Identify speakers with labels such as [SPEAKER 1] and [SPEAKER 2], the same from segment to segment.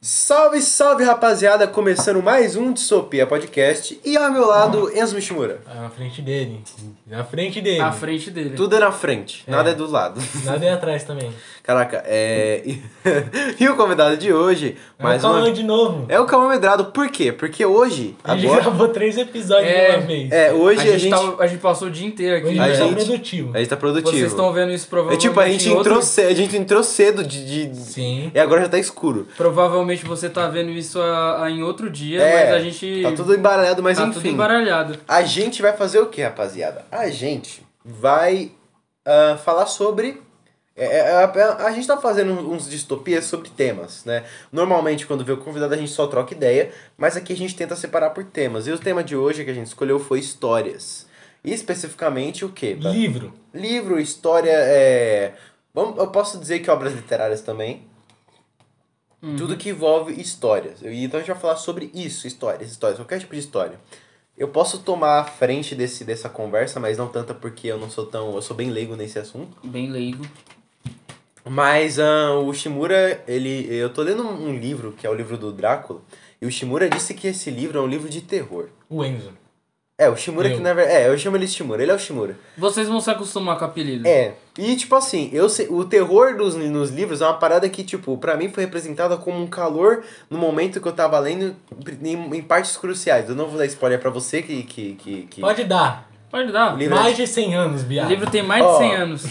[SPEAKER 1] Salve, salve rapaziada! Começando mais um Dissopia Podcast e ao meu lado, Enzo Mishimura.
[SPEAKER 2] Ah, Na frente dele. Na frente dele.
[SPEAKER 3] Na frente dele.
[SPEAKER 1] Tudo é na frente, nada é do lado.
[SPEAKER 2] Nada é atrás também.
[SPEAKER 1] Caraca, é. e o convidado de hoje,
[SPEAKER 3] É
[SPEAKER 1] mais
[SPEAKER 2] Mas Tá falando
[SPEAKER 1] uma.
[SPEAKER 2] de novo.
[SPEAKER 1] É o Calma Medrado, por quê? Porque hoje,
[SPEAKER 2] a gente
[SPEAKER 1] agora.
[SPEAKER 2] gravou três episódios de
[SPEAKER 3] É.
[SPEAKER 2] uma vez.
[SPEAKER 1] É, hoje
[SPEAKER 3] tá a, gente tá- a gente passou o dia inteiro aqui.
[SPEAKER 2] Hoje
[SPEAKER 3] né?
[SPEAKER 1] a
[SPEAKER 2] a gente tá
[SPEAKER 1] gente-
[SPEAKER 2] produtivo.
[SPEAKER 1] A gente tá produtivo.
[SPEAKER 3] Vocês estão vendo isso
[SPEAKER 1] É
[SPEAKER 3] provavelmente.
[SPEAKER 1] tipo, a gente,
[SPEAKER 3] em outro-
[SPEAKER 1] entrou cedo, a gente entrou cedo de. de-
[SPEAKER 2] Sim.
[SPEAKER 1] E agora já tá escuro.
[SPEAKER 3] Provavelmente você tá vendo isso a- a- em outro dia,
[SPEAKER 1] É,
[SPEAKER 3] mas a gente.
[SPEAKER 1] Tá tudo embaralhado, mas
[SPEAKER 3] tá
[SPEAKER 1] enfim.
[SPEAKER 3] tudo embaralhado.
[SPEAKER 1] A gente vai fazer o que, rapaziada? A gente vai ah, falar sobre. é, é, é, a, gente tá fazendo uns distopias sobre temas, né? Normalmente, quando vê o convidado, a gente só troca ideia, mas aqui a gente tenta separar por temas. E o tema de hoje que a gente escolheu foi histórias. E especificamente o quê? Ba-
[SPEAKER 2] Livro.
[SPEAKER 1] Livro, história, é. vamos- Eu posso dizer que obras literárias também. Tudo que envolve histórias. E Então a gente vai falar sobre isso, histórias, histórias, qualquer tipo de história. Eu posso tomar a frente desse, dessa conversa, mas não tanta porque eu não sou tão. Eu sou bem leigo nesse assunto.
[SPEAKER 3] Bem leigo.
[SPEAKER 1] Mas ah, o Shimura, ele. Eu tô lendo um um livro, que é o livro do Drácula, e o Shimura disse que esse livro é um livro de terror.
[SPEAKER 2] O Enzo.
[SPEAKER 1] É, o Shimura
[SPEAKER 2] Eu.
[SPEAKER 1] que na verdade. É, eu chamo ele de Shimura, ele é o Shimura.
[SPEAKER 3] Vocês vão se acostumar com o apelido.
[SPEAKER 1] É, e tipo assim, eu sei- o terror dos, nos livros é uma parada que, tipo, pra mim foi representada como um calor no momento que eu tava lendo em, em partes cruciais. Eu não vou dar spoiler pra você que. que, que, que-
[SPEAKER 2] Pode dar.
[SPEAKER 3] Pode dar.
[SPEAKER 1] Livro- é
[SPEAKER 2] Mais de 100 anos,
[SPEAKER 3] O
[SPEAKER 2] viado.
[SPEAKER 3] livro tem mais de
[SPEAKER 1] Ó.
[SPEAKER 3] 100 anos.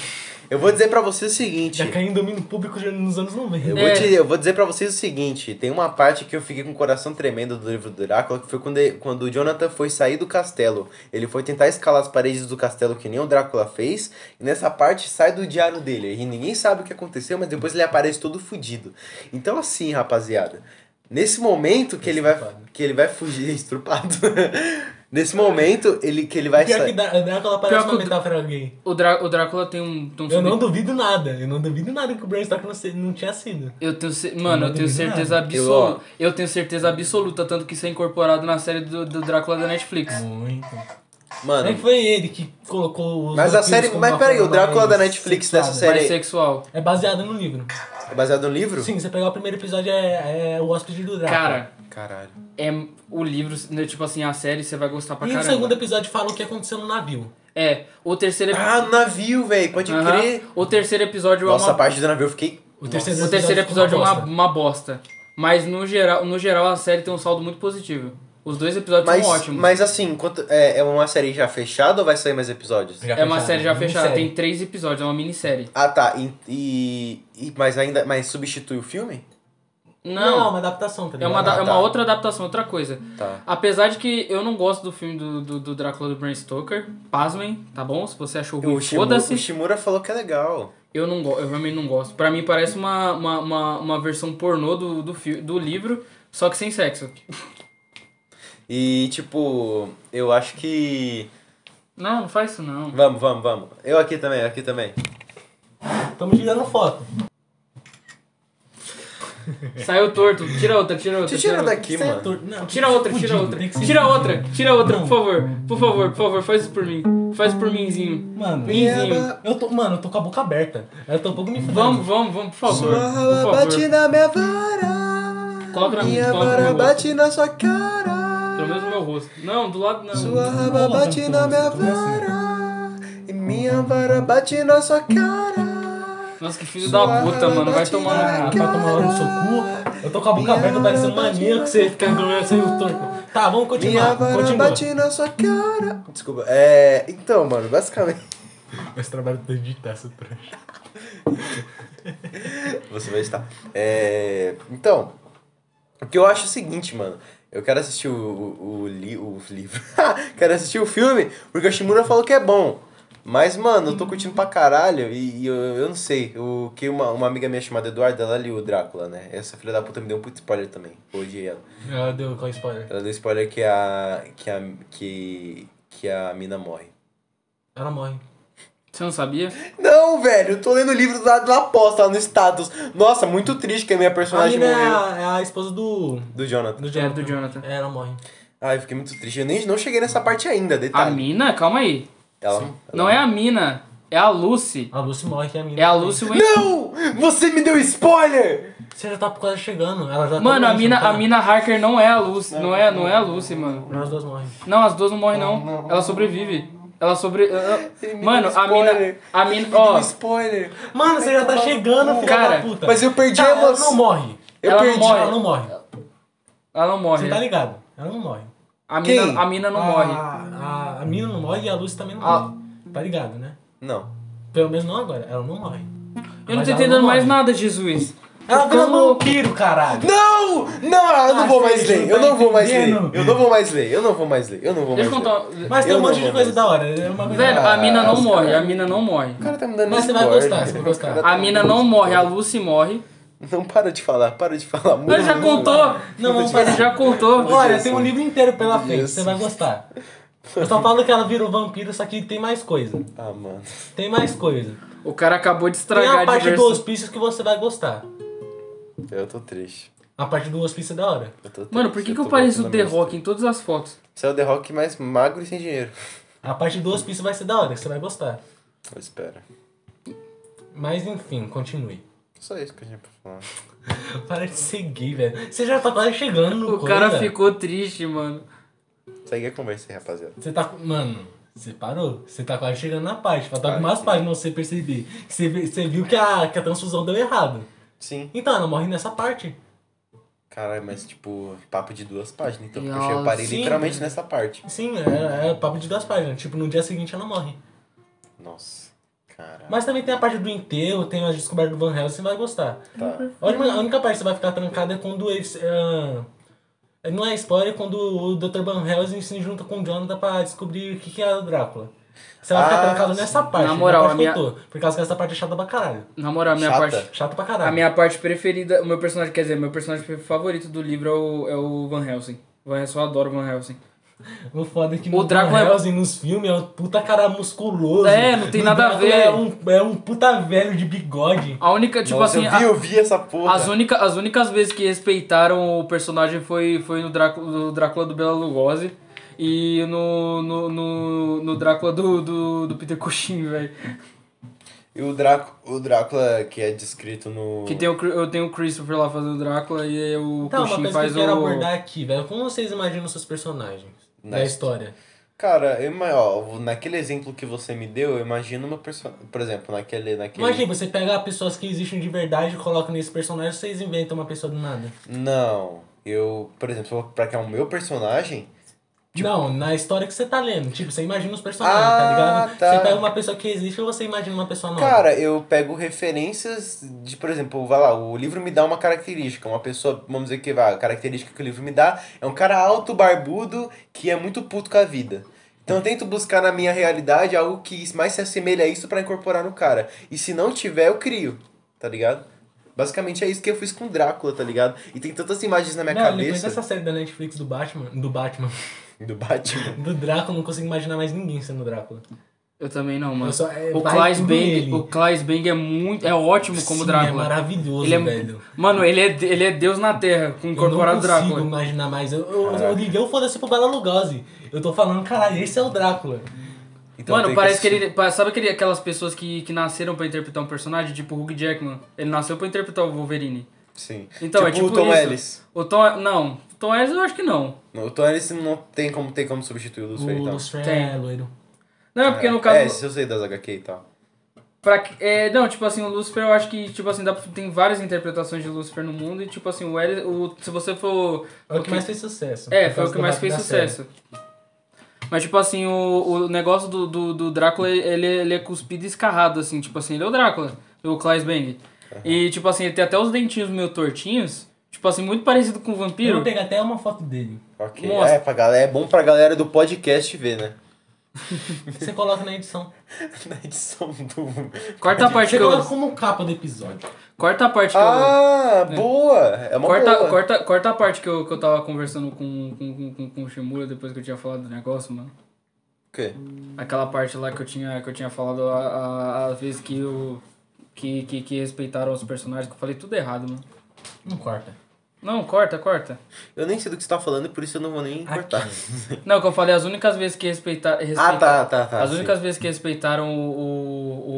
[SPEAKER 1] Eu vou dizer pra você o seguinte.
[SPEAKER 2] Já caiu em domínio público já nos anos 90.
[SPEAKER 1] Eu,
[SPEAKER 3] É.
[SPEAKER 1] vou te- eu vou dizer pra vocês o seguinte: tem uma parte que eu fiquei com o coração tremendo do livro do Drácula, que foi quando, ele- quando o Jonathan foi sair do castelo. Ele foi tentar escalar as paredes do castelo que nem o Drácula fez, e nessa parte sai do diário dele. E ninguém sabe o que aconteceu, mas depois ele aparece todo fudido. Então, assim, rapaziada, nesse momento que ele vai,
[SPEAKER 2] Estrupado.
[SPEAKER 1] que ele vai fugir estrupado. nesse momento ele, que ele vai
[SPEAKER 2] Pior que
[SPEAKER 1] sair.
[SPEAKER 2] Dra- Drácula parece
[SPEAKER 3] Pior
[SPEAKER 2] uma
[SPEAKER 3] que o-
[SPEAKER 2] metáfora gay.
[SPEAKER 3] O, Drá- o Drácula tem um. tem um
[SPEAKER 2] Eu não
[SPEAKER 3] sub-
[SPEAKER 2] duvido nada. Eu não duvido nada que o Bram Stoker não, se- não tinha sido.
[SPEAKER 3] Eu tenho cer- Mano,
[SPEAKER 2] não
[SPEAKER 3] eu tenho
[SPEAKER 2] duvido
[SPEAKER 3] certeza
[SPEAKER 2] nada.
[SPEAKER 3] absoluta. Eu, tenho certeza absoluta, tanto que isso é incorporado na série do, do Drácula da Netflix.
[SPEAKER 2] Muito. Não é que
[SPEAKER 1] Mano,
[SPEAKER 2] foi ele que colocou os
[SPEAKER 1] Mas a
[SPEAKER 2] vampiros
[SPEAKER 1] série-
[SPEAKER 2] como
[SPEAKER 1] mas
[SPEAKER 2] uma
[SPEAKER 1] peraí, o
[SPEAKER 2] forma
[SPEAKER 1] Drácula
[SPEAKER 2] mais
[SPEAKER 1] da Netflix dessa
[SPEAKER 2] sexuada.
[SPEAKER 1] série- Pera aí.
[SPEAKER 3] Bissexual.
[SPEAKER 2] É baseado no livro.
[SPEAKER 1] é baseado no livro?
[SPEAKER 2] Sim, você pegar o primeiro episódio é, é o hóspede do Drácula.
[SPEAKER 3] Cara,
[SPEAKER 1] Caralho.
[SPEAKER 3] é o livro, né, tipo assim, a série você vai gostar pra
[SPEAKER 2] E o
[SPEAKER 3] caramba.
[SPEAKER 2] segundo episódio fala o que aconteceu no navio.
[SPEAKER 3] É, o terceiro epi-
[SPEAKER 1] Ah, no navio, velho, pode
[SPEAKER 3] Aham.
[SPEAKER 1] crer.
[SPEAKER 3] O terceiro episódio
[SPEAKER 1] Nossa,
[SPEAKER 3] é
[SPEAKER 1] a
[SPEAKER 3] uma
[SPEAKER 1] parte do navio eu fiquei.
[SPEAKER 2] O terceiro,
[SPEAKER 3] O terceiro episódio é uma,
[SPEAKER 2] bosta.
[SPEAKER 3] uma bosta. Mas no geral, no geral a série tem um saldo muito positivo. Os dois episódios
[SPEAKER 1] Mas,
[SPEAKER 3] são ótimos.
[SPEAKER 1] mas assim, quanto- é, é uma série já fechada ou vai sair mais episódios?
[SPEAKER 2] Já
[SPEAKER 3] é uma
[SPEAKER 2] fechado,
[SPEAKER 3] série já
[SPEAKER 2] minissérie.
[SPEAKER 3] fechada, tem três episódios, é uma minissérie.
[SPEAKER 1] Ah tá, e, e, e- mas ainda. Mas substitui o filme?
[SPEAKER 2] Não, é
[SPEAKER 3] Não,
[SPEAKER 2] uma adaptação, tá
[SPEAKER 3] é
[SPEAKER 2] ligado?
[SPEAKER 3] uma, da- é
[SPEAKER 1] tá.
[SPEAKER 3] uma outra adaptação, outra coisa.
[SPEAKER 1] Tá.
[SPEAKER 3] Apesar de que eu não gosto do filme do, do, do Drácula do Bram Stoker, pasmem, tá bom? Se você achou
[SPEAKER 1] O,
[SPEAKER 3] ruim,
[SPEAKER 1] Shimu- o
[SPEAKER 3] foda-se.
[SPEAKER 1] Shimura falou que é legal.
[SPEAKER 3] Eu não gosto, eu realmente não gosto. Pra mim parece uma, uma, uma, uma versão pornô do, do, fi- do livro, só que sem sexo.
[SPEAKER 1] E tipo, eu acho que.
[SPEAKER 3] Não, não faz isso não.
[SPEAKER 1] Vamos, vamos, vamos. Eu aqui também, eu aqui também.
[SPEAKER 2] Estamos tirando foto.
[SPEAKER 3] Saiu torto, tira outra, tira outra.
[SPEAKER 1] Te tira
[SPEAKER 3] outra.
[SPEAKER 1] daqui,
[SPEAKER 2] Isso é
[SPEAKER 1] mano.
[SPEAKER 2] tor- não,
[SPEAKER 3] Tira outra,
[SPEAKER 2] fudido,
[SPEAKER 3] tira outra.
[SPEAKER 2] tem que ser-
[SPEAKER 3] Tira outra, tira outra, por
[SPEAKER 2] Não.
[SPEAKER 3] favor. Por favor, por favor, faz isso por mim. Faz por mimzinho.
[SPEAKER 2] Mano,
[SPEAKER 3] Mimzinho.
[SPEAKER 2] eu tô, mano, eu tô com a boca aberta. Eu tô um pouco me fudendo.
[SPEAKER 3] Vamos, vamos, vamos, por favor. Por
[SPEAKER 1] bate
[SPEAKER 3] favor.
[SPEAKER 1] na minha vara.
[SPEAKER 3] Coloca na-
[SPEAKER 1] minha
[SPEAKER 3] coloca no
[SPEAKER 1] vara
[SPEAKER 3] meu rosto.
[SPEAKER 1] bate na sua cara.
[SPEAKER 3] Pelo menos no meu rosto. Não, do lado não.
[SPEAKER 1] Sua raba bate na minha vara E minha vara bate na sua cara
[SPEAKER 3] Nossa, que filho da puta, mano. Vai tomar
[SPEAKER 2] Ah,
[SPEAKER 3] no
[SPEAKER 2] vai tomar hora no seu cu. Eu tô com a boca aberta, parecendo um maníaco que você fica doendo sem o torto. Tá,
[SPEAKER 1] Minha
[SPEAKER 2] vamos continuar.
[SPEAKER 1] vara
[SPEAKER 2] Continua.
[SPEAKER 1] bate na sua cara Desculpa, é... Então, mano, basicamente
[SPEAKER 2] Esse trabalho tem de editar essa trouxa.
[SPEAKER 1] Você vai estar É... Então O que eu acho é o seguinte, mano Eu quero assistir o, o, o, li, o livro Quero assistir o filme Porque o Shimura falou que é bom mas, mano, eu tô curtindo pra caralho e, e eu, eu não sei. O que uma, uma amiga minha chamada Eduarda, ela liu o Drácula, né? Essa filha da puta me deu um puto spoiler também. Hoje ela.
[SPEAKER 2] Ah, deu qual spoiler?
[SPEAKER 1] Ela deu spoiler que a. que a. que. que a mina morre.
[SPEAKER 2] Ela morre.
[SPEAKER 3] Você não sabia?
[SPEAKER 1] Não, velho, eu tô lendo o livro lá da aposta, lá no status. Nossa, muito triste que a minha
[SPEAKER 2] A
[SPEAKER 1] personagem
[SPEAKER 2] mina é
[SPEAKER 1] morreu.
[SPEAKER 2] a, é a esposa do.
[SPEAKER 1] Do Jonathan.
[SPEAKER 2] Do
[SPEAKER 3] É,
[SPEAKER 2] Jonathan.
[SPEAKER 3] do Jonathan.
[SPEAKER 2] É, ela morre.
[SPEAKER 1] Ai, eu fiquei muito triste. Eu nem não cheguei nessa parte ainda,
[SPEAKER 3] A
[SPEAKER 1] detalhe.
[SPEAKER 3] mina? Calma aí.
[SPEAKER 1] Ela,
[SPEAKER 3] Não é a mina, é a Lucy.
[SPEAKER 2] A Lucy morre, que é a mina.
[SPEAKER 3] É a Lucy Wayne.
[SPEAKER 1] Não! Você me deu spoiler!
[SPEAKER 2] Você já tá quase chegando. Ela já tá
[SPEAKER 3] Mano, a
[SPEAKER 2] longe,
[SPEAKER 3] mina,
[SPEAKER 2] não tá?
[SPEAKER 3] a mina Harker não é a Lucy, não é, não é a Lucy, mano.
[SPEAKER 2] Nós duas morremos.
[SPEAKER 3] Não, as duas não morrem não.
[SPEAKER 1] Não.
[SPEAKER 3] Ela sobrevive. Ela sobre ela-
[SPEAKER 1] Ele me
[SPEAKER 3] Mano,
[SPEAKER 1] deu
[SPEAKER 3] a mina
[SPEAKER 1] spoiler.
[SPEAKER 3] a
[SPEAKER 1] Ele
[SPEAKER 3] mina,
[SPEAKER 1] me deu
[SPEAKER 3] ó,
[SPEAKER 1] spoiler.
[SPEAKER 2] Mano, você já tá chegando, filho
[SPEAKER 3] Cara,
[SPEAKER 2] da puta.
[SPEAKER 1] mas eu perdi
[SPEAKER 2] Tá,
[SPEAKER 1] a
[SPEAKER 2] ela
[SPEAKER 1] emoção.
[SPEAKER 2] não morre.
[SPEAKER 1] Eu
[SPEAKER 3] Ela não
[SPEAKER 1] perdi.
[SPEAKER 3] morre.
[SPEAKER 2] Ela não morre.
[SPEAKER 3] ela não morre.
[SPEAKER 2] Você tá ligado? Ah, Ela não morre.
[SPEAKER 3] A
[SPEAKER 1] Quem?
[SPEAKER 3] mina, a mina não
[SPEAKER 2] a,
[SPEAKER 3] morre. Ah.
[SPEAKER 2] A, a mina não morre e a Lucy também não
[SPEAKER 3] A-
[SPEAKER 2] morre. Tá ligado, né?
[SPEAKER 1] Não.
[SPEAKER 2] Pelo menos não agora. Ela não morre.
[SPEAKER 3] Eu não
[SPEAKER 2] Mas
[SPEAKER 3] tô
[SPEAKER 2] ela não
[SPEAKER 3] entendendo mais
[SPEAKER 2] morre.
[SPEAKER 3] nada, Jesus.
[SPEAKER 2] Ela
[SPEAKER 3] Ficando-
[SPEAKER 2] tomou um tiro, caralho.
[SPEAKER 1] Não! Não, eu não
[SPEAKER 2] Ah,
[SPEAKER 1] vou mais
[SPEAKER 2] você
[SPEAKER 1] ler.
[SPEAKER 2] não
[SPEAKER 1] Eu
[SPEAKER 2] tá
[SPEAKER 1] não vou mais ler.
[SPEAKER 2] entendendo.
[SPEAKER 1] Eu não vou mais ler. Eu não vou mais ler. Eu não vou mais
[SPEAKER 3] Deixa eu
[SPEAKER 1] ler.
[SPEAKER 3] contar.
[SPEAKER 2] Mas tem
[SPEAKER 1] Eu
[SPEAKER 2] um
[SPEAKER 1] não
[SPEAKER 2] monte de
[SPEAKER 1] vou
[SPEAKER 2] coisa
[SPEAKER 1] mais.
[SPEAKER 2] da hora. É uma coisa
[SPEAKER 3] Velho,
[SPEAKER 2] da hora.
[SPEAKER 3] a mina
[SPEAKER 1] os
[SPEAKER 3] não morre,
[SPEAKER 1] cara-
[SPEAKER 3] a mina não morre.
[SPEAKER 1] O cara tá me dando
[SPEAKER 2] Mas você vai
[SPEAKER 1] spoiler,
[SPEAKER 2] gostar, você vai
[SPEAKER 1] velho.
[SPEAKER 2] gostar.
[SPEAKER 1] O cara tá
[SPEAKER 3] A
[SPEAKER 1] me
[SPEAKER 3] mina
[SPEAKER 1] dando
[SPEAKER 3] não
[SPEAKER 1] spoiler.
[SPEAKER 3] morre, a Lucy morre.
[SPEAKER 1] Não para de falar, para de falar.
[SPEAKER 3] Ele já contou.
[SPEAKER 2] Não, vamos
[SPEAKER 3] Ele já contou.
[SPEAKER 2] Olha, tem um livro inteiro pela frente,
[SPEAKER 1] Isso.
[SPEAKER 2] você vai gostar. Eu só falo que ela virou vampiro, só que tem mais coisa.
[SPEAKER 1] Ah, mano.
[SPEAKER 2] Tem mais coisa.
[SPEAKER 3] O cara acabou de
[SPEAKER 2] Tem
[SPEAKER 3] estragar
[SPEAKER 2] a
[SPEAKER 3] a
[SPEAKER 2] parte do
[SPEAKER 3] diversão.
[SPEAKER 2] hospício que você vai gostar.
[SPEAKER 1] Eu tô triste.
[SPEAKER 2] A parte do hospício é da hora.
[SPEAKER 1] Eu tô triste.
[SPEAKER 3] Mano, por que, que eu
[SPEAKER 1] tô
[SPEAKER 3] pareço o
[SPEAKER 1] voltando
[SPEAKER 3] The
[SPEAKER 1] a tá minha
[SPEAKER 3] Rock em todas as fotos?
[SPEAKER 1] Você é o The Rock mais magro e sem dinheiro.
[SPEAKER 2] A parte do hospício vai ser da hora, que você vai gostar.
[SPEAKER 1] Eu espero.
[SPEAKER 2] Mas enfim, continue.
[SPEAKER 1] Só isso que eu tinha pra falar.
[SPEAKER 2] Para de seguir, velho. Você já tá quase chegando no
[SPEAKER 3] O cara
[SPEAKER 2] coisa.
[SPEAKER 3] ficou triste, mano.
[SPEAKER 1] Segue a conversa aí, rapaziada.
[SPEAKER 2] Você tá. Mano, você parou. Você tá quase chegando na parte. Faltam algumas páginas pra você perceber. Que Você, vê- você viu que a, que a transfusão deu errado.
[SPEAKER 1] Sim.
[SPEAKER 2] Então, ela morre nessa parte.
[SPEAKER 1] Caralho, mas tipo, papo de duas páginas. Então,
[SPEAKER 3] Nossa.
[SPEAKER 1] porque eu parei
[SPEAKER 2] Sim.
[SPEAKER 1] literalmente nessa parte.
[SPEAKER 2] Sim, é, é papo de duas páginas. Tipo, no dia seguinte ela morre.
[SPEAKER 1] Nossa. Caralho.
[SPEAKER 2] Mas também tem a parte do enterro, tem a descoberta do Van Helsing, você vai gostar.
[SPEAKER 1] Tá.
[SPEAKER 2] Olha, mano, a única parte que você vai ficar trancada é quando esse. ah, não é spoiler, quando o Dr. Van Helsing se junta com o Jonathan pra descobrir o que, que é o Drácula. Você vai ficar
[SPEAKER 1] Ah,
[SPEAKER 2] trancado nessa parte,
[SPEAKER 3] Na moral,
[SPEAKER 2] parte
[SPEAKER 3] a
[SPEAKER 2] que eu
[SPEAKER 3] minha-
[SPEAKER 2] tô, por causa que essa parte é chata pra caralho.
[SPEAKER 3] Na moral, a minha
[SPEAKER 1] Chata.
[SPEAKER 3] parte.
[SPEAKER 2] Chata pra caralho.
[SPEAKER 3] A minha parte preferida, o meu personagem, quer dizer, meu personagem favorito do livro é o, é o Van Helsing. Van Helsing, eu adoro o Van Helsing.
[SPEAKER 2] O foda é que
[SPEAKER 3] O
[SPEAKER 2] o Drácula
[SPEAKER 3] Drácula é-
[SPEAKER 2] Van Helsing nos filmes é um puta cara musculoso.
[SPEAKER 3] É, não tem
[SPEAKER 2] O
[SPEAKER 3] nada a
[SPEAKER 2] Drácula
[SPEAKER 3] ver.
[SPEAKER 2] É um, é um puta velho de bigode.
[SPEAKER 3] A única, tipo
[SPEAKER 1] Nossa,
[SPEAKER 3] assim,
[SPEAKER 1] eu vi,
[SPEAKER 3] a-
[SPEAKER 1] eu vi essa porra.
[SPEAKER 3] as, única, as únicas vezes que respeitaram o personagem foi, foi no Drácula, no Drácula do Bela Lugosi e no, no, no, no Drácula do, do, do Peter Cushing, velho.
[SPEAKER 1] E o, Drá- o Drácula que é descrito no.
[SPEAKER 3] Que tem o, Cri- eu tenho o Christopher lá fazendo o Drácula e o
[SPEAKER 2] Tá, uma
[SPEAKER 3] Cushing
[SPEAKER 2] coisa que
[SPEAKER 3] faz
[SPEAKER 2] eu quero
[SPEAKER 3] o...
[SPEAKER 2] abordar aqui, velho. Como vocês imaginam seus personagens da
[SPEAKER 1] Nice.
[SPEAKER 2] história?
[SPEAKER 1] Cara, eu, ima- ó, naquele exemplo que você me deu, eu imagino uma pessoa. Por exemplo, naquele. naquele...
[SPEAKER 2] Imagina, tipo, você pega pessoas que existem de verdade e coloca nesse personagem, vocês inventam uma pessoa do nada.
[SPEAKER 1] Não. Eu, por exemplo, pra que é o meu personagem.
[SPEAKER 2] Não, na história que você tá lendo. Tipo, você imagina os personagens, tá
[SPEAKER 1] Tipo- Ah,
[SPEAKER 2] ligado?
[SPEAKER 1] tá.
[SPEAKER 2] Você pega uma pessoa que existe ou você imagina uma pessoa nova?
[SPEAKER 1] Cara, eu pego referências de, por exemplo, vai lá, o livro me dá uma característica, uma pessoa, vamos dizer que vai, a característica que o livro me dá é um cara alto, barbudo, que é muito puto com a vida. Então eu tento buscar na minha realidade algo que mais se assemelha a isso pra incorporar no cara. E se não tiver, eu crio, tá ligado? Basicamente é isso que eu fiz com o Drácula, tá ligado? E tem tantas imagens na minha
[SPEAKER 2] não, depois
[SPEAKER 1] cabeça
[SPEAKER 2] dessa série da Netflix do Batman, do Batman,
[SPEAKER 1] do Batman.
[SPEAKER 2] do Drácula, eu não consigo imaginar mais ninguém sendo Drácula.
[SPEAKER 3] Eu também não, mano.
[SPEAKER 2] Eu só- é,
[SPEAKER 3] o
[SPEAKER 2] vai
[SPEAKER 3] Klaus
[SPEAKER 2] tudo
[SPEAKER 3] Bang,
[SPEAKER 2] nele.
[SPEAKER 3] o Klaus Bang é muito, é ótimo
[SPEAKER 2] Sim,
[SPEAKER 3] como
[SPEAKER 2] É
[SPEAKER 3] Drácula.
[SPEAKER 2] maravilhoso,
[SPEAKER 3] Ele é,
[SPEAKER 2] velho.
[SPEAKER 3] Mano, ele é, de- ele é Deus na Terra, com incorporado
[SPEAKER 2] eu não consigo
[SPEAKER 3] Drácula.
[SPEAKER 2] imaginar mais. Eu, eu, eu liguei o foda-se pro Bela Lugosi. Eu tô falando, caralho, esse é o Drácula.
[SPEAKER 1] Então
[SPEAKER 3] mano,
[SPEAKER 1] tem
[SPEAKER 3] parece que,
[SPEAKER 1] assistir.
[SPEAKER 3] ele. pa- Sabe aquele, aquelas pessoas que, que nasceram pra interpretar um personagem, tipo o Hugh Jackman? Ele nasceu pra interpretar o Wolverine.
[SPEAKER 1] Sim.
[SPEAKER 3] Então, é tipo
[SPEAKER 1] o Tom
[SPEAKER 3] isso.
[SPEAKER 1] Ellis.
[SPEAKER 3] O Tom. é, Não, o Tom Ellis eu acho que não.
[SPEAKER 1] Não, O Tom Ellis não tem como, tem como substituir o Lucifer e
[SPEAKER 2] O
[SPEAKER 1] tal.
[SPEAKER 2] Lucifer
[SPEAKER 3] Tem.
[SPEAKER 2] é loiro.
[SPEAKER 3] Não, é
[SPEAKER 2] Ah,
[SPEAKER 3] porque no
[SPEAKER 1] É,
[SPEAKER 3] caso.
[SPEAKER 1] isso eu sei das então. HQ e tal.
[SPEAKER 3] pra que- é, não, tipo assim, o Lucifer eu acho que, tipo assim, dá pra- tem várias interpretações de Lucifer no mundo e, tipo assim, o Ellis. O, se você for.
[SPEAKER 2] É o que mais fez sucesso.
[SPEAKER 3] É,
[SPEAKER 2] Por
[SPEAKER 3] foi o
[SPEAKER 2] causa
[SPEAKER 3] que
[SPEAKER 2] do
[SPEAKER 3] mais
[SPEAKER 2] bafo
[SPEAKER 3] fez
[SPEAKER 2] da série.
[SPEAKER 3] sucesso. Mas, tipo assim, o, o negócio do, do, do Drácula, ele, ele é cuspido e escarrado, assim. Tipo assim, ele é o Drácula, o Klaus Bang. E, tipo assim, ele tem até os dentinhos meio tortinhos. Tipo assim, muito parecido com o
[SPEAKER 2] Eu vou
[SPEAKER 3] vampiro.
[SPEAKER 2] pegar até uma foto dele.
[SPEAKER 1] Ok.
[SPEAKER 3] Mostra.
[SPEAKER 1] É, pra galera, é bom pra galera do podcast ver, né?
[SPEAKER 2] Você coloca na edição.
[SPEAKER 1] Na edição do.
[SPEAKER 3] Corta a parte
[SPEAKER 2] Você
[SPEAKER 3] que eu...
[SPEAKER 2] coloca como capa do episódio.
[SPEAKER 3] Corta a parte que eu...
[SPEAKER 1] Ah, boa! É uma
[SPEAKER 3] Corta,
[SPEAKER 1] boa.
[SPEAKER 3] corta, corta a parte que eu, que eu tava conversando com, com, com, com, com o Shimura depois que eu tinha falado do negócio, mano.
[SPEAKER 1] O quê?
[SPEAKER 3] Aquela parte lá que eu tinha, que eu tinha falado a, a, a vez que, eu, que, que, que respeitaram os personagens, que eu falei tudo errado, mano.
[SPEAKER 2] Não corta.
[SPEAKER 3] Não, corta, corta.
[SPEAKER 1] Eu nem sei do que você tá falando, por isso eu não vou nem
[SPEAKER 2] Aqui.
[SPEAKER 1] cortar.
[SPEAKER 3] Não, é que eu falei, as únicas vezes que respeitaram.
[SPEAKER 1] ah, tá, tá, tá.
[SPEAKER 3] As
[SPEAKER 1] sim.
[SPEAKER 3] únicas vezes que respeitaram o,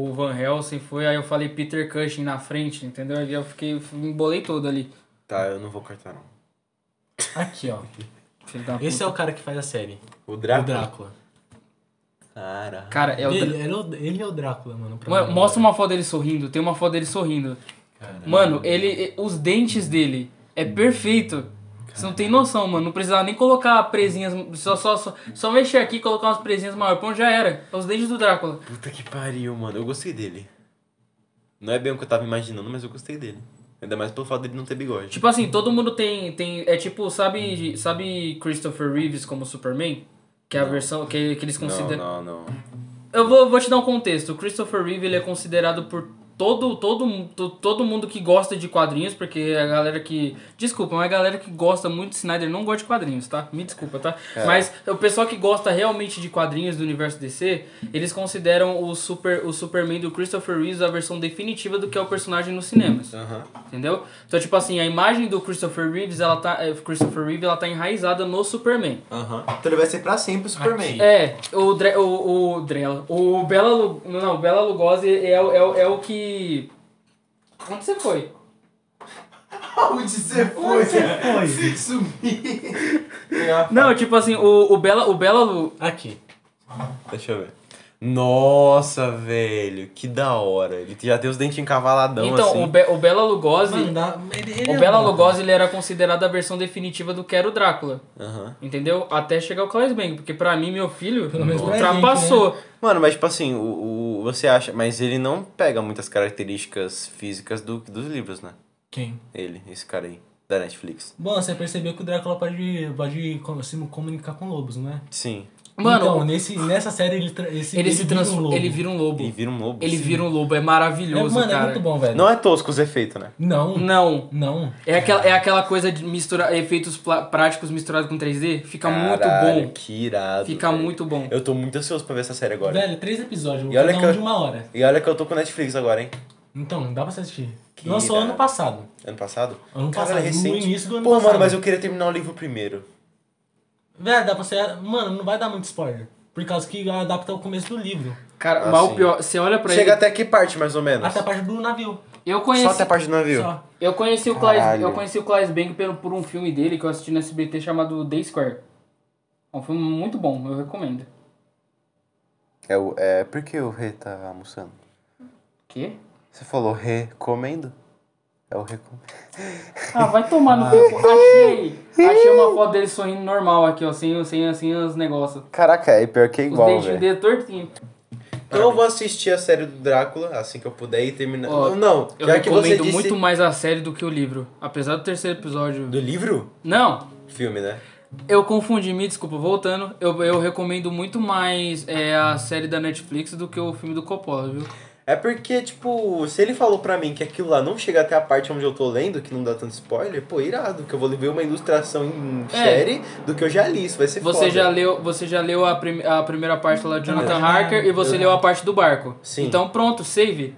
[SPEAKER 3] o, o Van Helsing foi aí eu falei Peter Cushing na frente, entendeu? E eu fiquei, me embolei todo ali.
[SPEAKER 1] Tá, eu não vou cortar, não.
[SPEAKER 2] Aqui, ó.
[SPEAKER 3] Filho da
[SPEAKER 2] Esse é
[SPEAKER 3] puta.
[SPEAKER 2] o cara que faz a série.
[SPEAKER 1] O
[SPEAKER 2] O
[SPEAKER 1] Drácula.
[SPEAKER 2] Drácula.
[SPEAKER 1] Cara.
[SPEAKER 3] Cara, é o.
[SPEAKER 2] Ele,
[SPEAKER 3] Dra-
[SPEAKER 2] ele é o- ele é o Drácula, mano. pra
[SPEAKER 3] Mano,
[SPEAKER 2] mim.
[SPEAKER 3] mostra uma foto dele sorrindo, tem uma foto dele sorrindo.
[SPEAKER 2] Caralho.
[SPEAKER 3] Mano, ele. Os dentes dele é perfeito. Você não tem noção, mano. Não precisava nem colocar presinhas. Só, só, só, só mexer aqui e colocar umas presinhas maior. Pronto, já era. É os dentes do Drácula.
[SPEAKER 1] Puta que pariu, mano. Eu gostei dele. Não é bem o que eu tava imaginando, mas eu gostei dele. Ainda mais pelo fato dele não ter bigode.
[SPEAKER 3] Tipo assim, todo mundo tem. tem é tipo, sabe, sabe Christopher Reeves como Superman? Que é a versão que, que eles consideram.
[SPEAKER 1] Não, não, não.
[SPEAKER 3] Eu vou, vou te dar um contexto. O Christopher Reeve ele é considerado por todo, todo, mu- to- todo mundo que gosta de quadrinhos, porque é a galera que. Desculpa, mas é a galera que gosta muito de Snyder não gosta de quadrinhos, tá? Me desculpa, tá?
[SPEAKER 1] É.
[SPEAKER 3] Mas o pessoal que gosta realmente de quadrinhos do universo DC, eles consideram o, super, o Superman do Christopher Reeves a versão definitiva do que é o personagem nos cinemas.
[SPEAKER 1] Aham.
[SPEAKER 3] Entendeu? Então, tipo assim, a imagem do Christopher Reeves, ela tá. eh, Christopher Reeve ela tá enraizada no Superman.
[SPEAKER 1] Aham. Então ele vai ser pra sempre o Superman.
[SPEAKER 3] É, o, Dre, o, o Drela. O Bela, Lu- não, o Bela Lugosi é, o- é, o- é o que... Onde você foi?
[SPEAKER 1] Onde você foi?
[SPEAKER 2] Oi.
[SPEAKER 1] Sumir.
[SPEAKER 3] Não, tipo assim, o, o Bela... O Bela Lu-
[SPEAKER 2] Aqui.
[SPEAKER 1] Deixa eu ver. Nossa, velho. Que da hora. Ele já tem os dentes encavaladão
[SPEAKER 3] então,
[SPEAKER 1] assim.
[SPEAKER 3] o, Be, o Bela Lugosi...
[SPEAKER 2] Mano, dá- ele- ele é
[SPEAKER 3] o Bela
[SPEAKER 2] bom.
[SPEAKER 3] Lugosi, ele era considerado a versão definitiva do que era o Drácula.
[SPEAKER 1] Aham.
[SPEAKER 3] Entendeu? Até chegar o Klaus Bang, porque pra mim, meu filho,
[SPEAKER 2] Pelo menos pra gente,
[SPEAKER 3] ultrapassou.
[SPEAKER 1] Mano, mas tipo assim, o, o- você acha. Mas ele não pega muitas características físicas do, dos livros, né?
[SPEAKER 2] Quem?
[SPEAKER 1] Ele, esse cara aí, da Netflix.
[SPEAKER 2] Bom, você percebeu que o Drácula pode, pode com- se comunicar com lobos, não é?
[SPEAKER 1] Sim.
[SPEAKER 3] Mano,
[SPEAKER 2] então, nesse, nessa série ele, tra- esse,
[SPEAKER 3] ele, se
[SPEAKER 2] vira um
[SPEAKER 3] transforma...
[SPEAKER 2] lobo.
[SPEAKER 3] ele vira um lobo.
[SPEAKER 1] Ele vira um lobo.
[SPEAKER 3] Ele
[SPEAKER 1] sim.
[SPEAKER 3] vira um lobo, é
[SPEAKER 2] É,
[SPEAKER 3] maravilhoso,
[SPEAKER 2] Mano,
[SPEAKER 3] cara.
[SPEAKER 2] é muito bom, velho.
[SPEAKER 1] Não é tosco os efeitos, né?
[SPEAKER 2] Não. Não.
[SPEAKER 3] Não,
[SPEAKER 2] Não.
[SPEAKER 3] É aquela, é aquela coisa de misturar efeitos pla- práticos misturados com 3D? Fica
[SPEAKER 1] Caralho,
[SPEAKER 3] muito bom.
[SPEAKER 1] Que irado.
[SPEAKER 3] Fica
[SPEAKER 1] velho.
[SPEAKER 3] muito bom.
[SPEAKER 1] Eu tô muito ansioso pra ver essa série agora.
[SPEAKER 2] Velho, três episódios,
[SPEAKER 1] E olha
[SPEAKER 2] cada um
[SPEAKER 1] que eu-
[SPEAKER 2] de uma hora.
[SPEAKER 1] E olha que eu tô com Netflix agora, hein?
[SPEAKER 2] Então, dá pra você assistir.
[SPEAKER 1] Que
[SPEAKER 2] Lançou
[SPEAKER 1] irado.
[SPEAKER 2] ano passado.
[SPEAKER 1] Ano passado?
[SPEAKER 2] Ano
[SPEAKER 1] Caralho,
[SPEAKER 2] passado,
[SPEAKER 1] é
[SPEAKER 2] no
[SPEAKER 1] recente.
[SPEAKER 2] início do ano
[SPEAKER 1] Pô,
[SPEAKER 2] passado.
[SPEAKER 1] mano, mas eu queria terminar o livro primeiro.
[SPEAKER 2] Velho, dá pra você. Mano, não vai dar muito spoiler. Por causa que adapta o começo do livro.
[SPEAKER 3] Cara,
[SPEAKER 1] Ah,
[SPEAKER 3] mas
[SPEAKER 1] sim.
[SPEAKER 3] o pior, você olha pra
[SPEAKER 1] Chega
[SPEAKER 3] ele.
[SPEAKER 1] até que parte, mais ou menos?
[SPEAKER 2] Até a parte do navio.
[SPEAKER 3] Eu
[SPEAKER 1] Só
[SPEAKER 3] conheci.
[SPEAKER 1] até a parte do navio.
[SPEAKER 2] Só.
[SPEAKER 3] Eu conheci o Clive,
[SPEAKER 1] Caralho.
[SPEAKER 3] eu conheci o Clive Bang pelo, por um filme dele que eu assisti no SBT chamado Day Square. É um filme muito bom, eu recomendo.
[SPEAKER 1] É, o, é por que o Rê tá almoçando?
[SPEAKER 3] Quê?
[SPEAKER 1] Você falou recomendo? É o recomendo.
[SPEAKER 3] Ah, vai tomar no cu. Achei! Achei uma foto dele sorrindo normal aqui, ó, sem, sem, sem os negócios.
[SPEAKER 1] Caraca, é pior que é
[SPEAKER 3] Os
[SPEAKER 1] igual,
[SPEAKER 3] dentes
[SPEAKER 1] velho.
[SPEAKER 3] dele tortinho.
[SPEAKER 1] Então eu vou assistir a série do Drácula assim que eu puder e terminar.
[SPEAKER 3] Ó,
[SPEAKER 1] não,
[SPEAKER 3] Eu
[SPEAKER 1] já que você
[SPEAKER 3] recomendo
[SPEAKER 1] disse...
[SPEAKER 3] muito mais a série do que o livro. Apesar do terceiro episódio.
[SPEAKER 1] Do livro?
[SPEAKER 3] Não,
[SPEAKER 1] Filme, né?
[SPEAKER 3] Eu confundi, me desculpa, voltando. Eu, eu recomendo muito mais é, a série da Netflix do que o filme do Coppola, viu?
[SPEAKER 1] É porque, tipo, se ele falou pra mim que aquilo lá não chega até a parte onde eu tô lendo, que não dá tanto spoiler, pô, irado, que eu vou ver uma ilustração em
[SPEAKER 3] É.
[SPEAKER 1] série do que eu já li, isso vai ser
[SPEAKER 3] Você
[SPEAKER 1] foda.
[SPEAKER 3] já leu, você já leu a, prim- a primeira parte lá de Jonathan
[SPEAKER 2] Não, não.
[SPEAKER 3] Harker e você
[SPEAKER 1] Eu-
[SPEAKER 3] leu a parte do barco.
[SPEAKER 1] Sim.
[SPEAKER 3] Então pronto, save.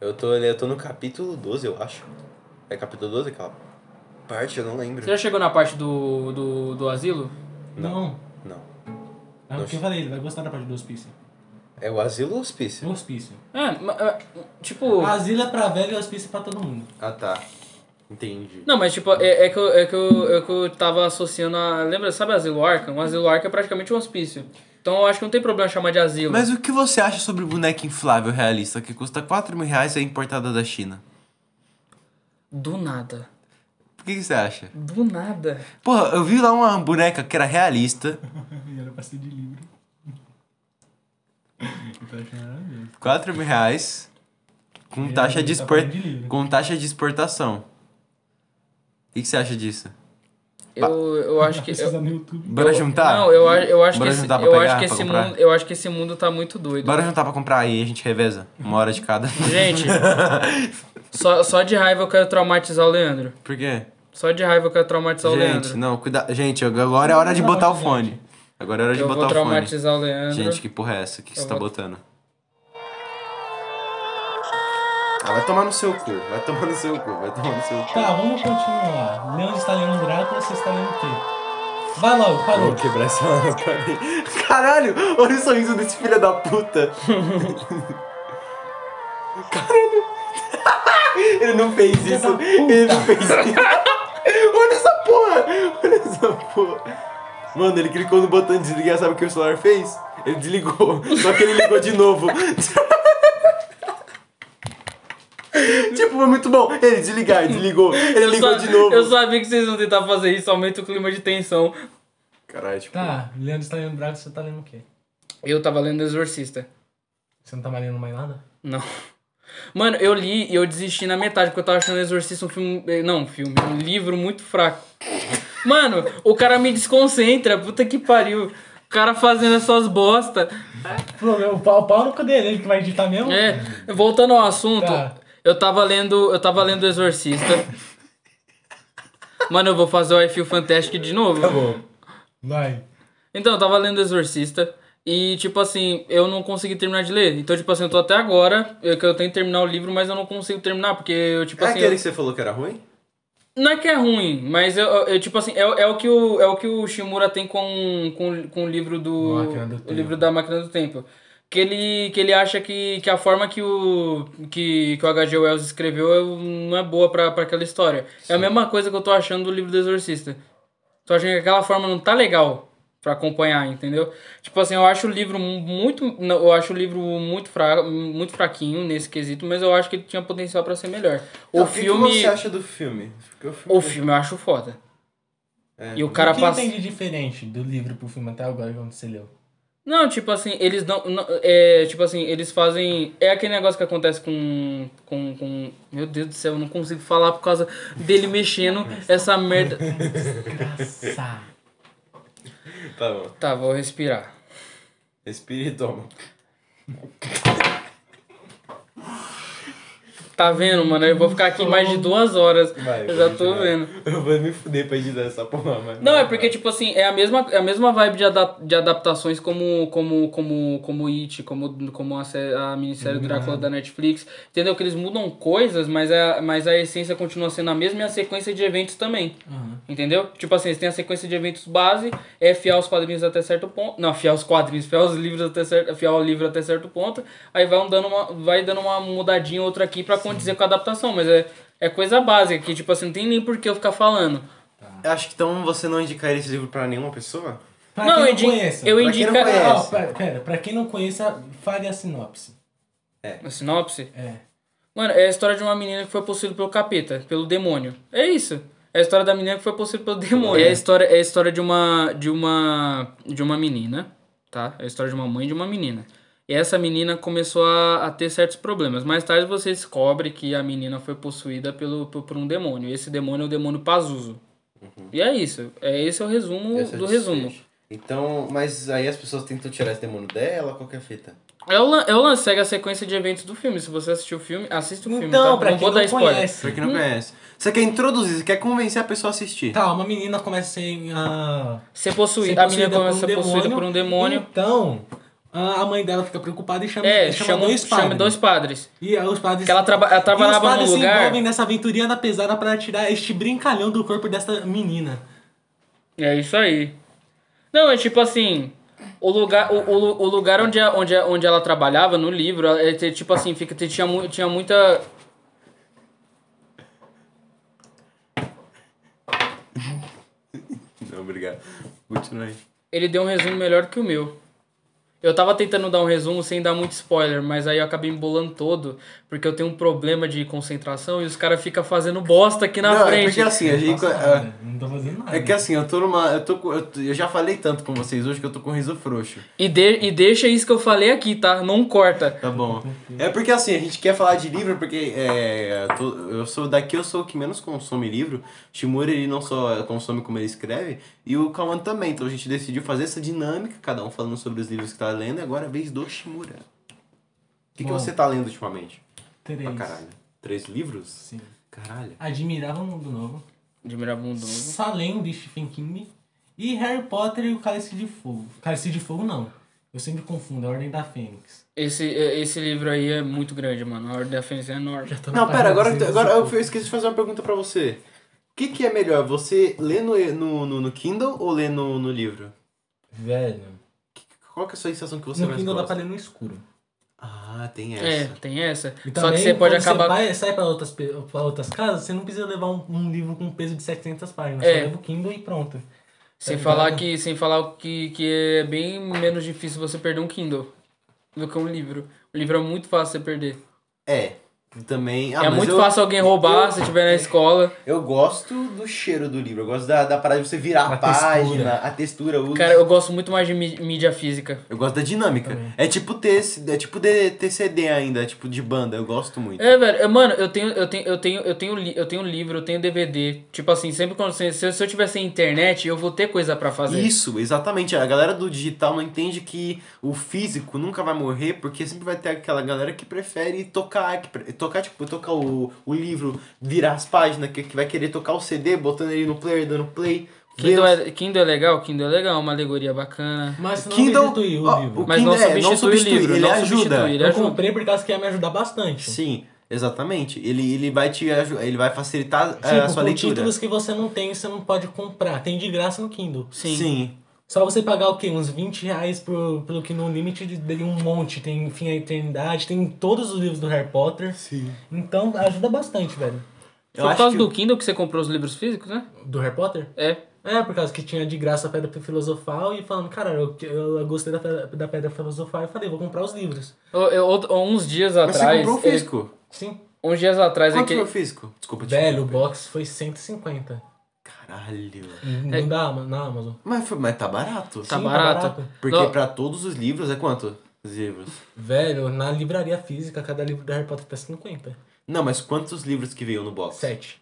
[SPEAKER 1] Eu tô, eu tô no capítulo 12, eu acho. É capítulo 12 aquela parte? Eu não lembro.
[SPEAKER 3] Você já chegou na parte do, do, do asilo?
[SPEAKER 2] Não.
[SPEAKER 1] Não.
[SPEAKER 2] É o que eu falei, ele vai gostar da parte do hospício.
[SPEAKER 1] É o asilo ou hospício?
[SPEAKER 2] Do hospício.
[SPEAKER 3] É, ma- é, tipo.
[SPEAKER 2] Asilo é pra velho e hospício é pra todo mundo.
[SPEAKER 1] Ah, tá. Entendi.
[SPEAKER 3] Não, mas tipo, é, é que eu, é, que eu, é que eu tava associando a. Lembra, sabe asilo Arkham? O asilo Arkham é praticamente um hospício. Então eu acho que não tem problema chamar de asilo.
[SPEAKER 1] Mas o que você acha sobre boneca inflável realista que custa 4 mil reais e é importada da China?
[SPEAKER 3] Do nada.
[SPEAKER 1] O que, você acha?
[SPEAKER 3] Do nada.
[SPEAKER 1] Porra, eu vi lá uma boneca que era realista,
[SPEAKER 2] Era pra ser de livro. Então, acho maravilhoso.
[SPEAKER 1] 4 mil reais, com
[SPEAKER 2] É,
[SPEAKER 1] taxa de,
[SPEAKER 2] tá
[SPEAKER 1] expor...
[SPEAKER 2] falando de livro.
[SPEAKER 1] com taxa de exportação. O que, você acha disso?
[SPEAKER 3] Eu, eu acho
[SPEAKER 2] Tá
[SPEAKER 3] que. eu-
[SPEAKER 2] pesquisando no YouTube.
[SPEAKER 1] Bora juntar?
[SPEAKER 3] Não, eu, a- eu acho que
[SPEAKER 1] Bora
[SPEAKER 3] esse,
[SPEAKER 1] juntar pra
[SPEAKER 3] eu
[SPEAKER 1] pegar,
[SPEAKER 3] acho que
[SPEAKER 1] pra
[SPEAKER 3] esse
[SPEAKER 1] comprar?
[SPEAKER 3] mundo, eu acho que esse mundo tá muito doido.
[SPEAKER 1] Bora juntar pra comprar aí, a gente reveza. Uma hora de cada.
[SPEAKER 3] Gente, só, só de raiva eu quero traumatizar o Leandro.
[SPEAKER 1] Por quê?
[SPEAKER 3] Só de raiva eu quero traumatizar o
[SPEAKER 1] Gente,
[SPEAKER 3] Leandro.
[SPEAKER 1] não, cuidado. Gente, agora é hora de botar o fone. Agora é hora de
[SPEAKER 3] eu vou
[SPEAKER 1] botar o fone.
[SPEAKER 3] traumatizar o Leandro.
[SPEAKER 1] Gente, que porra é essa? O que, que
[SPEAKER 3] Eu
[SPEAKER 1] você tá
[SPEAKER 3] vou-
[SPEAKER 1] botando? Ah, vai tomar no seu cu, vai tomar no seu cu, vai tomar no seu cu.
[SPEAKER 2] Tá, vamos continuar. Leandro está lendo Drácula, você está lendo o quê? Vai logo, parou.
[SPEAKER 1] Vou quebrar essa lata pra mim. Caralho, olha o sorriso desse filho da puta. Caralho. Ele não fez
[SPEAKER 2] Filho
[SPEAKER 1] isso.
[SPEAKER 2] da
[SPEAKER 1] Ele não fez isso. Olha essa porra. Olha essa porra. Mano, ele clicou no botão de desligar, sabe o que o celular fez? Ele desligou, só que ele ligou de novo. tipo, foi muito bom. Ele desligar, desligou, ele ligou
[SPEAKER 3] Eu sa-
[SPEAKER 1] de novo.
[SPEAKER 3] Eu sabia que vocês iam tentar fazer isso, aumenta o clima de tensão.
[SPEAKER 1] Caralho, tipo...
[SPEAKER 2] Tá, Leandro está lendo Drácula, você está lendo o quê?
[SPEAKER 3] Eu tava lendo Exorcista.
[SPEAKER 2] Você não tá mais lendo mais nada?
[SPEAKER 3] Não. Mano, eu li e eu desisti na metade, porque eu tava achando Exorcista um filme. eh, Não, um filme, um livro muito fraco. Mano, o cara me desconcentra, puta que pariu. O cara fazendo essas bosta.
[SPEAKER 2] O problema- O pau, o pau no cu dele, ele que vai editar mesmo?
[SPEAKER 3] É, voltando ao assunto,
[SPEAKER 2] Tá.
[SPEAKER 3] eu tava lendo. Eu tava lendo Exorcista. Mano, eu vou fazer o I Feel Fantastic de novo.
[SPEAKER 1] Tá bom.
[SPEAKER 2] Vai.
[SPEAKER 3] Então, eu tava lendo Exorcista e, tipo assim, eu não consegui terminar de ler. Então, tipo assim, eu tô até agora, eu, que eu tenho que terminar o livro, mas eu não consigo terminar, porque eu, tipo
[SPEAKER 1] É
[SPEAKER 3] assim.
[SPEAKER 1] aquele
[SPEAKER 3] eu-
[SPEAKER 1] que você falou que era ruim?
[SPEAKER 3] não é que é ruim, mas eu, eu- eu, tipo assim, é, é o que o, é o que o Shimura tem com, com, com o livro do.
[SPEAKER 2] Máquina do
[SPEAKER 3] o
[SPEAKER 2] Tempo.
[SPEAKER 3] livro da máquina do tempo. Que ele, que ele acha que, que a forma que o, que, que o H.G. Wells escreveu é- não é boa pra, pra aquela história. É a mesma coisa que eu tô achando do livro do Exorcista. Tô achando que aquela forma não tá legal pra acompanhar, entendeu? Tipo assim, eu acho o livro mu- muito. não, Eu acho o livro muito, fra, muito fraquinho nesse quesito, mas eu acho que ele tinha potencial pra ser melhor. O
[SPEAKER 1] Não,
[SPEAKER 3] filme.
[SPEAKER 1] O que que você acha do filme? Porque O filme,
[SPEAKER 3] O filme eu acho foda.
[SPEAKER 1] É.
[SPEAKER 3] E o
[SPEAKER 2] O
[SPEAKER 3] cara
[SPEAKER 2] que
[SPEAKER 3] passa.
[SPEAKER 2] tem de diferente do livro pro filme até agora quando você leu?
[SPEAKER 3] Não, tipo assim, eles não. não- é, tipo assim, eles fazem. É aquele negócio que acontece com, com. com. Meu Deus do céu, eu não consigo falar por causa dele mexendo essa merda.
[SPEAKER 2] Desgraçado.
[SPEAKER 1] Tá bom.
[SPEAKER 3] Tá, vou respirar.
[SPEAKER 1] Respira e toma.
[SPEAKER 3] Tá vendo, mano? Eu vou ficar aqui mais de duas horas.
[SPEAKER 1] Vai,
[SPEAKER 3] eu já
[SPEAKER 1] vai,
[SPEAKER 3] tô
[SPEAKER 1] vai.
[SPEAKER 3] vendo.
[SPEAKER 1] Eu vou me fuder pra editar essa porra, mas.
[SPEAKER 3] Não, é porque, tipo assim, é a mesma, é a mesma vibe de, ada- de adaptações como, como, como, como It, como, como a, sé- a minissérie Drácula da Netflix. Entendeu? Que eles mudam coisas, mas a, mas a essência continua sendo a mesma e a sequência de eventos também. Entendeu? Tipo assim, eles têm a sequência de eventos base, é fiel aos quadrinhos até certo ponto. Não, fiel aos quadrinhos, fiel aos livros até certo, fiel ao livro até certo ponto. Aí vai um dando uma, vai dando uma mudadinha ou outra aqui pra condizer com a adaptação, mas é, é coisa básica que, tipo assim, não tem nem por que eu ficar falando.
[SPEAKER 1] Acho que então você não indicaria esse livro pra nenhuma pessoa?
[SPEAKER 2] Pra
[SPEAKER 3] não,
[SPEAKER 2] quem
[SPEAKER 3] eu,
[SPEAKER 2] não
[SPEAKER 3] indi-
[SPEAKER 2] conhece.
[SPEAKER 3] eu
[SPEAKER 1] Pra quem
[SPEAKER 3] indico.
[SPEAKER 1] não conhece.
[SPEAKER 2] Não, pera, pera, pra quem não conheça, fale a sinopse.
[SPEAKER 3] A sinopse?
[SPEAKER 2] É.
[SPEAKER 3] Mano, é a história de uma menina que foi possuída pelo capeta, pelo demônio. É isso. É a história da menina que foi possuída pelo demônio. É a história, é a história de uma de uma de uma menina, tá? É a história de uma mãe e de uma menina. E essa menina começou a, a ter certos problemas. Mais tarde você descobre que a menina foi possuída pelo, por, por um demônio. E esse demônio é o demônio Pazuzu. E é isso. É esse é o resumo
[SPEAKER 1] Uhum. Esse é o
[SPEAKER 3] do
[SPEAKER 1] desfecho.
[SPEAKER 3] resumo.
[SPEAKER 1] Então, mas aí as pessoas tentam tirar esse demônio dela, qualquer fita.
[SPEAKER 3] É o, lan- é o lance, segue a sequência de eventos do filme. Se você assistiu o filme, assista o filme.
[SPEAKER 2] Então,
[SPEAKER 3] tá?
[SPEAKER 2] pra
[SPEAKER 3] não
[SPEAKER 2] quem
[SPEAKER 3] vou dar
[SPEAKER 2] não
[SPEAKER 3] spoiler.
[SPEAKER 1] Pra
[SPEAKER 2] conhece.
[SPEAKER 1] quem não
[SPEAKER 3] Hum.
[SPEAKER 1] conhece. Você quer introduzir, você quer convencer a pessoa a assistir.
[SPEAKER 2] Tá, uma menina começa a ser, ah,
[SPEAKER 3] Ser
[SPEAKER 2] ser
[SPEAKER 3] possuída. A menina
[SPEAKER 2] possuída
[SPEAKER 3] começa a ser possuída por um demônio.
[SPEAKER 2] Então, a a mãe dela fica preocupada e chama,
[SPEAKER 3] É,
[SPEAKER 2] chama
[SPEAKER 3] chama,
[SPEAKER 2] dois
[SPEAKER 3] chama
[SPEAKER 2] padres.
[SPEAKER 3] dois padres.
[SPEAKER 2] E aí os padres...
[SPEAKER 3] Que ela, traba, ela
[SPEAKER 2] e os
[SPEAKER 3] trabalhava
[SPEAKER 2] padres
[SPEAKER 3] num
[SPEAKER 2] se
[SPEAKER 3] lugar.
[SPEAKER 2] envolvem nessa aventurinha pesada pra tirar este brincalhão do corpo dessa menina.
[SPEAKER 3] É isso aí. Não, é tipo assim. O lugar, o, o, lu- o lugar onde, a- onde, a- onde ela trabalhava no livro, ela- é, tipo assim, fica, tinha, mu- tinha muita.
[SPEAKER 1] Não, obrigado. Continua aí.
[SPEAKER 3] Ele deu um resumo melhor que o meu. Eu tava tentando dar um resumo sem dar muito spoiler, mas aí eu acabei embolando todo, porque eu tenho um problema de concentração e os caras ficam fazendo bosta aqui na
[SPEAKER 1] não, é
[SPEAKER 3] frente.
[SPEAKER 1] porque assim, a gente.
[SPEAKER 2] Nossa, não tô fazendo nada.
[SPEAKER 1] É que assim, eu tô numa. Eu, tô, com- eu, tô- eu já falei tanto com vocês hoje que eu tô com riso frouxo.
[SPEAKER 3] E, de, e deixa isso que eu falei aqui, tá? Não corta.
[SPEAKER 1] Tá bom. É porque assim, a gente quer falar de livro porque é, eu tô- eu sou daqui, eu sou o que menos consome livro. Shimura ele não só consome como ele escreve, e o Kawan também. Então a gente decidiu fazer essa dinâmica, cada um falando sobre os livros que tá lendo, e agora é a vez do Shimura. O que, que
[SPEAKER 2] Bom.
[SPEAKER 1] você tá lendo ultimamente?
[SPEAKER 2] Três.
[SPEAKER 1] Pra caralho. Três livros?
[SPEAKER 2] Sim.
[SPEAKER 1] Caralho.
[SPEAKER 2] Admirava o Mundo Novo.
[SPEAKER 3] De Mirabundo.
[SPEAKER 2] Salem, de Stephen King. E Harry Potter e o Cálice de Fogo. Cálice de Fogo, não. Eu sempre confundo, é a Ordem da Fênix.
[SPEAKER 3] Esse, esse livro aí é muito grande, mano. A Ordem da Fênix é enorme.
[SPEAKER 2] Já tô na
[SPEAKER 1] Não, pera,
[SPEAKER 2] página
[SPEAKER 1] agora,
[SPEAKER 2] 100 e
[SPEAKER 1] agora eu
[SPEAKER 2] pouco.
[SPEAKER 1] eu esqueci de fazer uma pergunta pra você. O que, que é melhor, você ler no, no, no, no Kindle ou ler no, no livro?
[SPEAKER 2] Velho.
[SPEAKER 1] Qual que é a sensação que você
[SPEAKER 2] No
[SPEAKER 1] mais
[SPEAKER 2] Kindle dá pra
[SPEAKER 1] gosta?
[SPEAKER 2] ler no escuro.
[SPEAKER 1] Ah, tem
[SPEAKER 3] É,
[SPEAKER 1] essa.
[SPEAKER 3] tem essa.
[SPEAKER 2] E
[SPEAKER 3] Só que
[SPEAKER 2] também,
[SPEAKER 3] você pode
[SPEAKER 2] quando
[SPEAKER 3] acabar.
[SPEAKER 2] Você vai- sai pra outras, pe- pra outras casas, você não precisa levar um, um livro com peso de 700 páginas.
[SPEAKER 3] É.
[SPEAKER 2] Só leva o Kindle e pronto.
[SPEAKER 3] Sem
[SPEAKER 2] Tá
[SPEAKER 3] falar
[SPEAKER 2] ligado?
[SPEAKER 3] que sem falar que, que é bem menos difícil você perder um Kindle do que um livro. O livro é muito fácil você perder.
[SPEAKER 1] É. Também. Ah,
[SPEAKER 3] é
[SPEAKER 1] mas
[SPEAKER 3] muito
[SPEAKER 1] eu,
[SPEAKER 3] fácil alguém roubar se estiver na escola.
[SPEAKER 1] Eu gosto do cheiro do livro. Eu gosto da, da parada de você virar a,
[SPEAKER 2] A textura.
[SPEAKER 1] página, a textura. o-
[SPEAKER 3] Cara, eu gosto muito mais de mí- mídia física.
[SPEAKER 1] Eu gosto da dinâmica.
[SPEAKER 2] Também.
[SPEAKER 1] É tipo TC, é tipo D- TCD ainda, é tipo de banda. Eu gosto muito.
[SPEAKER 3] É, velho, eu- mano, eu tenho, eu tenho, eu tenho, eu tenho, li- eu tenho livro, eu tenho DVD. Tipo assim, sempre quando se, se eu- se eu tiver sem internet, eu vou ter coisa pra fazer.
[SPEAKER 1] Isso, exatamente. A galera do digital não entende que o físico nunca vai morrer, porque sempre vai ter aquela galera que prefere tocar, que pre- tocar, tipo, tocar o, o livro, virar as páginas, que, que vai querer tocar o CD, botando ele no player, dando play.
[SPEAKER 3] Kindle
[SPEAKER 1] vendo-
[SPEAKER 3] é, Kindle é legal, Kindle é legal, uma alegoria bacana.
[SPEAKER 2] Mas se não
[SPEAKER 1] Kindle-
[SPEAKER 2] substitui o
[SPEAKER 1] ó,
[SPEAKER 2] livro.
[SPEAKER 1] o
[SPEAKER 3] Mas não
[SPEAKER 1] Kindle é,
[SPEAKER 3] substitui,
[SPEAKER 1] não substitui,
[SPEAKER 3] o livro,
[SPEAKER 1] ele
[SPEAKER 3] não
[SPEAKER 1] ajuda.
[SPEAKER 3] substitui, ele é
[SPEAKER 2] eu
[SPEAKER 3] ajuda.
[SPEAKER 2] comprei por causa que ia me ajudar bastante.
[SPEAKER 1] Sim, exatamente. Ele, ele vai te aju- ele vai facilitar eh, a
[SPEAKER 2] Tipo,
[SPEAKER 1] sua
[SPEAKER 2] com
[SPEAKER 1] leitura.
[SPEAKER 2] títulos que você não tem, você não pode comprar. Tem de graça no Kindle.
[SPEAKER 3] Sim.
[SPEAKER 1] Sim.
[SPEAKER 2] Só você pagar o quê? Uns 20 reais por, pelo Kindle Unlimited dele um monte. Tem Fim à Eternidade, tem todos os livros do Harry Potter.
[SPEAKER 1] Sim.
[SPEAKER 2] Então ajuda bastante, velho.
[SPEAKER 1] Eu
[SPEAKER 3] Foi por
[SPEAKER 1] acho
[SPEAKER 3] causa
[SPEAKER 1] que-
[SPEAKER 3] do Kindle que você comprou os livros físicos, né?
[SPEAKER 2] Do Harry Potter?
[SPEAKER 3] É.
[SPEAKER 2] É, por causa que tinha de graça a Pedra Filosofal e falando, cara, eu, eu gostei da pedra, da pedra Filosofal e falei, vou comprar os livros.
[SPEAKER 3] Eu- eu- outro- uns dias
[SPEAKER 1] Mas você
[SPEAKER 3] atrás.
[SPEAKER 1] comprou o
[SPEAKER 3] ele-
[SPEAKER 1] físico?
[SPEAKER 2] Sim.
[SPEAKER 3] uns dias atrás é
[SPEAKER 1] Quanto
[SPEAKER 3] que.
[SPEAKER 1] foi o físico? Desculpa, te
[SPEAKER 2] Velho, o
[SPEAKER 1] interromper.
[SPEAKER 2] box foi 150.
[SPEAKER 1] Caralho.
[SPEAKER 2] Não
[SPEAKER 3] É.
[SPEAKER 2] dá na Amazon.
[SPEAKER 1] Mas, foi, mas tá barato.
[SPEAKER 3] Tá
[SPEAKER 2] Sim,
[SPEAKER 3] barato.
[SPEAKER 1] Porque
[SPEAKER 3] Não.
[SPEAKER 1] pra todos os livros é quanto? Os livros.
[SPEAKER 2] Velho, na livraria física, cada livro do Harry Potter tá 50.
[SPEAKER 1] Não, mas quantos livros que veio no box?
[SPEAKER 2] 7.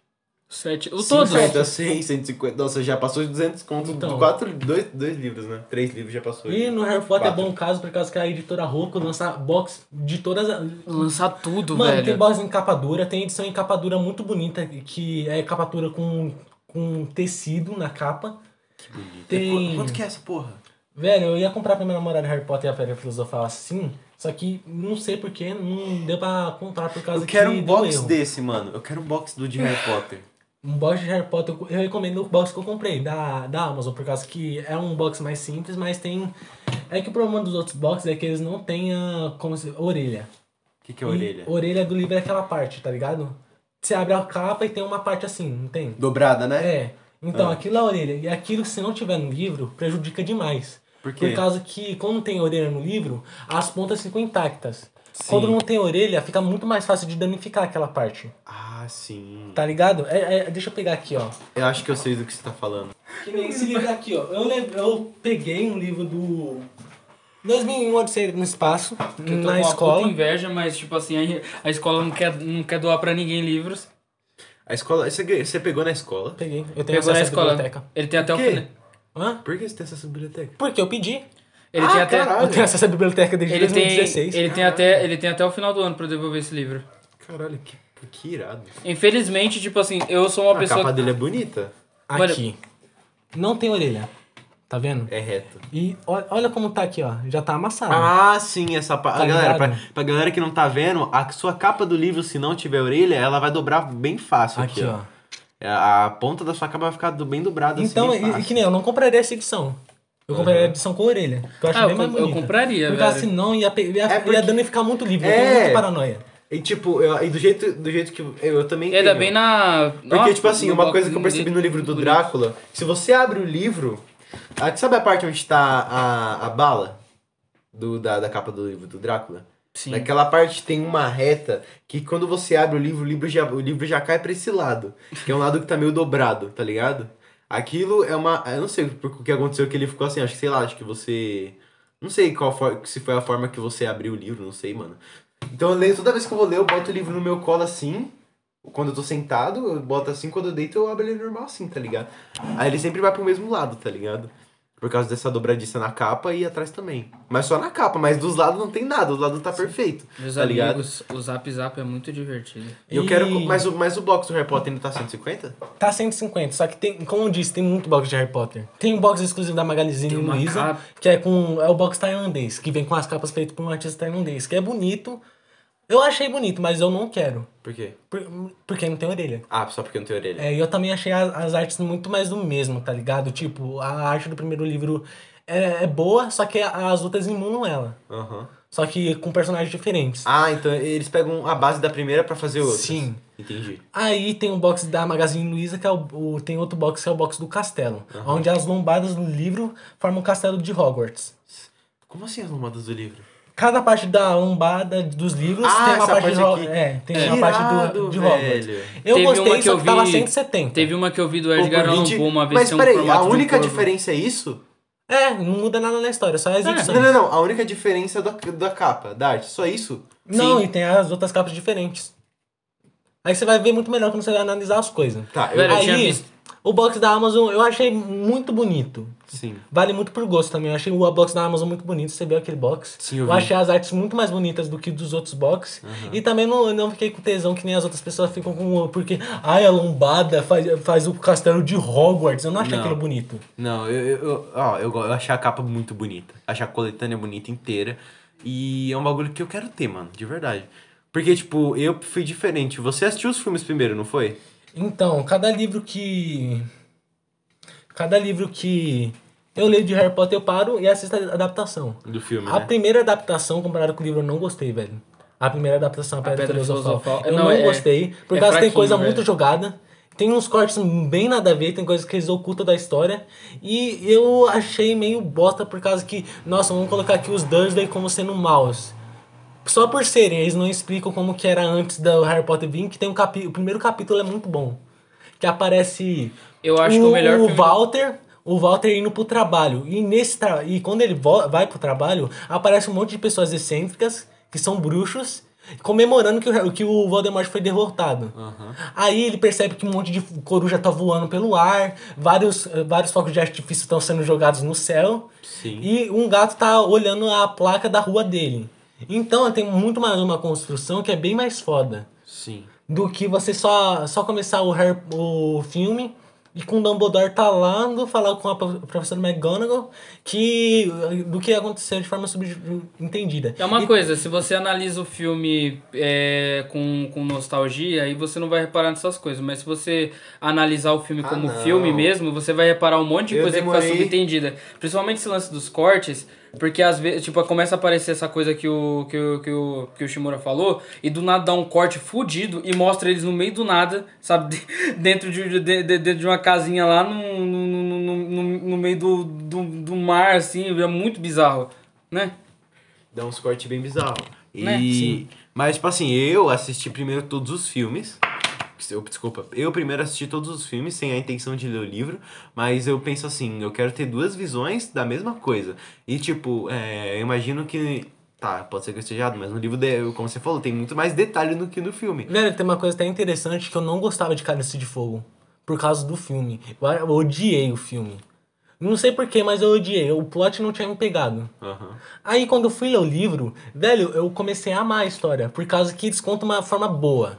[SPEAKER 3] Sete. O
[SPEAKER 1] Os
[SPEAKER 3] todos.
[SPEAKER 1] 50, 100, 150. Nossa, já passou de 200 conto.
[SPEAKER 2] Então.
[SPEAKER 1] Quatro, dois, dois livros, né? Três livros já passou.
[SPEAKER 2] E no Harry Potter
[SPEAKER 1] Quatro.
[SPEAKER 2] é bom caso, por causa que a editora Roku lança box de todas as.
[SPEAKER 3] Lançar tudo,
[SPEAKER 2] Mano,
[SPEAKER 3] velho.
[SPEAKER 2] tem box em capa dura, tem edição em capa dura muito bonita, que é capa dura com, com tecido na capa.
[SPEAKER 1] Que bonito.
[SPEAKER 2] Tem-
[SPEAKER 1] Qu- Quanto que é essa porra?
[SPEAKER 2] Velho, eu ia comprar pra minha namorada Harry Potter e a Pedra Filosofal assim, só que não sei porquê, não deu pra comprar por causa
[SPEAKER 1] Eu quero
[SPEAKER 2] que
[SPEAKER 1] um
[SPEAKER 2] deu
[SPEAKER 1] box
[SPEAKER 2] erro.
[SPEAKER 1] desse, mano. Eu quero um box do de Harry Potter.
[SPEAKER 2] Um box de Harry Potter, eu recomendo o box que eu comprei da, da Amazon, por causa que é um box mais simples, mas tem... É que o problema dos outros boxes é que eles não têm a, como se, orelha.
[SPEAKER 1] O que, que é
[SPEAKER 2] E
[SPEAKER 1] orelha?
[SPEAKER 2] orelha do livro é aquela parte, tá ligado? Você abre a capa e tem uma parte assim, não tem?
[SPEAKER 1] Dobrada, né?
[SPEAKER 2] É. Então,
[SPEAKER 1] Ah.
[SPEAKER 2] aquilo é a orelha. E aquilo, se não tiver no livro, prejudica demais.
[SPEAKER 1] Por quê?
[SPEAKER 2] Por causa que, quando tem orelha no livro, as pontas ficam intactas.
[SPEAKER 1] Sim.
[SPEAKER 2] Quando não tem orelha, fica muito mais fácil de danificar aquela parte.
[SPEAKER 1] Ah, sim.
[SPEAKER 2] Tá ligado? É, é- deixa eu pegar aqui, ó.
[SPEAKER 1] Eu acho que eu sei do que você tá falando.
[SPEAKER 2] Que nem esse livro aqui, ó. Eu, le- eu peguei um livro do. 2001 Odisseia no Espaço,
[SPEAKER 3] Eu tô
[SPEAKER 2] na
[SPEAKER 3] com Uma
[SPEAKER 2] escola.
[SPEAKER 3] puta inveja, mas tipo assim, a, a escola não quer, não quer doar pra ninguém livros.
[SPEAKER 1] A escola. Você, ganhou- você pegou na escola?
[SPEAKER 2] Peguei. Eu tenho
[SPEAKER 3] Pegou
[SPEAKER 2] acesso
[SPEAKER 3] na
[SPEAKER 2] à
[SPEAKER 3] escola.
[SPEAKER 2] biblioteca.
[SPEAKER 3] Ele tem até o
[SPEAKER 1] Por quê?
[SPEAKER 3] final.
[SPEAKER 2] Hã?
[SPEAKER 1] Por que você tem essa biblioteca?
[SPEAKER 2] Porque eu pedi.
[SPEAKER 3] Ele
[SPEAKER 1] Ah,
[SPEAKER 3] tem até.
[SPEAKER 1] caralho.
[SPEAKER 2] Eu tenho acesso à biblioteca desde
[SPEAKER 3] Ele tem,
[SPEAKER 2] 2016.
[SPEAKER 3] ele, tem até, ele tem até o final do ano pra devolver esse livro.
[SPEAKER 1] Caralho, que, que irado.
[SPEAKER 3] Infelizmente, tipo assim, eu sou
[SPEAKER 2] Ah,
[SPEAKER 3] uma
[SPEAKER 1] a
[SPEAKER 3] pessoa.
[SPEAKER 1] capa
[SPEAKER 2] tá-
[SPEAKER 1] dele é bonita.
[SPEAKER 3] Olha-
[SPEAKER 2] Aqui. Não tem orelha. Tá vendo?
[SPEAKER 1] É reto.
[SPEAKER 2] E ol- olha como tá aqui, ó. Já tá amassado.
[SPEAKER 1] Ah, sim, essa pa...
[SPEAKER 2] Tá
[SPEAKER 1] galera, pra,
[SPEAKER 2] ligado?
[SPEAKER 1] pra galera que não tá vendo, a sua capa do livro, se não tiver orelha, ela vai dobrar bem fácil aqui,
[SPEAKER 2] aqui,
[SPEAKER 1] ó. Tá É,
[SPEAKER 2] ó.
[SPEAKER 1] A a ponta da sua capa vai ficar do- bem dobrada
[SPEAKER 2] Então,
[SPEAKER 1] assim. Uhum. bem
[SPEAKER 2] e, e
[SPEAKER 1] fácil.
[SPEAKER 2] que nem eu não compraria essa edição. Eu compraria a edição com orelha. Que eu acho
[SPEAKER 3] Ah, eu,
[SPEAKER 2] bem mais
[SPEAKER 3] com- eu
[SPEAKER 2] bonita.
[SPEAKER 3] compraria,
[SPEAKER 2] Porque
[SPEAKER 3] velho.
[SPEAKER 2] senão ia, pe- ia,
[SPEAKER 1] É porque-
[SPEAKER 2] ia danificar muito o livro. Eu
[SPEAKER 1] É.
[SPEAKER 2] tenho muito paranoia.
[SPEAKER 1] E tipo, eu- e do jeito, do jeito que eu, eu também
[SPEAKER 3] E ainda
[SPEAKER 1] tenho.
[SPEAKER 3] bem na.
[SPEAKER 1] Porque,
[SPEAKER 3] Nossa,
[SPEAKER 1] tipo assim,
[SPEAKER 3] no
[SPEAKER 1] uma
[SPEAKER 3] box
[SPEAKER 1] coisa que eu percebi
[SPEAKER 3] dele-
[SPEAKER 1] no livro do Drácula, se você abre o livro, a- sabe a parte onde tá a, a bala do, da, da capa do livro do Drácula?
[SPEAKER 3] Sim.
[SPEAKER 1] Naquela parte tem uma reta que quando você abre o livro, o livro já, o livro já cai pra esse lado. Que é um lado que tá meio dobrado, tá ligado? Aquilo é uma. Eu não sei por- o que aconteceu que ele ficou assim, acho que, sei lá, acho que você. Não sei qual for, se foi a forma que você abriu o livro, não sei, mano. Então eu leio, toda vez que eu vou ler, eu boto o livro no meu colo assim. Quando eu tô sentado, eu boto assim, quando eu deito, eu abro ele normal assim, tá ligado? Aí ele sempre vai pro mesmo lado, tá ligado? Por causa dessa dobradiça na capa e atrás também. Mas só na capa, mas dos lados não tem nada, os lados tá perfeito.
[SPEAKER 3] Meus
[SPEAKER 1] tá ligado?
[SPEAKER 3] amigos, o Zap Zap é muito divertido.
[SPEAKER 1] Eu quero.
[SPEAKER 2] E-
[SPEAKER 1] Mas o, mas o box do Harry Potter ainda tá 150?
[SPEAKER 2] Tá 150, só que tem, como eu disse, tem muito box de Harry Potter. Tem um box exclusivo da Magazine
[SPEAKER 3] Tem uma
[SPEAKER 2] Luiza,
[SPEAKER 3] capa.
[SPEAKER 2] que é com é o box tailandês, que vem com as capas feitas por um artista tailandês, que é bonito. Eu achei bonito, mas eu não quero,
[SPEAKER 1] Por quê?
[SPEAKER 2] por- porque não tem orelha.
[SPEAKER 1] Ah, só porque eu não tenho orelha.
[SPEAKER 2] É, e eu também achei a- as, artes muito mais do mesmo, tá ligado? Tipo, a arte do primeiro livro é, é boa, só que as lutas imunam ela.
[SPEAKER 1] Aham.
[SPEAKER 2] Só que com personagens diferentes.
[SPEAKER 1] Ah, então eles pegam a base da primeira pra fazer outra.
[SPEAKER 2] Sim.
[SPEAKER 1] Entendi.
[SPEAKER 2] Aí tem o box da Magazine Luiza, que é o, o- tem outro box que é o box do castelo, onde as lombadas do livro formam o castelo de Hogwarts.
[SPEAKER 1] Como assim as lombadas do livro?
[SPEAKER 2] Cada parte da lombada dos livros
[SPEAKER 1] Ah,
[SPEAKER 2] tem uma
[SPEAKER 1] essa
[SPEAKER 2] parte, de,
[SPEAKER 1] parte
[SPEAKER 2] Ho-
[SPEAKER 1] aqui.
[SPEAKER 2] é, tem
[SPEAKER 1] É.
[SPEAKER 2] uma parte do,
[SPEAKER 1] Irado,
[SPEAKER 2] de Hogwarts.
[SPEAKER 1] velho.
[SPEAKER 2] Eu
[SPEAKER 3] Teve
[SPEAKER 2] gostei,
[SPEAKER 3] uma que
[SPEAKER 2] só
[SPEAKER 3] eu
[SPEAKER 2] que tava
[SPEAKER 3] vi-
[SPEAKER 2] 170.
[SPEAKER 3] Teve uma que eu vi do
[SPEAKER 1] É. Pô,
[SPEAKER 3] Edgar
[SPEAKER 1] por
[SPEAKER 3] Allan
[SPEAKER 1] 20
[SPEAKER 3] Poe uma vez.
[SPEAKER 1] Mas
[SPEAKER 3] tem um
[SPEAKER 1] peraí, a
[SPEAKER 3] formato de
[SPEAKER 1] única
[SPEAKER 3] corvo.
[SPEAKER 1] diferença é isso?
[SPEAKER 2] É, não muda nada na história, só as edições.
[SPEAKER 1] Não, não, não. A única diferença é da, da capa, da arte. Só isso?
[SPEAKER 2] Não,
[SPEAKER 3] Sim.
[SPEAKER 2] e tem as outras capas diferentes. Aí você vai ver muito melhor quando você vai analisar as coisas.
[SPEAKER 1] Tá, eu.
[SPEAKER 3] Velho,
[SPEAKER 2] Aí,
[SPEAKER 3] tinha visto.
[SPEAKER 2] o box da Amazon eu achei muito bonito.
[SPEAKER 1] Sim.
[SPEAKER 2] Vale muito por gosto também. Eu achei o box da Amazon muito bonito. Você viu aquele box?
[SPEAKER 1] Sim, eu vi.
[SPEAKER 2] achei as artes muito mais bonitas do que dos outros boxes. E também não, eu não fiquei com tesão que nem as outras pessoas ficam com. Porque, ai, a lombada faz, faz o castelo de Hogwarts. Eu não achei
[SPEAKER 1] Não.
[SPEAKER 2] aquilo bonito.
[SPEAKER 1] Não, eu, eu, eu- ó, eu, go- eu achei a capa muito bonita. Achei a coletânea bonita inteira. E é um bagulho que eu quero ter, mano, de verdade. Porque, tipo, eu fui diferente. Você assistiu os filmes primeiro, não foi?
[SPEAKER 2] Então, cada livro que. Cada livro que eu leio de Harry Potter eu paro e assisto a adaptação.
[SPEAKER 1] Do filme,
[SPEAKER 2] A
[SPEAKER 1] né?
[SPEAKER 2] primeira adaptação comparada com o livro eu não gostei, velho. A primeira adaptação, a Pedra,
[SPEAKER 3] Pedra
[SPEAKER 2] Filosofal.
[SPEAKER 3] Filosofal.
[SPEAKER 2] Eu
[SPEAKER 3] Não,
[SPEAKER 2] não,
[SPEAKER 3] é-
[SPEAKER 2] gostei,
[SPEAKER 3] é
[SPEAKER 2] porque elas têm
[SPEAKER 3] fraquinho,
[SPEAKER 2] coisa
[SPEAKER 3] velho.
[SPEAKER 2] muito jogada. Tem uns cortes bem nada a ver, tem coisas que eles ocultam da história. E eu achei meio bosta por causa que, nossa, vamos colocar aqui os Dursley como sendo maus. Só por serem, eles não explicam como que era antes do Harry Potter vir, que tem um capítulo. O primeiro capítulo é muito bom. Que aparece.
[SPEAKER 3] Eu acho que o melhor
[SPEAKER 2] O
[SPEAKER 3] filme-
[SPEAKER 2] Walter. O Walter indo pro trabalho. E nesse tra... E quando ele vo- vai pro trabalho, aparece um monte de pessoas excêntricas, que são bruxos, comemorando que o, que o Voldemort foi derrotado. Aí ele percebe que um monte de coruja tá voando pelo ar, vários, eh, vários focos de artifício estão sendo jogados no céu.
[SPEAKER 1] Sim.
[SPEAKER 2] E um gato tá olhando a placa da rua dele. Então tem muito mais uma construção que é bem mais foda
[SPEAKER 1] Sim.
[SPEAKER 2] do que você só, só começar o, Harry, o filme e com o Dumbledore tá lá indo falar com a prof- professora McGonagall que do que aconteceu de forma subentendida.
[SPEAKER 3] É uma coisa, se você analisa o filme é, com, com nostalgia, aí você não vai reparar nessas coisas. Mas se você analisar o filme
[SPEAKER 1] Ah,
[SPEAKER 3] como
[SPEAKER 1] não.
[SPEAKER 3] filme mesmo, você vai reparar um monte de
[SPEAKER 1] Eu
[SPEAKER 3] coisa que
[SPEAKER 1] demorei.
[SPEAKER 3] tá subentendida. Principalmente esse lance dos cortes, porque às vezes, tipo, começa a aparecer essa coisa que o, que o, que o, que o Shimura falou, e do nada dá um corte fudido e mostra eles no meio do nada, sabe? De- Dentro de, de, de- dentro de uma casinha lá no, no, no, no, no- no meio do, do, do mar, assim, é muito bizarro, né?
[SPEAKER 1] Dá uns cortes bem bizarros. E...
[SPEAKER 3] Né? Sim.
[SPEAKER 1] Mas, tipo assim, eu assisti primeiro todos os filmes. Eu, desculpa, eu primeiro assisti todos os filmes sem a intenção de ler o livro, mas eu penso assim, eu quero ter duas visões da mesma coisa. E tipo, é, eu imagino que. Tá, pode ser que eu esteja errado, mas no livro, de- como você falou, tem muito mais detalhe do que no filme.
[SPEAKER 2] Velho, tem uma coisa até interessante que eu não gostava de Cálice de Fogo por causa do filme. Eu eu odiei o filme. Não sei porquê, mas eu odiei. O plot não tinha me pegado.
[SPEAKER 1] Aham.
[SPEAKER 2] Aí quando eu fui ler o livro, velho, eu comecei a amar a história, por causa que eles contam uma forma boa.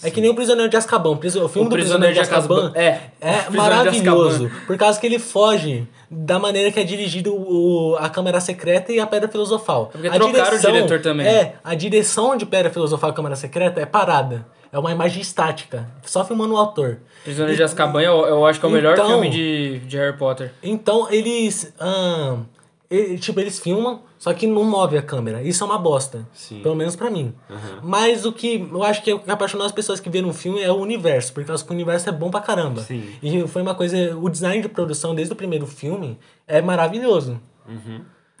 [SPEAKER 2] É que nem o Prisioneiro de Azkaban. O priso- O filme
[SPEAKER 3] O
[SPEAKER 2] do
[SPEAKER 3] Prisioneiro
[SPEAKER 2] Prisioneiro de
[SPEAKER 3] de
[SPEAKER 2] Azkaban
[SPEAKER 3] Azkaban, é.
[SPEAKER 2] é
[SPEAKER 3] O Prisioneiro de
[SPEAKER 2] maravilhoso. Por causa que ele foge da maneira que é dirigido o, a Câmara Secreta e a Pedra Filosofal.
[SPEAKER 3] É porque
[SPEAKER 2] a
[SPEAKER 3] trocaram o diretor também.
[SPEAKER 2] É, a direção de Pedra Filosofal e Câmara Secreta é parada. É uma imagem estática, só filmando o autor.
[SPEAKER 3] Prisioneiro de Azkaban eu, eu acho que é o melhor
[SPEAKER 2] Então-
[SPEAKER 3] filme de, de Harry Potter.
[SPEAKER 2] Então eles. ahn, e- tipo, eles filmam, só que não move a câmera. Isso é uma bosta.
[SPEAKER 1] Sim.
[SPEAKER 2] Pelo menos pra mim. Mas o que eu acho que, é o que apaixonou as pessoas que viram o filme é o universo, porque acho que o universo é bom pra caramba.
[SPEAKER 1] Sim.
[SPEAKER 2] E foi uma coisa. O design de produção desde o primeiro filme é maravilhoso.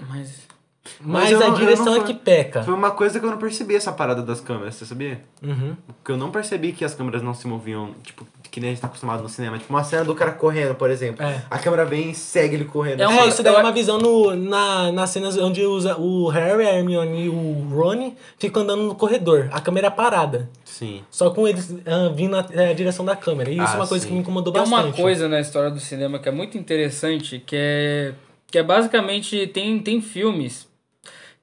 [SPEAKER 3] Mas.
[SPEAKER 2] Mas,
[SPEAKER 1] eu não-
[SPEAKER 2] a
[SPEAKER 1] eu
[SPEAKER 2] direção
[SPEAKER 1] não
[SPEAKER 2] é
[SPEAKER 1] fui-
[SPEAKER 2] que peca.
[SPEAKER 1] Foi uma coisa que eu não percebi essa parada das câmeras, você sabia?
[SPEAKER 2] Uhum.
[SPEAKER 1] Porque eu não percebi que as câmeras não se moviam, tipo, que nem a gente tá acostumado no cinema. Tipo, uma cena do cara correndo, por exemplo.
[SPEAKER 2] É.
[SPEAKER 1] A câmera vem e segue ele correndo. assim.
[SPEAKER 3] É
[SPEAKER 2] É,
[SPEAKER 3] uma-
[SPEAKER 2] isso daí
[SPEAKER 3] eu
[SPEAKER 2] é
[SPEAKER 3] a-
[SPEAKER 2] uma visão no, na, nas cenas onde os- o Harry, a Hermione e o Rony ficam andando no corredor. A câmera é parada.
[SPEAKER 1] Sim.
[SPEAKER 2] Só com eles ah, vindo a, a direção da câmera. E isso
[SPEAKER 1] Ah,
[SPEAKER 2] é uma coisa
[SPEAKER 1] sim.
[SPEAKER 2] que me incomodou
[SPEAKER 3] Tem
[SPEAKER 2] bastante.
[SPEAKER 3] uma coisa na história do cinema que é muito interessante, que é Que é basicamente. Tem, tem filmes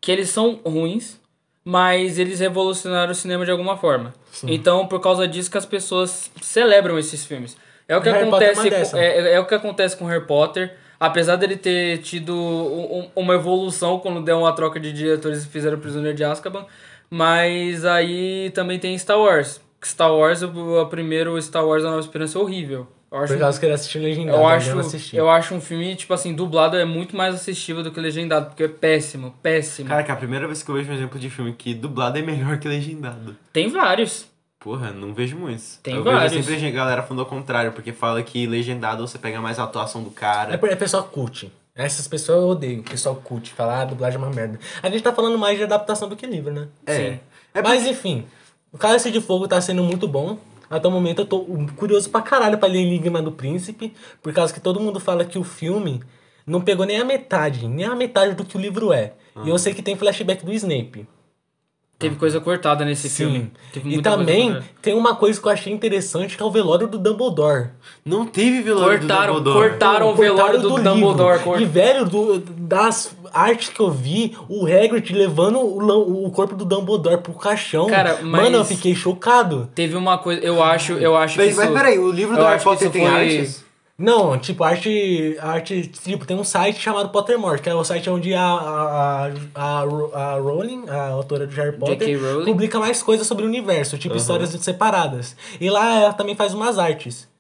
[SPEAKER 3] que eles são ruins, mas eles revolucionaram o cinema de alguma forma. Então, por causa disso que as pessoas celebram esses filmes. É o que,
[SPEAKER 2] Harry Potter é uma
[SPEAKER 3] acontece,
[SPEAKER 2] dessa.
[SPEAKER 3] com- é, é o que acontece com Harry Potter. Apesar dele ter tido um- um- uma evolução quando deu uma troca de diretores e fizeram Prisioneiro de Azkaban. Mas aí também tem Star Wars. Star Wars, o, o primeiro Star Wars A Nova Esperança é horrível. Eu acho
[SPEAKER 2] Por causa que ele assistiu Legendário.
[SPEAKER 3] eu
[SPEAKER 2] Eu
[SPEAKER 3] acho,
[SPEAKER 2] assisti.
[SPEAKER 3] eu acho um filme, tipo assim, dublado é muito mais assistível do que legendado, porque é péssimo, péssimo.
[SPEAKER 1] Cara, que é a primeira vez que eu vejo um exemplo de filme que dublado é melhor que legendado.
[SPEAKER 3] Tem vários.
[SPEAKER 1] Porra, não vejo muitos.
[SPEAKER 3] Tem
[SPEAKER 1] eu
[SPEAKER 3] vários.
[SPEAKER 1] vejo sempre gente- galera falando ao contrário, porque fala que legendado você pega mais a atuação do cara.
[SPEAKER 2] É, por- é pessoal cult. Essas pessoas eu odeio. Pessoal cult. Falar, ah, dublagem é uma merda. A gente tá falando mais de adaptação do que livro, né?
[SPEAKER 1] É. É porque-
[SPEAKER 2] Mas enfim, o Cálice de Fogo tá sendo muito bom. Até o momento eu tô um, curioso pra caralho pra ler Enigma do Príncipe, por causa que todo mundo fala que o filme não pegou nem a metade, nem a metade do que o livro é.
[SPEAKER 1] Ah.
[SPEAKER 2] E eu sei que tem flashback do Snape.
[SPEAKER 1] Uhum.
[SPEAKER 3] Teve coisa cortada nesse filme. Teve
[SPEAKER 2] E
[SPEAKER 3] muita coisa
[SPEAKER 2] também
[SPEAKER 3] cortada.
[SPEAKER 2] tem uma coisa que eu achei interessante, que é o velório do Dumbledore.
[SPEAKER 1] Não teve velório
[SPEAKER 3] Cortaram,
[SPEAKER 1] do Dumbledore.
[SPEAKER 3] corta- Cortaram o velório do
[SPEAKER 2] livro.
[SPEAKER 3] Dumbledore, corta-
[SPEAKER 2] E, velho, do- das artes que eu vi, o Hagrid levando o, lan- o corpo do Dumbledore pro caixão.
[SPEAKER 3] Cara, mas-
[SPEAKER 2] Mano, eu fiquei chocado.
[SPEAKER 3] Teve uma coisa, eu acho, eu acho que
[SPEAKER 1] Mas,
[SPEAKER 3] isso,
[SPEAKER 1] mas peraí, o livro
[SPEAKER 3] eu
[SPEAKER 1] do Harry
[SPEAKER 3] acho que
[SPEAKER 1] Potter
[SPEAKER 3] isso
[SPEAKER 1] tem
[SPEAKER 3] foi-
[SPEAKER 1] artes?
[SPEAKER 2] Não, tipo, arte. arte tipo, tem um site chamado Pottermore, que é o site onde a, a, a, a Rowling, a autora do Harry Potter,
[SPEAKER 3] Rowling.
[SPEAKER 2] publica mais coisas sobre o universo, tipo histórias separadas. E lá ela também faz umas artes.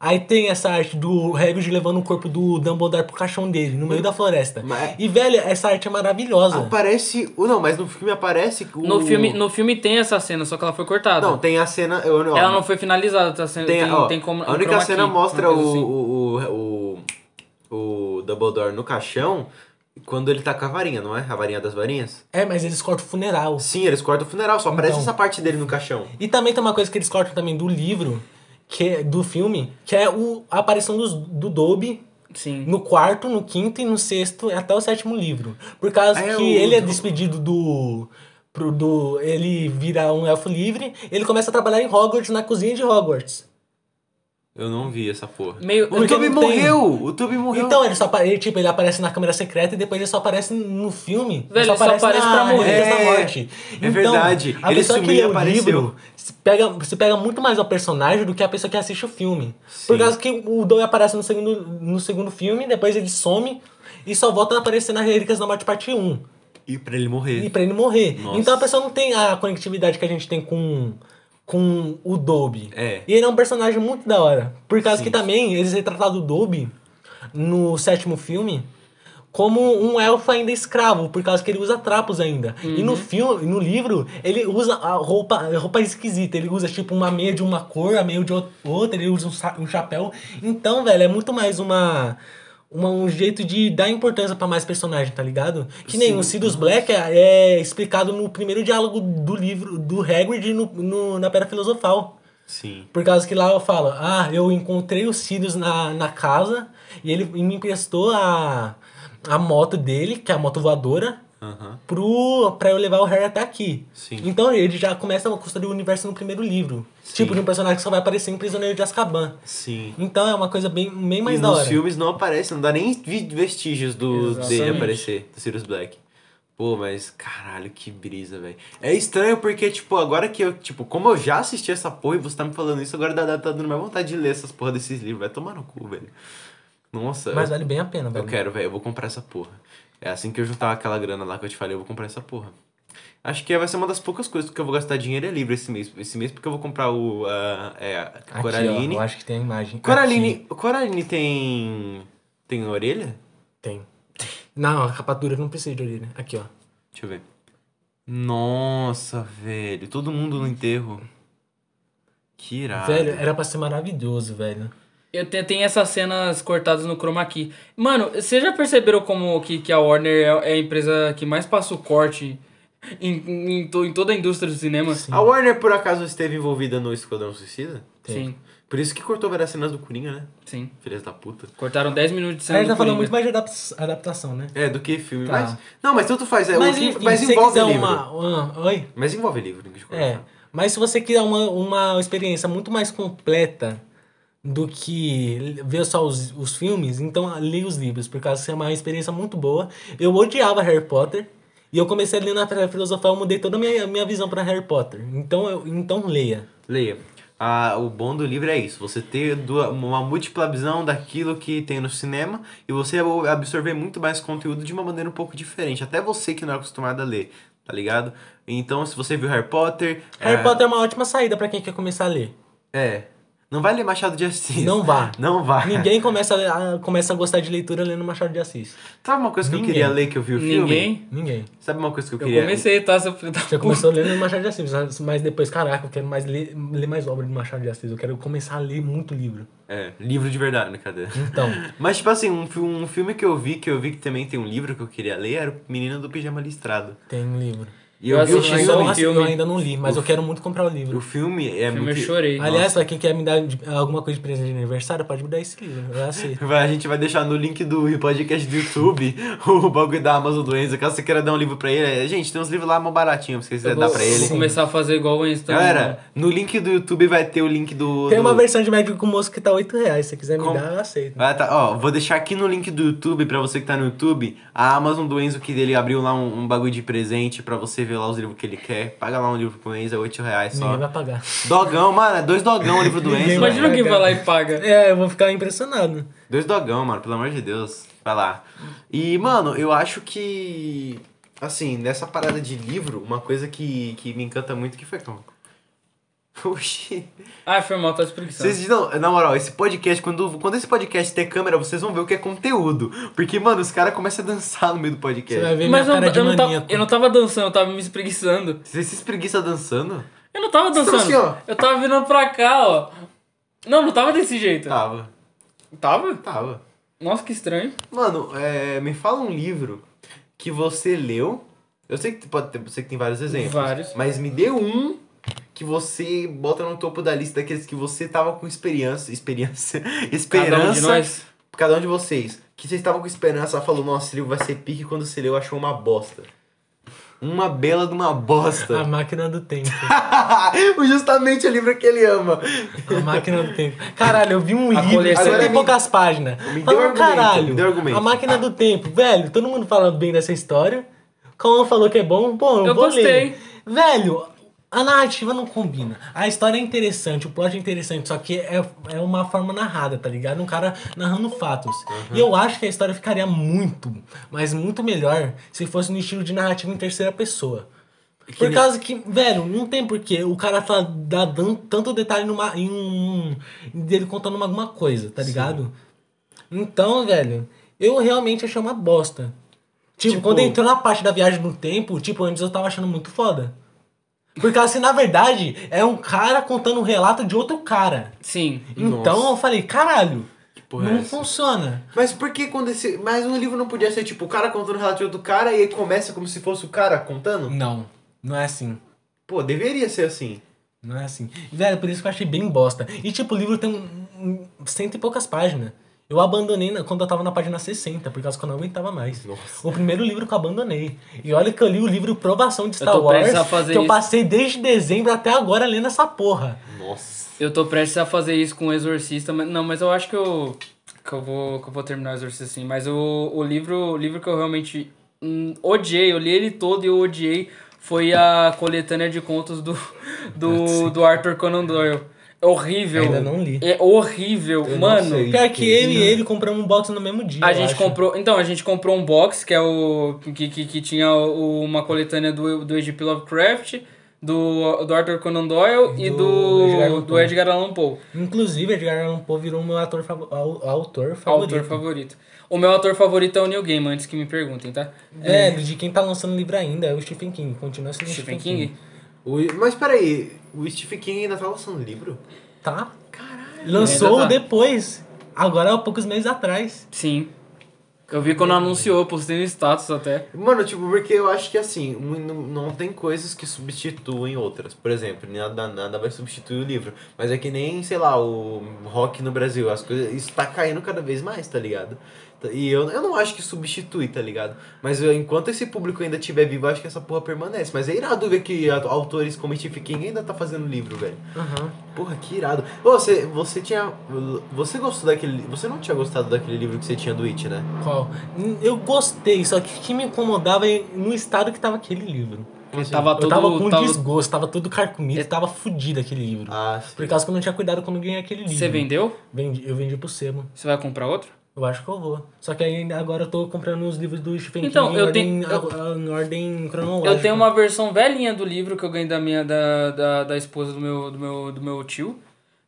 [SPEAKER 2] Aí tem essa arte do Hagrid levando o corpo do Dumbledore pro caixão dele, no meio da floresta.
[SPEAKER 1] Mas-
[SPEAKER 2] E, velho, essa arte é maravilhosa.
[SPEAKER 1] Aparece. o Não, mas no filme aparece. O...
[SPEAKER 3] No filme, no filme tem essa cena, só que ela foi cortada.
[SPEAKER 1] Não, tem a cena. Eu, não,
[SPEAKER 3] ela É, não foi finalizada, tá sendo tem,
[SPEAKER 1] tem,
[SPEAKER 3] tem,
[SPEAKER 1] ó,
[SPEAKER 3] como
[SPEAKER 1] A única
[SPEAKER 3] chroma
[SPEAKER 1] cena
[SPEAKER 3] key,
[SPEAKER 1] mostra
[SPEAKER 3] uma
[SPEAKER 1] o,
[SPEAKER 3] coisa assim.
[SPEAKER 1] o, o, o Dumbledore no caixão quando ele tá com a varinha, não é? A varinha das varinhas?
[SPEAKER 2] É, mas eles cortam o funeral.
[SPEAKER 1] Sim, eles cortam o funeral, só aparece
[SPEAKER 2] Então.
[SPEAKER 1] essa parte dele no caixão.
[SPEAKER 2] E também tem uma coisa que eles cortam também do livro, que é- do filme, que é o, a aparição dos, do Dobby
[SPEAKER 3] Sim.
[SPEAKER 2] No quarto, no quinto e no sexto, até o sétimo livro. Por causa
[SPEAKER 1] É,
[SPEAKER 2] que
[SPEAKER 1] o-
[SPEAKER 2] ele é despedido do. Pro, do ele vira um elfo livre, ele começa a trabalhar em Hogwarts, na cozinha de Hogwarts.
[SPEAKER 1] Eu não vi essa porra.
[SPEAKER 3] Meio
[SPEAKER 1] O
[SPEAKER 2] Porque
[SPEAKER 1] Toby
[SPEAKER 2] não Então, tem.
[SPEAKER 1] morreu! O Toby morreu!
[SPEAKER 2] Então, ele só apa- ele, tipo, ele aparece na câmera secreta e depois ele só aparece no filme.
[SPEAKER 3] Velho, ele só aparece pra morrer.
[SPEAKER 2] Relíquias da
[SPEAKER 1] É,
[SPEAKER 2] morte. Então,
[SPEAKER 1] é verdade.
[SPEAKER 2] A
[SPEAKER 1] Ele
[SPEAKER 2] pessoa que
[SPEAKER 1] sumiu e
[SPEAKER 2] lê o
[SPEAKER 1] apareceu.
[SPEAKER 2] livro se pega, se pega muito mais ao personagem do que a pessoa que assiste o filme.
[SPEAKER 1] Sim.
[SPEAKER 2] Por causa que o Doe aparece no segundo, no segundo filme, depois ele some e só volta a aparecer na Relíquias da Morte parte 1.
[SPEAKER 1] E pra ele morrer.
[SPEAKER 2] E pra ele morrer.
[SPEAKER 1] Nossa.
[SPEAKER 2] Então a pessoa não tem a conectividade que a gente tem com, com o Dobby.
[SPEAKER 1] É.
[SPEAKER 2] E ele é um personagem muito da hora. Por causa que também eles retrataram o Dobby no sétimo filme como um elfo ainda escravo, por causa que ele usa trapos ainda. E no filme, no livro, ele usa a roupa, a roupa esquisita. Ele usa tipo uma meia de uma cor, a meia de ou- outra, ele usa um, sa- um chapéu. Então, velho, é muito mais uma uma- um jeito de dar importância pra mais personagem, tá ligado? Que nem o Sirius Black é, é explicado no primeiro diálogo do livro do Hagrid no, no- na Pedra Filosofal.
[SPEAKER 1] Sim.
[SPEAKER 2] Por causa que lá eu falo, ah, eu encontrei o Sirius na, na casa e ele me emprestou a, a moto dele, que é a moto voadora,
[SPEAKER 1] Aham.
[SPEAKER 2] pro, pra eu levar o Harry até aqui.
[SPEAKER 1] Sim.
[SPEAKER 2] Então ele já começa a construir o universo no primeiro livro.
[SPEAKER 1] Sim.
[SPEAKER 2] Tipo, de um personagem que só vai aparecer em Prisioneiro de Azkaban.
[SPEAKER 1] Sim.
[SPEAKER 2] Então é uma coisa bem, bem mais
[SPEAKER 1] e
[SPEAKER 2] da
[SPEAKER 1] nos
[SPEAKER 2] hora.
[SPEAKER 1] filmes não aparece, não dá nem vi- vestígios do dele
[SPEAKER 3] Exatamente.
[SPEAKER 1] aparecer, do Sirius Black. Pô, mas caralho, que brisa, velho. É estranho porque, tipo, agora que eu, tipo, como eu já assisti essa porra e você tá me falando isso, agora dá, dá- tá dando mais vontade de ler essas porra desses livros. Vai tomar no cu, velho. Nossa,
[SPEAKER 2] Mas é
[SPEAKER 1] eu,
[SPEAKER 2] vale bem a pena,
[SPEAKER 1] eu
[SPEAKER 2] velho.
[SPEAKER 1] quero, velho, eu vou comprar essa porra. É assim que eu juntar aquela grana lá que eu te falei, eu vou comprar essa porra. Acho que vai ser uma das poucas coisas que eu vou gastar dinheiro é livre esse mês. Esse mês porque eu vou comprar o. ah, é, a
[SPEAKER 2] Aqui,
[SPEAKER 1] Coraline.
[SPEAKER 2] ó, eu acho que tem a imagem. Aqui
[SPEAKER 1] Coraline, Coraline tem. Tem orelha?
[SPEAKER 2] tem. Não, a capa dura não precisa de orelha. Aqui, ó.
[SPEAKER 1] Deixa eu ver. Nossa, velho. Todo mundo no enterro. Que irado.
[SPEAKER 2] velho, é assim. era pra ser maravilhoso, velho.
[SPEAKER 3] Eu te- tem essas cenas cortadas no chroma key. Mano, vocês já perceberam como que, que a Warner é, é a empresa que mais passa o corte em, em, em to- em toda a indústria do cinema?
[SPEAKER 1] A Warner, por acaso, esteve envolvida no Esquadrão Suicida?
[SPEAKER 3] Sim,
[SPEAKER 1] Por isso que cortou várias cenas do Coringa, né?
[SPEAKER 3] sim.
[SPEAKER 1] Filhas da puta.
[SPEAKER 3] Cortaram 10 minutos de
[SPEAKER 2] A
[SPEAKER 3] cena
[SPEAKER 2] gente
[SPEAKER 3] do
[SPEAKER 2] tá falando
[SPEAKER 3] Coringa.
[SPEAKER 2] muito mais de adap- adaptação, né?
[SPEAKER 1] É, do que filme.
[SPEAKER 2] Tá.
[SPEAKER 1] Mas, não, mas tanto faz. É, o que-
[SPEAKER 2] enfim,
[SPEAKER 1] mas
[SPEAKER 2] se você
[SPEAKER 1] envolve
[SPEAKER 2] quiser
[SPEAKER 1] livro.
[SPEAKER 2] uma. uma- Oi?
[SPEAKER 1] Mas envolve livro. tem que te
[SPEAKER 2] É.
[SPEAKER 1] colocar.
[SPEAKER 2] Mas se você quiser uma, uma experiência muito mais completa do que ver só os, os filmes, então li os livros, por causa que é uma experiência muito boa. Eu odiava Harry Potter. E eu comecei a ler na Pedra Filosofal, eu mudei toda a minha, minha visão pra Harry Potter. Então, eu, então leia.
[SPEAKER 1] Leia. Ah, o bom do livro é isso, você ter dua- uma múltipla visão daquilo que tem no cinema e você ab- absorver muito mais conteúdo de uma maneira um pouco diferente, até você que não é acostumado a ler, tá ligado? Então, se você viu Harry Potter...
[SPEAKER 2] Harry
[SPEAKER 1] é,
[SPEAKER 2] Potter é uma ótima saída pra quem quer começar a ler.
[SPEAKER 1] É. Não vai ler Machado de Assis.
[SPEAKER 2] Não vá.
[SPEAKER 1] Não vai.
[SPEAKER 2] Ninguém começa a, ler- a- começa a gostar de leitura lendo Machado de Assis.
[SPEAKER 1] Sabe uma coisa que
[SPEAKER 2] Ninguém.
[SPEAKER 1] eu queria ler que eu vi o filme?
[SPEAKER 3] Ninguém.
[SPEAKER 2] Ninguém.
[SPEAKER 1] Sabe uma coisa que eu
[SPEAKER 3] Eu
[SPEAKER 1] queria...
[SPEAKER 3] comecei, tá? Seu filho da
[SPEAKER 2] Você
[SPEAKER 3] puta.
[SPEAKER 2] começou lendo Machado de Assis, mas- mas depois, caraca, eu quero mais ler, ler mais obra de Machado de Assis. Eu quero começar a ler muito livro.
[SPEAKER 1] É, livro de verdade, né? Cadê?
[SPEAKER 2] Então,
[SPEAKER 1] Mas, tipo assim, um, fi- um filme que eu vi, que eu vi que também tem um livro que eu queria ler, era o Menino do Pijama Listrado.
[SPEAKER 2] tem um livro.
[SPEAKER 1] E
[SPEAKER 3] Eu
[SPEAKER 1] eu, vi o
[SPEAKER 3] assisti
[SPEAKER 1] filme,
[SPEAKER 2] só
[SPEAKER 3] vi
[SPEAKER 2] um
[SPEAKER 3] o filme.
[SPEAKER 2] Eu ainda não li, mas eu quero muito comprar o livro.
[SPEAKER 1] o filme é
[SPEAKER 3] Eu me
[SPEAKER 1] muito...
[SPEAKER 3] chorei.
[SPEAKER 2] Aliás, pra quem quer me dar de- alguma coisa de presente de aniversário, pode me dar esse livro. Eu aceito.
[SPEAKER 1] Vai- A gente vai deixar no link do podcast do YouTube o bagulho da Amazon do Enzo. Caso você queira dar um livro pra ele, é, gente, tem uns livros lá mó baratinho, se você quiser
[SPEAKER 3] Eu
[SPEAKER 1] dar
[SPEAKER 3] vou,
[SPEAKER 1] pra
[SPEAKER 3] vou
[SPEAKER 1] ele.
[SPEAKER 3] começar a fazer igual o Einstein.
[SPEAKER 1] Galera, no link do YouTube vai ter o link do.
[SPEAKER 2] Tem
[SPEAKER 1] do-
[SPEAKER 2] uma versão de médico com moço que tá 8 reais. Se você quiser me
[SPEAKER 1] Como-
[SPEAKER 2] dar, eu aceito.
[SPEAKER 1] Ah, tá. Ó, vou deixar aqui no link do YouTube, pra você que tá no YouTube, a Amazon do Enzo, que ele abriu lá um, um bagulho de presente pra você ver lá os livros que ele quer. Paga lá um livro pro Enzo, é 8 reais só.
[SPEAKER 2] Ninguém vai pagar.
[SPEAKER 1] Dogão, mano, é dois dogão o livro do Enzo.
[SPEAKER 2] vai-
[SPEAKER 1] velho.
[SPEAKER 3] Imagina quem vai lá e paga.
[SPEAKER 2] É, eu vou ficar impressionado.
[SPEAKER 1] Dois dogão, mano, pelo amor de Deus. Vai lá. E, mano, eu acho que. Assim, nessa parada de livro, uma coisa que, que me encanta muito que foi como. Oxi.
[SPEAKER 3] Ah, foi mal, tá explicação.
[SPEAKER 1] Vocês não, na moral, esse podcast, quando, quando esse podcast ter câmera, vocês vão ver o que é conteúdo. Porque, mano, os caras começam a dançar no meio do
[SPEAKER 2] Você vai
[SPEAKER 1] podcast.
[SPEAKER 2] ver
[SPEAKER 3] Mas eu,
[SPEAKER 2] minha cara de
[SPEAKER 3] eu não tava,
[SPEAKER 2] maníaco.
[SPEAKER 3] eu não tava dançando, eu tava me espreguiçando.
[SPEAKER 1] Vocês se espreguiçam dançando?
[SPEAKER 3] Eu não tava
[SPEAKER 1] Você
[SPEAKER 3] dançando.
[SPEAKER 1] tava assim,
[SPEAKER 3] Eu tava virando pra cá, ó. Não, não tava desse
[SPEAKER 2] Tá.
[SPEAKER 3] jeito.
[SPEAKER 2] Ah.
[SPEAKER 1] Tava,
[SPEAKER 3] Tava?
[SPEAKER 1] tava.
[SPEAKER 3] Nossa, que estranho.
[SPEAKER 1] Mano, é, me fala um livro que você leu. Eu sei que pode ter, eu sei que tem vários exemplos.
[SPEAKER 3] Vários.
[SPEAKER 1] Mas me dê um que você bota no topo da lista daqueles que você tava com experiência, experiência, esperança.
[SPEAKER 3] Cada um de nós.
[SPEAKER 1] cada um de vocês, que vocês estavam com esperança, falou, nossa, esse livro vai ser pique, quando você leu, achou uma bosta. Uma bela de uma
[SPEAKER 2] A
[SPEAKER 1] bosta.
[SPEAKER 2] máquina do tempo.
[SPEAKER 3] Ah,
[SPEAKER 1] Justamente o livro que ele ama.
[SPEAKER 2] A máquina do tempo. Caralho, eu vi um
[SPEAKER 3] A
[SPEAKER 2] livro,
[SPEAKER 3] coleção-
[SPEAKER 2] cento
[SPEAKER 1] Agora
[SPEAKER 2] e
[SPEAKER 1] me-
[SPEAKER 2] poucas páginas.
[SPEAKER 1] me deu
[SPEAKER 2] Fala,
[SPEAKER 1] argumento,
[SPEAKER 2] caralho.
[SPEAKER 1] me deu argumento.
[SPEAKER 2] A máquina do tempo, velho, todo mundo falando bem dessa história. Como falou que é bom, bom, eu,
[SPEAKER 3] Eu
[SPEAKER 2] vou
[SPEAKER 3] gostei.
[SPEAKER 2] ler. Velho, a narrativa não combina. A história é interessante, o plot é interessante, só que é, é uma forma narrada, tá ligado? Um cara narrando fatos. E eu acho que a história ficaria muito, mas muito melhor se fosse no estilo de narrativa em terceira pessoa. Por causa que, velho, não tem porquê o cara tá dá dan- tanto detalhe numa, em um. dele contando uma- alguma coisa, tá ligado? Então, velho, eu realmente achei uma bosta. Tipo,
[SPEAKER 1] Tipo-
[SPEAKER 2] quando entrou na parte da viagem no tempo, tipo, antes eu tava achando muito foda. Porque assim, na verdade, é um cara contando um relato de outro cara.
[SPEAKER 3] Sim.
[SPEAKER 2] Então eu falei, caralho,
[SPEAKER 1] porra é
[SPEAKER 2] não
[SPEAKER 1] essa?
[SPEAKER 2] funciona.
[SPEAKER 1] Mas por que quando esse. Mas um livro não podia ser tipo o cara contando o relativo do cara e aí começa como se fosse o cara contando?
[SPEAKER 2] Não, não é assim.
[SPEAKER 1] Pô, deveria ser assim.
[SPEAKER 2] Não é assim. Velho, por isso que eu achei bem bosta. E tipo, o livro tem um- um- cento e poucas páginas. Eu abandonei na- quando eu tava na página 60, por causa que eu não aguentava mais.
[SPEAKER 1] Nossa.
[SPEAKER 2] O primeiro livro que eu abandonei. E olha que eu li o livro Provação de Star
[SPEAKER 3] tô
[SPEAKER 2] Wars,
[SPEAKER 3] prestes a fazer
[SPEAKER 2] que eu
[SPEAKER 3] isso.
[SPEAKER 2] passei desde dezembro até agora lendo essa porra.
[SPEAKER 1] Nossa.
[SPEAKER 3] Eu tô prestes a fazer isso com o Exorcista, mas não, mas eu acho que eu que eu vou que eu vou terminar o Exorcista sim, mas o, o livro, o livro que eu realmente hum, odiei, eu li ele todo e eu odiei foi a coletânea de contos do do, do Arthur Conan Doyle. É horrível.
[SPEAKER 2] Ainda não li.
[SPEAKER 3] É horrível, mano.
[SPEAKER 1] sei.
[SPEAKER 2] Pior que eu e
[SPEAKER 1] Não.
[SPEAKER 2] ele compramos um box no mesmo dia.
[SPEAKER 3] A
[SPEAKER 2] eu
[SPEAKER 3] gente
[SPEAKER 2] acho.
[SPEAKER 3] comprou. Então, a gente comprou um box, que é o. que, que, que tinha o- uma coletânea do, do H.P. Lovecraft, do, do Arthur Conan Doyle e,
[SPEAKER 2] Do
[SPEAKER 3] do,
[SPEAKER 2] Edgar Allan
[SPEAKER 3] do
[SPEAKER 2] Poe.
[SPEAKER 3] Edgar Allan Poe.
[SPEAKER 2] Inclusive, Edgar Allan Poe virou meu ator favo- au- autor favorito.
[SPEAKER 3] Autor favorito. O meu autor favorito é o Neil Gaiman, antes que me perguntem, tá?
[SPEAKER 2] Velho, de quem tá lançando livro ainda é o Stephen King. Continua sendo
[SPEAKER 3] Stephen King?
[SPEAKER 1] O... Mas peraí, o Stephen King ainda tá lançando livro?
[SPEAKER 2] Tá. Lançou
[SPEAKER 3] Ainda tá.
[SPEAKER 2] depois. Agora há poucos meses atrás.
[SPEAKER 3] Sim. Eu
[SPEAKER 2] um
[SPEAKER 3] vi quando anunciou, postei no status até.
[SPEAKER 4] Mano, tipo, porque eu acho que assim, mu- não, não tem coisas que substituem outras. Por exemplo, nada, nada vai substituir o livro. Mas é que nem, sei lá, o rock no Brasil. As coisas. Isso tá caindo cada vez mais, tá ligado? Tá- E eu, eu não acho que substitui, tá ligado? Mas eu- enquanto esse público ainda estiver vivo, eu acho que essa porra permanece. Mas é irado ver que a- autores como Stephen King ainda tá fazendo livro, velho. Porra, que irado. Ô, você, você tinha. Você gostou daquele. Você não tinha gostado daquele livro que você tinha do It, né?
[SPEAKER 2] Qual? Hum, Eu gostei, só que o que me incomodava é no estado que tava aquele livro.
[SPEAKER 3] Tava
[SPEAKER 2] Eu
[SPEAKER 3] todo.
[SPEAKER 2] tava com um
[SPEAKER 3] tava- É.
[SPEAKER 2] desgosto, tava todo carcomido, tava fudido aquele livro.
[SPEAKER 4] Ah, sim.
[SPEAKER 2] Por causa que eu não tinha cuidado quando eu ganhei aquele livro.
[SPEAKER 3] Você vendeu?
[SPEAKER 2] Vendi- eu vendi pro Sebo.
[SPEAKER 3] Você vai comprar outro?
[SPEAKER 2] Eu acho que eu vou. Só que ainda agora eu tô comprando os livros do Stephen
[SPEAKER 3] Então,
[SPEAKER 2] King
[SPEAKER 3] eu
[SPEAKER 2] em, ordem,
[SPEAKER 3] tenho- eu-
[SPEAKER 2] a- a- em ordem cronológica.
[SPEAKER 3] Eu tenho uma versão velhinha do livro que eu ganhei da minha da, da, da esposa do meu, do meu do meu tio.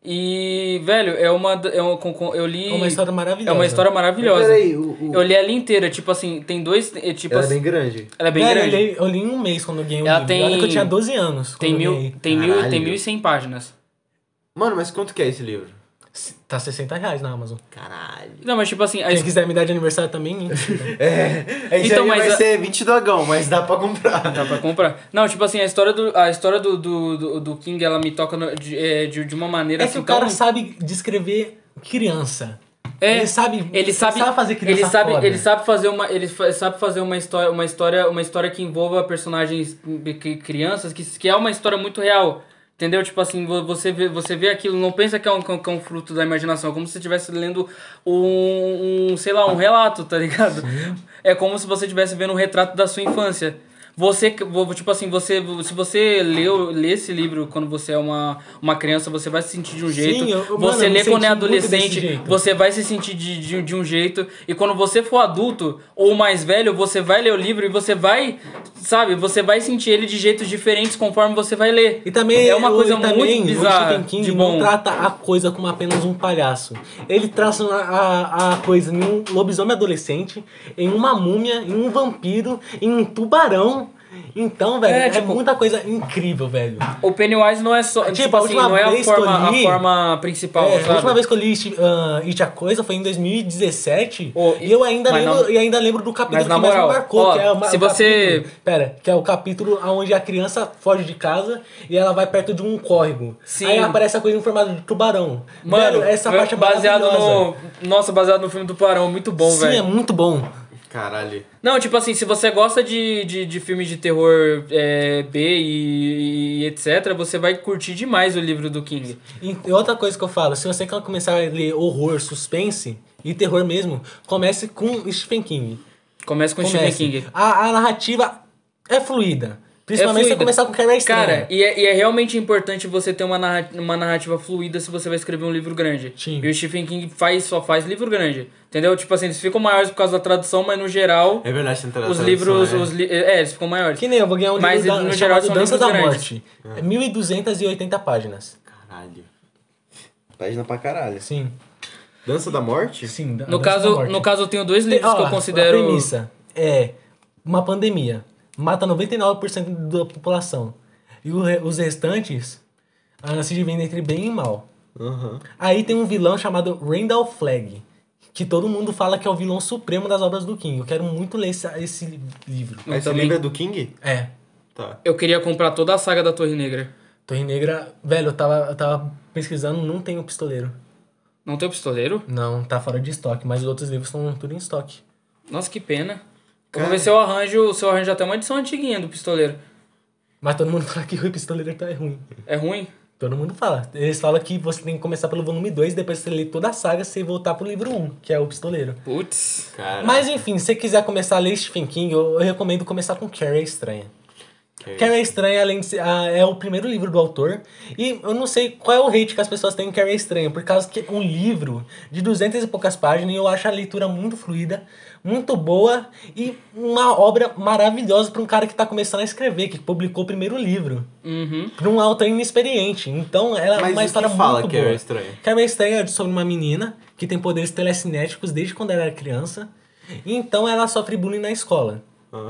[SPEAKER 3] E, velho, é uma é um, com- com- eu li
[SPEAKER 2] É uma história maravilhosa.
[SPEAKER 3] É uma história maravilhosa.
[SPEAKER 4] Peraí, o- o-
[SPEAKER 3] Eu li ela inteira, tipo assim, tem dois, é, tipo
[SPEAKER 4] Ela é
[SPEAKER 3] assim,
[SPEAKER 4] bem grande.
[SPEAKER 3] ela é bem
[SPEAKER 2] Velho,
[SPEAKER 3] grande.
[SPEAKER 2] Eu li, eu li em um mês quando eu ganhei o
[SPEAKER 3] Ela
[SPEAKER 2] livro.
[SPEAKER 3] tem-
[SPEAKER 2] Olha que eu tinha 12 anos.
[SPEAKER 3] Tem
[SPEAKER 2] quando eu
[SPEAKER 3] mil,
[SPEAKER 2] ganhei.
[SPEAKER 3] tem mil, tem
[SPEAKER 4] Caralho.
[SPEAKER 3] mil e cem páginas.
[SPEAKER 4] Mano, mas quanto que é esse livro?
[SPEAKER 2] S- Tá 60 reais na Amazon.
[SPEAKER 4] Caralho.
[SPEAKER 3] Não, mas tipo assim, a
[SPEAKER 2] Quem
[SPEAKER 3] es-
[SPEAKER 2] quiser me dar de aniversário também, hein?
[SPEAKER 4] É,
[SPEAKER 3] Então,
[SPEAKER 4] então,
[SPEAKER 3] mas
[SPEAKER 4] mas vai
[SPEAKER 3] a-
[SPEAKER 4] ser 20 dogão, mas dá pra comprar.
[SPEAKER 3] dá tá, pra comprar. Não, tipo assim, a história do a história do, do, do, do King, ela me toca no- de, é, de, de uma maneira
[SPEAKER 2] é que
[SPEAKER 3] assim
[SPEAKER 2] o cara
[SPEAKER 3] tão-
[SPEAKER 2] sabe descrever criança.
[SPEAKER 3] É,
[SPEAKER 2] ele sabe.
[SPEAKER 3] Ele sabe,
[SPEAKER 2] fazer criança.
[SPEAKER 3] ele sabe,
[SPEAKER 2] foda.
[SPEAKER 3] ele sabe fazer uma, ele fa- sabe fazer uma história, uma história, uma história que envolva personagens hum, que- crianças, que, que é uma história muito real. Entendeu? Tipo assim, vo- você vê, você vê aquilo, não pensa que é um, que é um- que é um fruto da imaginação, é como se você estivesse lendo um, um, sei lá, um relato, tá ligado? É como se você estivesse vendo um retrato da sua infância. Você, vo- tipo assim, você, se você leu, lê esse livro quando você é uma, uma criança, você vai se sentir de um
[SPEAKER 2] Sim,
[SPEAKER 3] jeito.
[SPEAKER 2] eu- eu- mano,
[SPEAKER 3] você
[SPEAKER 2] eu me
[SPEAKER 3] lê quando é
[SPEAKER 2] senti muito desse
[SPEAKER 3] adolescente,
[SPEAKER 2] jeito.
[SPEAKER 3] você vai se sentir de, de, de um jeito. E quando você for adulto ou mais velho, você vai ler o livro e você vai, sabe, você vai sentir ele de jeitos diferentes conforme você vai ler.
[SPEAKER 2] E também
[SPEAKER 3] é uma
[SPEAKER 2] o-
[SPEAKER 3] coisa
[SPEAKER 2] e também,
[SPEAKER 3] muito
[SPEAKER 2] O
[SPEAKER 3] bizarra.
[SPEAKER 2] Stephen King
[SPEAKER 3] de
[SPEAKER 2] não
[SPEAKER 3] bom.
[SPEAKER 2] trata a coisa como apenas um palhaço. Ele traça a, a, a coisa em um lobisomem adolescente, em uma múmia, em um vampiro, em um tubarão. Então, velho,
[SPEAKER 3] É,
[SPEAKER 2] é,
[SPEAKER 3] tipo-
[SPEAKER 2] muita coisa incrível, velho.
[SPEAKER 3] O Pennywise não é só,
[SPEAKER 2] Tipo,
[SPEAKER 3] tipo,
[SPEAKER 2] a
[SPEAKER 3] assim,
[SPEAKER 2] última
[SPEAKER 3] não é a
[SPEAKER 2] vez que
[SPEAKER 3] forma,
[SPEAKER 2] eu li-
[SPEAKER 3] a forma principal,
[SPEAKER 2] É, a
[SPEAKER 3] sabe?
[SPEAKER 2] última vez que eu li ah, It a Coisa foi em 2017
[SPEAKER 3] Ô, e-
[SPEAKER 2] e eu ainda,
[SPEAKER 3] mas
[SPEAKER 2] lembro,
[SPEAKER 3] não-
[SPEAKER 2] e ainda lembro do capítulo
[SPEAKER 3] mas na
[SPEAKER 2] que mais
[SPEAKER 3] moral,
[SPEAKER 2] me marcou,
[SPEAKER 3] ó,
[SPEAKER 2] que é o, ma-
[SPEAKER 3] se
[SPEAKER 2] o
[SPEAKER 3] você-
[SPEAKER 2] capítulo- pera, que é o capítulo onde a criança foge de casa e ela vai perto de um córrego.
[SPEAKER 3] Sim.
[SPEAKER 2] Aí aparece a coisa em formato de tubarão.
[SPEAKER 3] Mano,
[SPEAKER 2] Velho, essa parte é
[SPEAKER 3] baseado
[SPEAKER 2] maravilhosa.
[SPEAKER 3] no, nossa, baseado no filme do Parão, muito bom,
[SPEAKER 2] Sim,
[SPEAKER 3] velho.
[SPEAKER 2] é muito bom.
[SPEAKER 4] Caralho.
[SPEAKER 3] Não, tipo assim, se você gosta de, de, de filmes de terror é, B e, e etc, você vai curtir demais o livro do King.
[SPEAKER 2] E e outra coisa que eu falo, se você quer começar a ler horror, suspense e terror mesmo, comece com Stephen King.
[SPEAKER 3] Começa com Stephen
[SPEAKER 2] Comece.
[SPEAKER 3] King. É
[SPEAKER 2] A, a narrativa é fluida. Principalmente se
[SPEAKER 3] fluida.
[SPEAKER 2] você começar com Carrie Estranha.
[SPEAKER 3] Cara, e é, e é realmente importante você ter uma narrativa, uma narrativa fluida se você vai escrever um livro grande.
[SPEAKER 2] Sim.
[SPEAKER 3] E o Stephen King faz, só faz livro grande. Entendeu? Tipo assim, eles ficam maiores por causa da tradução, mas no geral,
[SPEAKER 4] É verdade, você entra
[SPEAKER 3] os livros.
[SPEAKER 4] né?
[SPEAKER 3] Os li- é, eles ficam maiores.
[SPEAKER 2] Que nem eu vou ganhar um
[SPEAKER 3] Mas
[SPEAKER 2] livro da,
[SPEAKER 3] no
[SPEAKER 2] no
[SPEAKER 3] geral são
[SPEAKER 2] Dança
[SPEAKER 3] livros
[SPEAKER 2] da
[SPEAKER 3] grandes.
[SPEAKER 2] Morte. É 1280 páginas.
[SPEAKER 4] Caralho. Página pra caralho.
[SPEAKER 2] Sim.
[SPEAKER 4] Dança da Morte?
[SPEAKER 2] Sim, da- Dança
[SPEAKER 3] No
[SPEAKER 2] da
[SPEAKER 3] caso,
[SPEAKER 2] Morte.
[SPEAKER 3] no caso, eu tenho dois
[SPEAKER 2] Tem-
[SPEAKER 3] livros
[SPEAKER 2] ó,
[SPEAKER 3] que eu considero.
[SPEAKER 2] A premissa é uma pandemia. Mata 99% da população. E o re- os restantes ah, se dividem entre bem e mal.
[SPEAKER 4] Aham.
[SPEAKER 2] Aí tem um vilão chamado Randall Flagg. Que todo mundo fala que é o vilão supremo das obras do King. Eu quero muito ler esse, esse livro.
[SPEAKER 3] Eu
[SPEAKER 4] Esse
[SPEAKER 3] também-
[SPEAKER 4] livro é do King?
[SPEAKER 2] É.
[SPEAKER 4] Tá.
[SPEAKER 3] Eu queria comprar toda a saga da Torre Negra.
[SPEAKER 2] Torre Negra, velho, eu tava, eu tava pesquisando, não tem o pistoleiro.
[SPEAKER 3] Não tem o pistoleiro?
[SPEAKER 2] Não, tá fora de estoque, mas os outros livros estão tudo em estoque.
[SPEAKER 3] Nossa, que pena. Eu vou ver se eu arranjo, se eu arranjo até uma edição antiguinha do pistoleiro.
[SPEAKER 2] Mas todo mundo fala que o pistoleiro tá ruim.
[SPEAKER 3] É ruim?
[SPEAKER 2] Todo mundo fala. Eles falam que você tem que começar pelo volume 2, depois você lê toda a saga, você voltar pro livro 1, um, que é o pistoleiro.
[SPEAKER 3] Putz.
[SPEAKER 4] Caralho.
[SPEAKER 2] Mas enfim, se você quiser começar a ler Stephen King, eu, eu recomendo começar com Carrie a Estranha.
[SPEAKER 4] Carrie.
[SPEAKER 2] Carrie a Estranha, além de ser, ah, é o primeiro livro do autor, e eu não sei qual é o hate que as pessoas têm em Carrie a Estranha, por causa que é um livro de duzentas e poucas páginas, e eu acho a leitura muito fluida, muito boa, e uma obra maravilhosa para um cara que tá começando a escrever, que publicou o primeiro livro
[SPEAKER 3] Uhum.
[SPEAKER 2] pra um autor inexperiente. Então, ela é
[SPEAKER 4] Mas o
[SPEAKER 2] uma
[SPEAKER 4] que
[SPEAKER 2] história
[SPEAKER 4] fala
[SPEAKER 2] muito
[SPEAKER 4] que é
[SPEAKER 2] boa.
[SPEAKER 4] estranho?
[SPEAKER 2] Carrie Estranha é sobre uma menina que tem poderes telecinéticos desde quando ela era criança. E então ela sofre bullying na escola.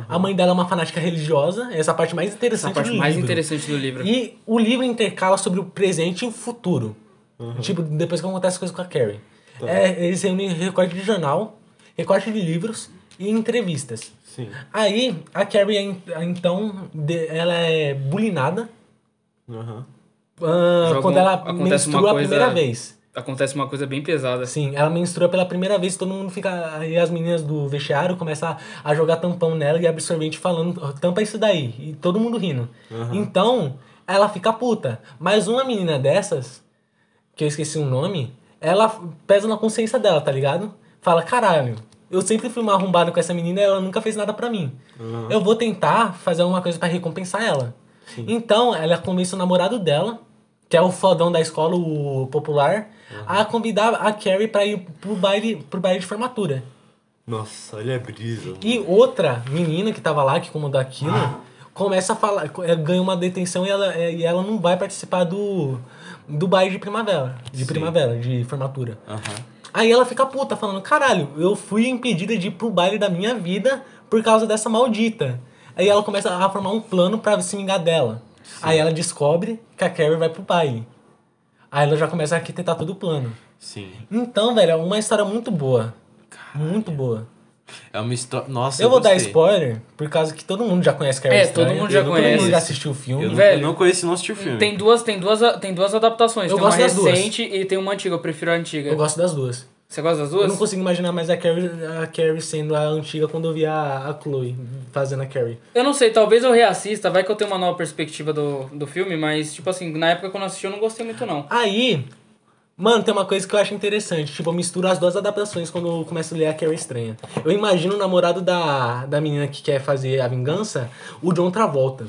[SPEAKER 2] A mãe dela é uma fanática religiosa, essa é a parte mais
[SPEAKER 3] Essa
[SPEAKER 2] interessante
[SPEAKER 3] parte
[SPEAKER 2] do
[SPEAKER 3] mais
[SPEAKER 2] livro.
[SPEAKER 3] interessante do livro.
[SPEAKER 2] E o livro intercala sobre o presente e o
[SPEAKER 4] Tá.
[SPEAKER 2] futuro. Tipo, depois que acontece as coisas com a Carrie. É, eles reúnem recorte de jornal recorte de livros e entrevistas.
[SPEAKER 4] Sim.
[SPEAKER 2] Aí a Carrie, é, en- então, de- ela é bulinada
[SPEAKER 4] Aham.
[SPEAKER 2] ah,
[SPEAKER 3] Joga
[SPEAKER 2] quando
[SPEAKER 3] um-
[SPEAKER 2] ela
[SPEAKER 3] acontece uma
[SPEAKER 2] menstrua a
[SPEAKER 3] coisa-
[SPEAKER 2] primeira vez.
[SPEAKER 3] Acontece uma coisa bem pesada.
[SPEAKER 2] Sim, ela menstrua pela primeira vez, todo mundo fica. Aí as meninas do vestiário começam a, a jogar tampão nela e absorvente falando, "Ó, tampa isso daí. E todo mundo rindo. Então, ela fica puta. Mas uma menina dessas, que eu esqueci o nome, ela f- pesa na consciência dela, tá ligado? Fala, caralho, eu sempre fui uma arrombada com essa menina e ela nunca fez nada pra mim. Eu vou tentar fazer alguma coisa pra recompensar ela. Então, ela convence o namorado dela, que é o fodão da escola, o popular, a convidar a Carrie pra ir pro baile, pro baile de formatura.
[SPEAKER 4] Nossa, olha a brisa. mano.
[SPEAKER 2] E outra menina que tava lá, que comandou aquilo, começa a falar, co- é, ganha uma detenção e ela, é, e ela não vai participar do, do baile de primavera. De primavera, de formatura. Aí ela fica puta, falando, caralho, eu fui impedida de ir pro baile da minha vida por causa dessa maldita. Aí ela começa a formar um plano pra se vingar dela. Aí ela descobre que a Carrie vai pro baile. Aí ela já começa a arquitetar todo o plano.
[SPEAKER 4] Sim.
[SPEAKER 2] Então, velho, é uma história muito boa. Muito boa.
[SPEAKER 4] É uma história. Nossa,
[SPEAKER 2] Eu vou dar
[SPEAKER 4] gostei.
[SPEAKER 2] spoiler, por causa que todo mundo já conhece Carrie
[SPEAKER 3] É,
[SPEAKER 2] Estranha,
[SPEAKER 3] todo mundo já
[SPEAKER 2] Todo
[SPEAKER 3] conhece.
[SPEAKER 2] mundo já assistiu o filme.
[SPEAKER 4] Eu não,
[SPEAKER 3] Velho,
[SPEAKER 4] eu não conheço e não assisti o filme.
[SPEAKER 3] Tem duas, tem duas, tem duas adaptações.
[SPEAKER 2] Eu
[SPEAKER 3] tem
[SPEAKER 2] gosto
[SPEAKER 3] uma
[SPEAKER 2] das duas.
[SPEAKER 3] recente e tem uma antiga. Eu prefiro a antiga.
[SPEAKER 2] Eu gosto das duas.
[SPEAKER 3] Você gosta das
[SPEAKER 2] Eu
[SPEAKER 3] duas?
[SPEAKER 2] não consigo imaginar mais a Carrie, a Carrie sendo a antiga quando eu vi a, a Chloe fazendo a Carrie.
[SPEAKER 3] Eu não sei, talvez eu reassista, vai que eu tenho uma nova perspectiva do, do filme, mas, tipo assim, na época quando eu assisti eu não gostei muito, não.
[SPEAKER 2] Aí, mano, tem uma coisa que eu acho interessante. Tipo, eu misturo as duas adaptações quando eu começo a ler a Carrie Estranha. Eu imagino o namorado da, da menina que quer fazer a vingança, o John Travolta.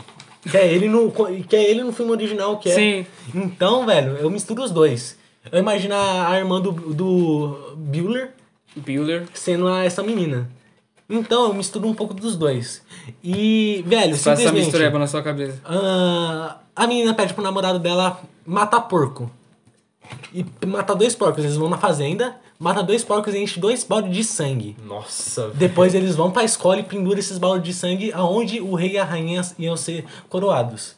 [SPEAKER 2] Que é ele no, que é ele no filme original, que é.
[SPEAKER 3] Sim.
[SPEAKER 2] Então, velho, eu misturo os dois. Eu imagino a a irmã do, do Bueller
[SPEAKER 3] Bueller.
[SPEAKER 2] sendo a- essa menina. Então, eu misturo um pouco dos dois. E, velho,
[SPEAKER 3] Só essa
[SPEAKER 2] simplesmente...
[SPEAKER 3] mistureba na sua cabeça.
[SPEAKER 2] Ah, a menina pede pro namorado dela matar porco. E matar dois porcos. Eles vão na fazenda, mata dois porcos e enche dois baldes de sangue.
[SPEAKER 4] Nossa, velho.
[SPEAKER 2] Depois eles vão pra escola e penduram esses baldes de sangue aonde o rei e a rainha iam ser coroados.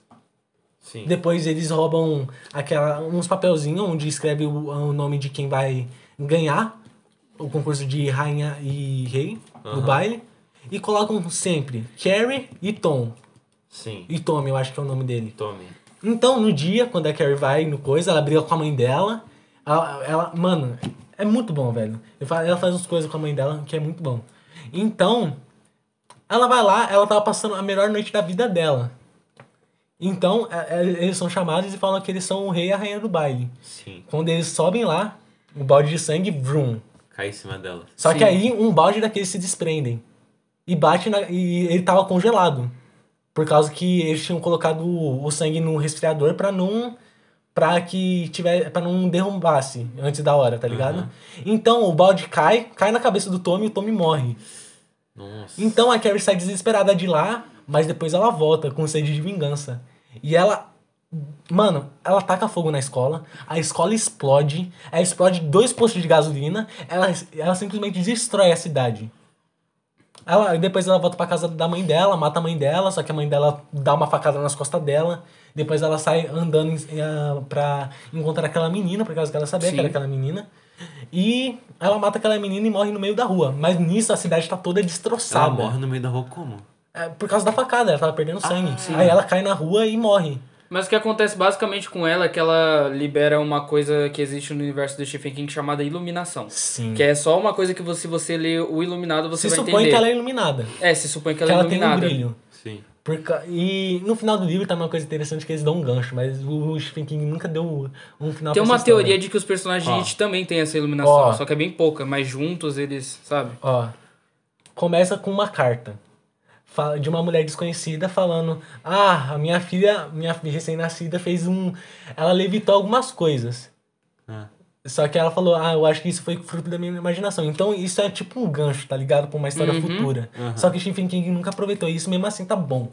[SPEAKER 4] Sim.
[SPEAKER 2] Depois eles roubam aquela, uns papelzinhos onde escreve o, o nome de quem vai ganhar o concurso de rainha e rei do baile. E colocam sempre Carrie e Tom.
[SPEAKER 4] Sim.
[SPEAKER 2] E Tom, eu acho que é o nome dele.
[SPEAKER 4] Tome.
[SPEAKER 2] Então, no dia, quando a Carrie vai no coisa, ela briga com a mãe dela. Ela, ela- mano, é muito bom, velho. Eu fa- Ela faz umas coisas com a mãe dela que é muito bom. Então, ela vai lá, ela tava passando a melhor noite da vida dela. Então, é- é- eles são chamados e falam que eles são o rei e a rainha do baile.
[SPEAKER 4] Sim.
[SPEAKER 2] Quando eles sobem lá, o balde de sangue, vrum.
[SPEAKER 4] Cai em cima dela.
[SPEAKER 2] Só
[SPEAKER 3] Sim.
[SPEAKER 2] que aí um balde daqueles se desprendem. E bate na. E ele tava congelado. Por causa que eles tinham colocado o, o sangue no resfriador pra não. Pra que tiver. para não derrumbasse antes da hora, tá ligado? Então o balde cai, cai na cabeça do Tommy e o Tommy morre.
[SPEAKER 4] Nossa.
[SPEAKER 2] Então a Carrie sai desesperada de lá, mas depois ela volta com sede de vingança. E ela. Mano, ela taca fogo na escola, a escola explode, ela explode dois postos de gasolina, ela, ela simplesmente destrói a cidade. Ela, depois ela volta pra casa da mãe dela, mata a mãe dela, só que a mãe dela dá uma facada nas costas dela. Depois ela sai andando em- eh, pra encontrar aquela menina, por causa que ela sabia
[SPEAKER 3] Sim.
[SPEAKER 2] que era aquela menina. E ela mata aquela menina e morre no meio da rua. Mas nisso a cidade tá toda
[SPEAKER 4] ela
[SPEAKER 2] destroçada.
[SPEAKER 4] morre no meio da rua como?
[SPEAKER 2] É, por causa da facada, ela tava perdendo
[SPEAKER 3] Ah,
[SPEAKER 2] sangue. Aí ela cai na rua e morre.
[SPEAKER 3] Mas o que acontece basicamente com ela é que ela libera uma coisa que existe no universo do Stephen King chamada iluminação.
[SPEAKER 2] Sim.
[SPEAKER 3] Que é só uma coisa que você, se você lê o iluminado, você
[SPEAKER 2] Se
[SPEAKER 3] vai
[SPEAKER 2] supõe
[SPEAKER 3] entender.
[SPEAKER 2] que ela é iluminada.
[SPEAKER 3] é... se supõe que
[SPEAKER 2] Que
[SPEAKER 3] ela,
[SPEAKER 2] ela
[SPEAKER 3] é
[SPEAKER 2] tem um
[SPEAKER 3] iluminada.
[SPEAKER 2] brilho.
[SPEAKER 4] Sim.
[SPEAKER 2] Por ca- E no final do livro tá uma coisa interessante que eles dão um gancho, mas o Stephen King nunca deu um final
[SPEAKER 3] tem
[SPEAKER 2] pra
[SPEAKER 3] uma
[SPEAKER 2] essa história.
[SPEAKER 3] teoria de que os personagens
[SPEAKER 4] Ó.
[SPEAKER 3] de It também têm essa iluminação,
[SPEAKER 2] Ó.
[SPEAKER 3] só que é bem pouca, mas juntos eles, sabe?
[SPEAKER 2] Ó, começa com uma carta Fala- de uma mulher desconhecida falando: Ah, a minha filha, minha filha recém-nascida fez um. Ela levitou algumas coisas.
[SPEAKER 1] É.
[SPEAKER 4] Ah.
[SPEAKER 2] Só que ela falou: Ah, eu acho que isso foi fruto da minha imaginação. Então isso é
[SPEAKER 3] Uhum.
[SPEAKER 2] tipo um gancho, tá ligado? Pra uma história futura. Só que Stephen King nunca aproveitou isso, mesmo assim tá bom.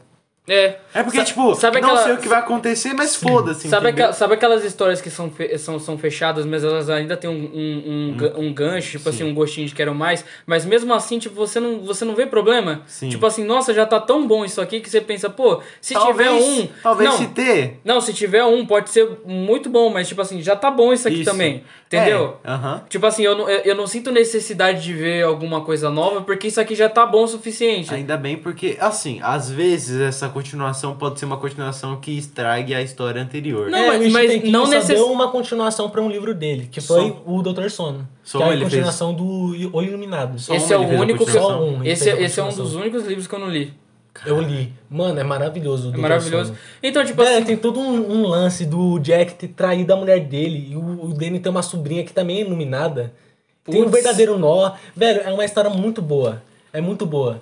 [SPEAKER 3] É.
[SPEAKER 1] É porque,
[SPEAKER 3] Sa-
[SPEAKER 1] tipo,
[SPEAKER 3] sabe
[SPEAKER 1] não
[SPEAKER 3] aquela-
[SPEAKER 1] sei o que vai acontecer, mas foda-se. assim,
[SPEAKER 3] Sabe,
[SPEAKER 1] entendeu?
[SPEAKER 3] aqua- sabe aquelas histórias que são, fe- são, são fechadas, mas elas ainda têm um, um, um, ga- um gancho, tipo assim, um gostinho de quero mais, mas mesmo assim, tipo, você não, você não vê problema?
[SPEAKER 1] Sim.
[SPEAKER 3] Tipo assim, nossa, já tá tão bom isso aqui que você pensa, pô, se
[SPEAKER 1] Talvez,
[SPEAKER 3] tiver um.
[SPEAKER 1] Talvez
[SPEAKER 3] não,
[SPEAKER 1] se ter.
[SPEAKER 3] não, se tiver um, pode ser muito bom, mas tipo assim, já tá bom isso aqui
[SPEAKER 1] Isso.
[SPEAKER 3] também. Entendeu?
[SPEAKER 1] É, Aham.
[SPEAKER 3] Tipo assim, eu não, eu, eu não sinto necessidade de ver alguma coisa nova, porque isso aqui já tá bom o suficiente.
[SPEAKER 1] Ainda bem porque, assim, às vezes essa continuação pode ser uma continuação que estrague a história anterior.
[SPEAKER 3] Não,
[SPEAKER 2] É, o
[SPEAKER 3] mas-
[SPEAKER 2] Stephen
[SPEAKER 3] mas
[SPEAKER 2] King
[SPEAKER 3] não
[SPEAKER 2] só
[SPEAKER 3] necess-
[SPEAKER 2] deu uma continuação pra um livro dele, que foi o Doutor Sono.
[SPEAKER 1] Só um
[SPEAKER 2] que é
[SPEAKER 1] ele
[SPEAKER 2] a
[SPEAKER 1] fez.
[SPEAKER 2] continuação do I- O Iluminado.
[SPEAKER 1] Só
[SPEAKER 3] esse é
[SPEAKER 1] um
[SPEAKER 3] o
[SPEAKER 1] ele fez a
[SPEAKER 3] único que
[SPEAKER 1] continuação.
[SPEAKER 2] Só um, ele
[SPEAKER 3] esse,
[SPEAKER 2] fez a
[SPEAKER 3] esse é um
[SPEAKER 2] continuação.
[SPEAKER 3] dos únicos livros que eu não li.
[SPEAKER 2] Eu li. Mano, é maravilhoso. O
[SPEAKER 3] É
[SPEAKER 2] Dr.
[SPEAKER 3] maravilhoso.
[SPEAKER 2] Sono.
[SPEAKER 3] Então, tipo
[SPEAKER 2] É,
[SPEAKER 3] assim.
[SPEAKER 2] tem todo um, um lance do Jack ter traído a mulher dele. E o, o Danny tem uma sobrinha que também é iluminada. Tem um
[SPEAKER 3] Putz.
[SPEAKER 2] verdadeiro nó. Velho, é uma história muito boa. É muito boa.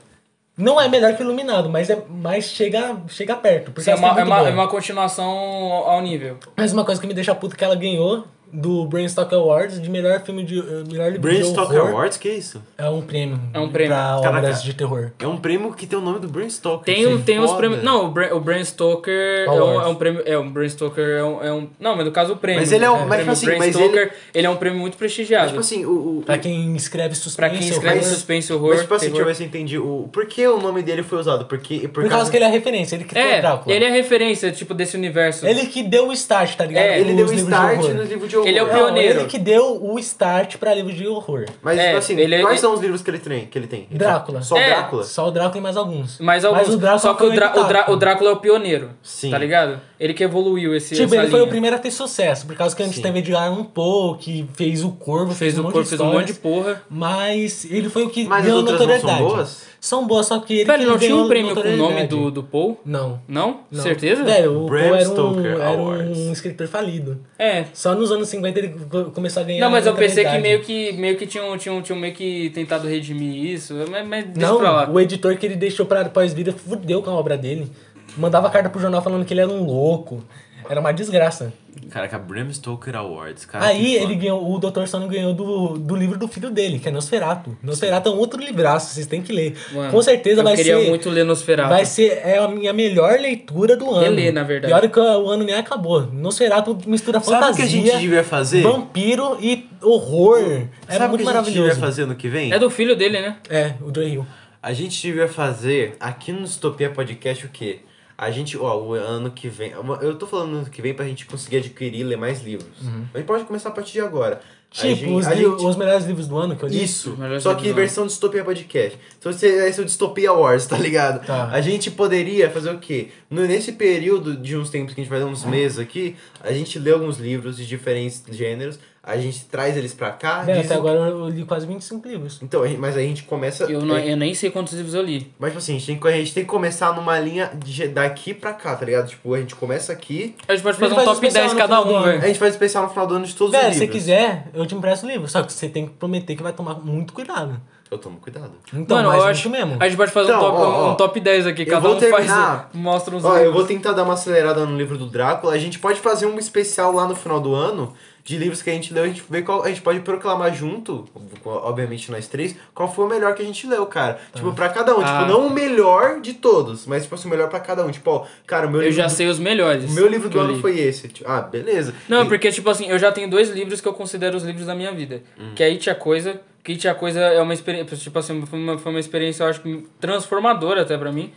[SPEAKER 2] Não é melhor que Iluminado, mas, é, mas chega, chega perto. Porque
[SPEAKER 3] Sim, é,
[SPEAKER 2] ela
[SPEAKER 3] uma,
[SPEAKER 2] foi
[SPEAKER 3] é,
[SPEAKER 2] muito
[SPEAKER 3] uma,
[SPEAKER 2] boa.
[SPEAKER 3] é uma continuação ao ao nível.
[SPEAKER 2] Mas uma coisa que me deixa puto é que ela ganhou do Brain Stock Awards de melhor filme de. eh, Melhor livro de
[SPEAKER 1] Brainstalk
[SPEAKER 2] horror.
[SPEAKER 1] Awards, que é isso?
[SPEAKER 2] É um prêmio.
[SPEAKER 3] É um prêmio.
[SPEAKER 2] Pra
[SPEAKER 1] Caraca.
[SPEAKER 2] obras de terror.
[SPEAKER 1] É um prêmio que tem o nome do Brainstalk.
[SPEAKER 3] Tem, um, tem uns prêmios. Não, o Bram, o Bram Stoker é um,
[SPEAKER 2] Awards.
[SPEAKER 3] é um prêmio. É, um Bram Stoker é um, é um- Não, mas no caso o prêmio.
[SPEAKER 1] Mas ele é um- mas,
[SPEAKER 3] prêmio.
[SPEAKER 1] tipo assim,
[SPEAKER 3] Bram
[SPEAKER 1] mas
[SPEAKER 3] Stoker, ele... é um prêmio muito prestigiado.
[SPEAKER 1] Tipo assim, o. o
[SPEAKER 2] Pra quem escreve suspense.
[SPEAKER 3] pra quem escreve
[SPEAKER 2] horror.
[SPEAKER 1] mas-
[SPEAKER 3] suspense, horror.
[SPEAKER 1] mas, tipo assim,
[SPEAKER 3] terror.
[SPEAKER 1] deixa eu ver se eu entendi. O, por que o nome dele foi usado? Porque, por,
[SPEAKER 2] Por causa que ele é referência, ele que foi o Drácula.
[SPEAKER 3] É, ele é referência, tipo, desse universo.
[SPEAKER 2] Ele que deu o start, tá ligado?
[SPEAKER 3] É,
[SPEAKER 1] ele
[SPEAKER 2] Nos
[SPEAKER 1] deu
[SPEAKER 2] livros de
[SPEAKER 1] start
[SPEAKER 2] horror.
[SPEAKER 1] no livro de horror.
[SPEAKER 3] Ele é o
[SPEAKER 2] Não,
[SPEAKER 3] pioneiro.
[SPEAKER 2] Ele que deu o start pra livros de horror.
[SPEAKER 1] Mas,
[SPEAKER 3] É,
[SPEAKER 1] tipo assim,
[SPEAKER 3] ele é-
[SPEAKER 1] quais
[SPEAKER 3] ele-
[SPEAKER 1] são os livros que ele tem? Que ele tem? Então,
[SPEAKER 2] Drácula.
[SPEAKER 1] Só
[SPEAKER 3] É.
[SPEAKER 1] Drácula?
[SPEAKER 2] Só o Drácula e mais alguns.
[SPEAKER 3] Mas, alguns,
[SPEAKER 2] o Drácula
[SPEAKER 3] só que
[SPEAKER 2] foi um
[SPEAKER 3] o, Drá- o, Drá-
[SPEAKER 2] inevitável.
[SPEAKER 3] o Drácula é o pioneiro.
[SPEAKER 1] Sim.
[SPEAKER 3] Tá ligado? Ele que evoluiu esse
[SPEAKER 2] Tipo,
[SPEAKER 3] essa
[SPEAKER 2] ele foi o
[SPEAKER 3] linha.
[SPEAKER 2] primeiro a ter sucesso, por causa que antes
[SPEAKER 1] Sim.
[SPEAKER 2] teve de um pouco, que fez o corvo, fez,
[SPEAKER 3] Fez
[SPEAKER 2] um
[SPEAKER 3] o
[SPEAKER 2] monte
[SPEAKER 3] corpo,
[SPEAKER 2] de
[SPEAKER 3] fez um monte de
[SPEAKER 2] histórias.
[SPEAKER 3] porra.
[SPEAKER 2] Mas ele foi o que
[SPEAKER 1] Mas as
[SPEAKER 2] ganhou
[SPEAKER 1] outras não são
[SPEAKER 2] notoriedade.
[SPEAKER 1] boas?
[SPEAKER 2] São boas, só que ele
[SPEAKER 3] Velho,
[SPEAKER 2] que
[SPEAKER 3] não tinha
[SPEAKER 2] ganhou
[SPEAKER 3] um prêmio com o nome
[SPEAKER 2] notoriedade.
[SPEAKER 3] do, do Paul?
[SPEAKER 2] Não.
[SPEAKER 3] Não?
[SPEAKER 2] não.
[SPEAKER 3] Certeza?
[SPEAKER 2] Velho, o
[SPEAKER 1] Bram
[SPEAKER 2] Paul era um,
[SPEAKER 1] Stoker
[SPEAKER 2] era
[SPEAKER 1] Awards.
[SPEAKER 2] um escritor falido.
[SPEAKER 3] É.
[SPEAKER 2] Só nos anos 50 ele co- começou a ganhar
[SPEAKER 3] Não, mas eu pensei que
[SPEAKER 2] notoriedade.
[SPEAKER 3] meio que meio que tinham, tinham, tinham meio que tentado redimir isso, mas, mas deixa pra lá.
[SPEAKER 2] Não, o editor que ele deixou pra pós-vida fudeu com a obra dele. Mandava carta pro jornal falando que ele era um louco. Era uma desgraça.
[SPEAKER 1] Caraca, Bram Stoker Awards, cara. Ah,
[SPEAKER 2] Aí
[SPEAKER 1] que foda.
[SPEAKER 2] ele ganhou, o Dr. Sono ganhou do, do livro do filho dele, que é Nosferato. Nosferato é um outro livraço, vocês têm que ler.
[SPEAKER 3] Mano,
[SPEAKER 2] com certeza
[SPEAKER 3] eu
[SPEAKER 2] vai
[SPEAKER 3] queria
[SPEAKER 2] ser.
[SPEAKER 3] muito ler Nosferatu.
[SPEAKER 2] Vai ser é a minha melhor leitura do ano.
[SPEAKER 3] Reler, na
[SPEAKER 2] E
[SPEAKER 3] verdade.
[SPEAKER 2] olha que o ano nem acabou. Nosferatu mistura
[SPEAKER 1] Sabe o que a
[SPEAKER 2] fantasia,
[SPEAKER 1] gente devia fazer?
[SPEAKER 2] vampiro e horror. É
[SPEAKER 1] Sabe o que a
[SPEAKER 2] muito
[SPEAKER 1] gente
[SPEAKER 2] maravilhoso.
[SPEAKER 1] devia fazer ano que vem?
[SPEAKER 3] É do filho dele, né?
[SPEAKER 2] É, o Joe Hill.
[SPEAKER 1] A gente devia fazer aqui no Distopia Podcast o quê? A gente, ó, o ano que vem. Eu tô falando ano que vem pra gente conseguir adquirir e ler mais livros. A gente pode começar a partir de agora. A
[SPEAKER 2] Uhum. Tipo,
[SPEAKER 1] gente-
[SPEAKER 2] os,
[SPEAKER 1] a
[SPEAKER 2] li-
[SPEAKER 1] gente-
[SPEAKER 2] os melhores livros do ano que eu li.
[SPEAKER 1] Isso,
[SPEAKER 3] Melhor
[SPEAKER 1] só
[SPEAKER 3] livro
[SPEAKER 1] que
[SPEAKER 3] do
[SPEAKER 1] versão Distopia Podcast. Então esse esse é o Distopia Wars, tá ligado?
[SPEAKER 2] Tá.
[SPEAKER 1] A gente poderia fazer o quê? No- Nesse período de uns tempos que a gente vai dar uns
[SPEAKER 2] Uhum.
[SPEAKER 1] meses aqui, a gente lê alguns livros de diferentes gêneros, a gente traz eles pra cá.
[SPEAKER 2] Velho,
[SPEAKER 1] diz
[SPEAKER 2] até
[SPEAKER 1] o-
[SPEAKER 2] agora eu li quase 25 livros.
[SPEAKER 1] Então, a gente- mas a gente começa. é,
[SPEAKER 3] Eu, não, eu nem sei quantos livros eu li.
[SPEAKER 1] Mas, tipo assim, a gente, tem que, a gente tem que começar numa linha de- daqui pra cá, tá ligado? Tipo, a gente começa aqui,
[SPEAKER 3] A gente pode fazer
[SPEAKER 2] Ele
[SPEAKER 3] um
[SPEAKER 2] faz
[SPEAKER 3] top
[SPEAKER 2] especial
[SPEAKER 3] 10
[SPEAKER 2] no
[SPEAKER 3] cada
[SPEAKER 2] final
[SPEAKER 3] um,
[SPEAKER 2] do ano.
[SPEAKER 1] a
[SPEAKER 3] velho.
[SPEAKER 1] gente faz especial no final do ano de todos
[SPEAKER 2] Velho,
[SPEAKER 1] os
[SPEAKER 2] se você
[SPEAKER 1] livros.
[SPEAKER 2] quiser, eu te empresto o livro. Só que você tem que prometer que vai tomar muito cuidado.
[SPEAKER 1] Eu tomo cuidado.
[SPEAKER 2] Então,
[SPEAKER 3] Mano,
[SPEAKER 2] mas
[SPEAKER 3] eu
[SPEAKER 2] muito
[SPEAKER 3] acho
[SPEAKER 2] mesmo.
[SPEAKER 3] A gente pode fazer um,
[SPEAKER 1] Então,
[SPEAKER 3] top,
[SPEAKER 1] ó, ó.
[SPEAKER 3] um top 10 aqui,
[SPEAKER 1] Eu
[SPEAKER 3] cada
[SPEAKER 1] vou
[SPEAKER 3] um
[SPEAKER 1] terminar.
[SPEAKER 3] faz mostra uns
[SPEAKER 1] Ó, eu
[SPEAKER 3] livros.
[SPEAKER 1] vou tentar dar uma acelerada no livro do Drácula. A gente pode fazer um especial lá no final do ano de livros que a gente leu. A gente vê qual. A gente pode proclamar junto, obviamente nós três, qual foi o melhor que a gente leu, cara. Tipo, pra cada um.
[SPEAKER 3] Ah.
[SPEAKER 1] Tipo, não o melhor de todos, mas tipo assim, o melhor pra cada um. Tipo, ó, cara, o meu
[SPEAKER 3] Eu
[SPEAKER 1] livro.
[SPEAKER 3] já
[SPEAKER 1] do-
[SPEAKER 3] sei os melhores.
[SPEAKER 1] O meu livro
[SPEAKER 3] que
[SPEAKER 1] do
[SPEAKER 3] eu
[SPEAKER 1] ano
[SPEAKER 3] li.
[SPEAKER 1] foi esse. Tipo, Ah, beleza.
[SPEAKER 3] Não,
[SPEAKER 1] E-
[SPEAKER 3] porque, tipo assim, eu já tenho dois livros que eu considero os livros da minha vida. Que é It a Coisa. Que It a Coisa é uma experiência, tipo assim, foi uma, foi uma experiência, eu acho, que transformadora até pra mim.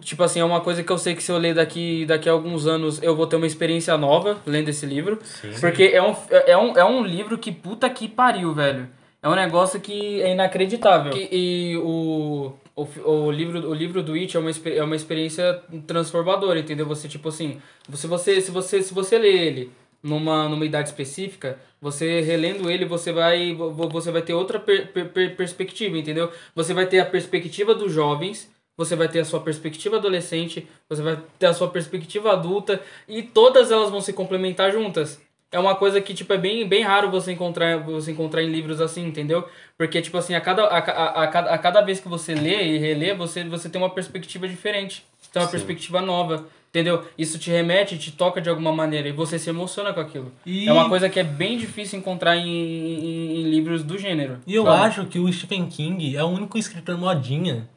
[SPEAKER 3] Tipo assim, é uma coisa que eu sei que se eu ler daqui, daqui a alguns anos, eu vou ter uma experiência nova lendo esse livro. Porque é um, é, um, é um livro que puta que pariu, velho. É um negócio que é inacreditável. E, e o, o, fi- o livro, o livro do It é uma, expe- é uma experiência transformadora, entendeu? Você, tipo assim, se você, se você, se você lê ele numa, numa idade específica, você relendo ele, você vai, vo- vo- você vai ter outra per- per- per- perspectiva, entendeu? Você vai ter a perspectiva dos jovens, você vai ter a sua perspectiva adolescente, você vai ter a sua perspectiva adulta, e todas elas vão se complementar juntas. É uma coisa que, tipo, é bem, bem raro você encontrar, você encontrar em livros assim, entendeu? Porque, tipo assim, a cada, a, ca- a, a cada, a cada vez que você lê e relê, você, você tem uma perspectiva diferente. Tem uma perspectiva nova, entendeu? Isso te remete, te toca de alguma maneira e você se emociona com aquilo.
[SPEAKER 2] E-
[SPEAKER 3] É uma coisa que é bem difícil encontrar em, em, em livros do gênero.
[SPEAKER 2] E eu
[SPEAKER 3] sabe?
[SPEAKER 2] acho que o Stephen King é o único escritor modinha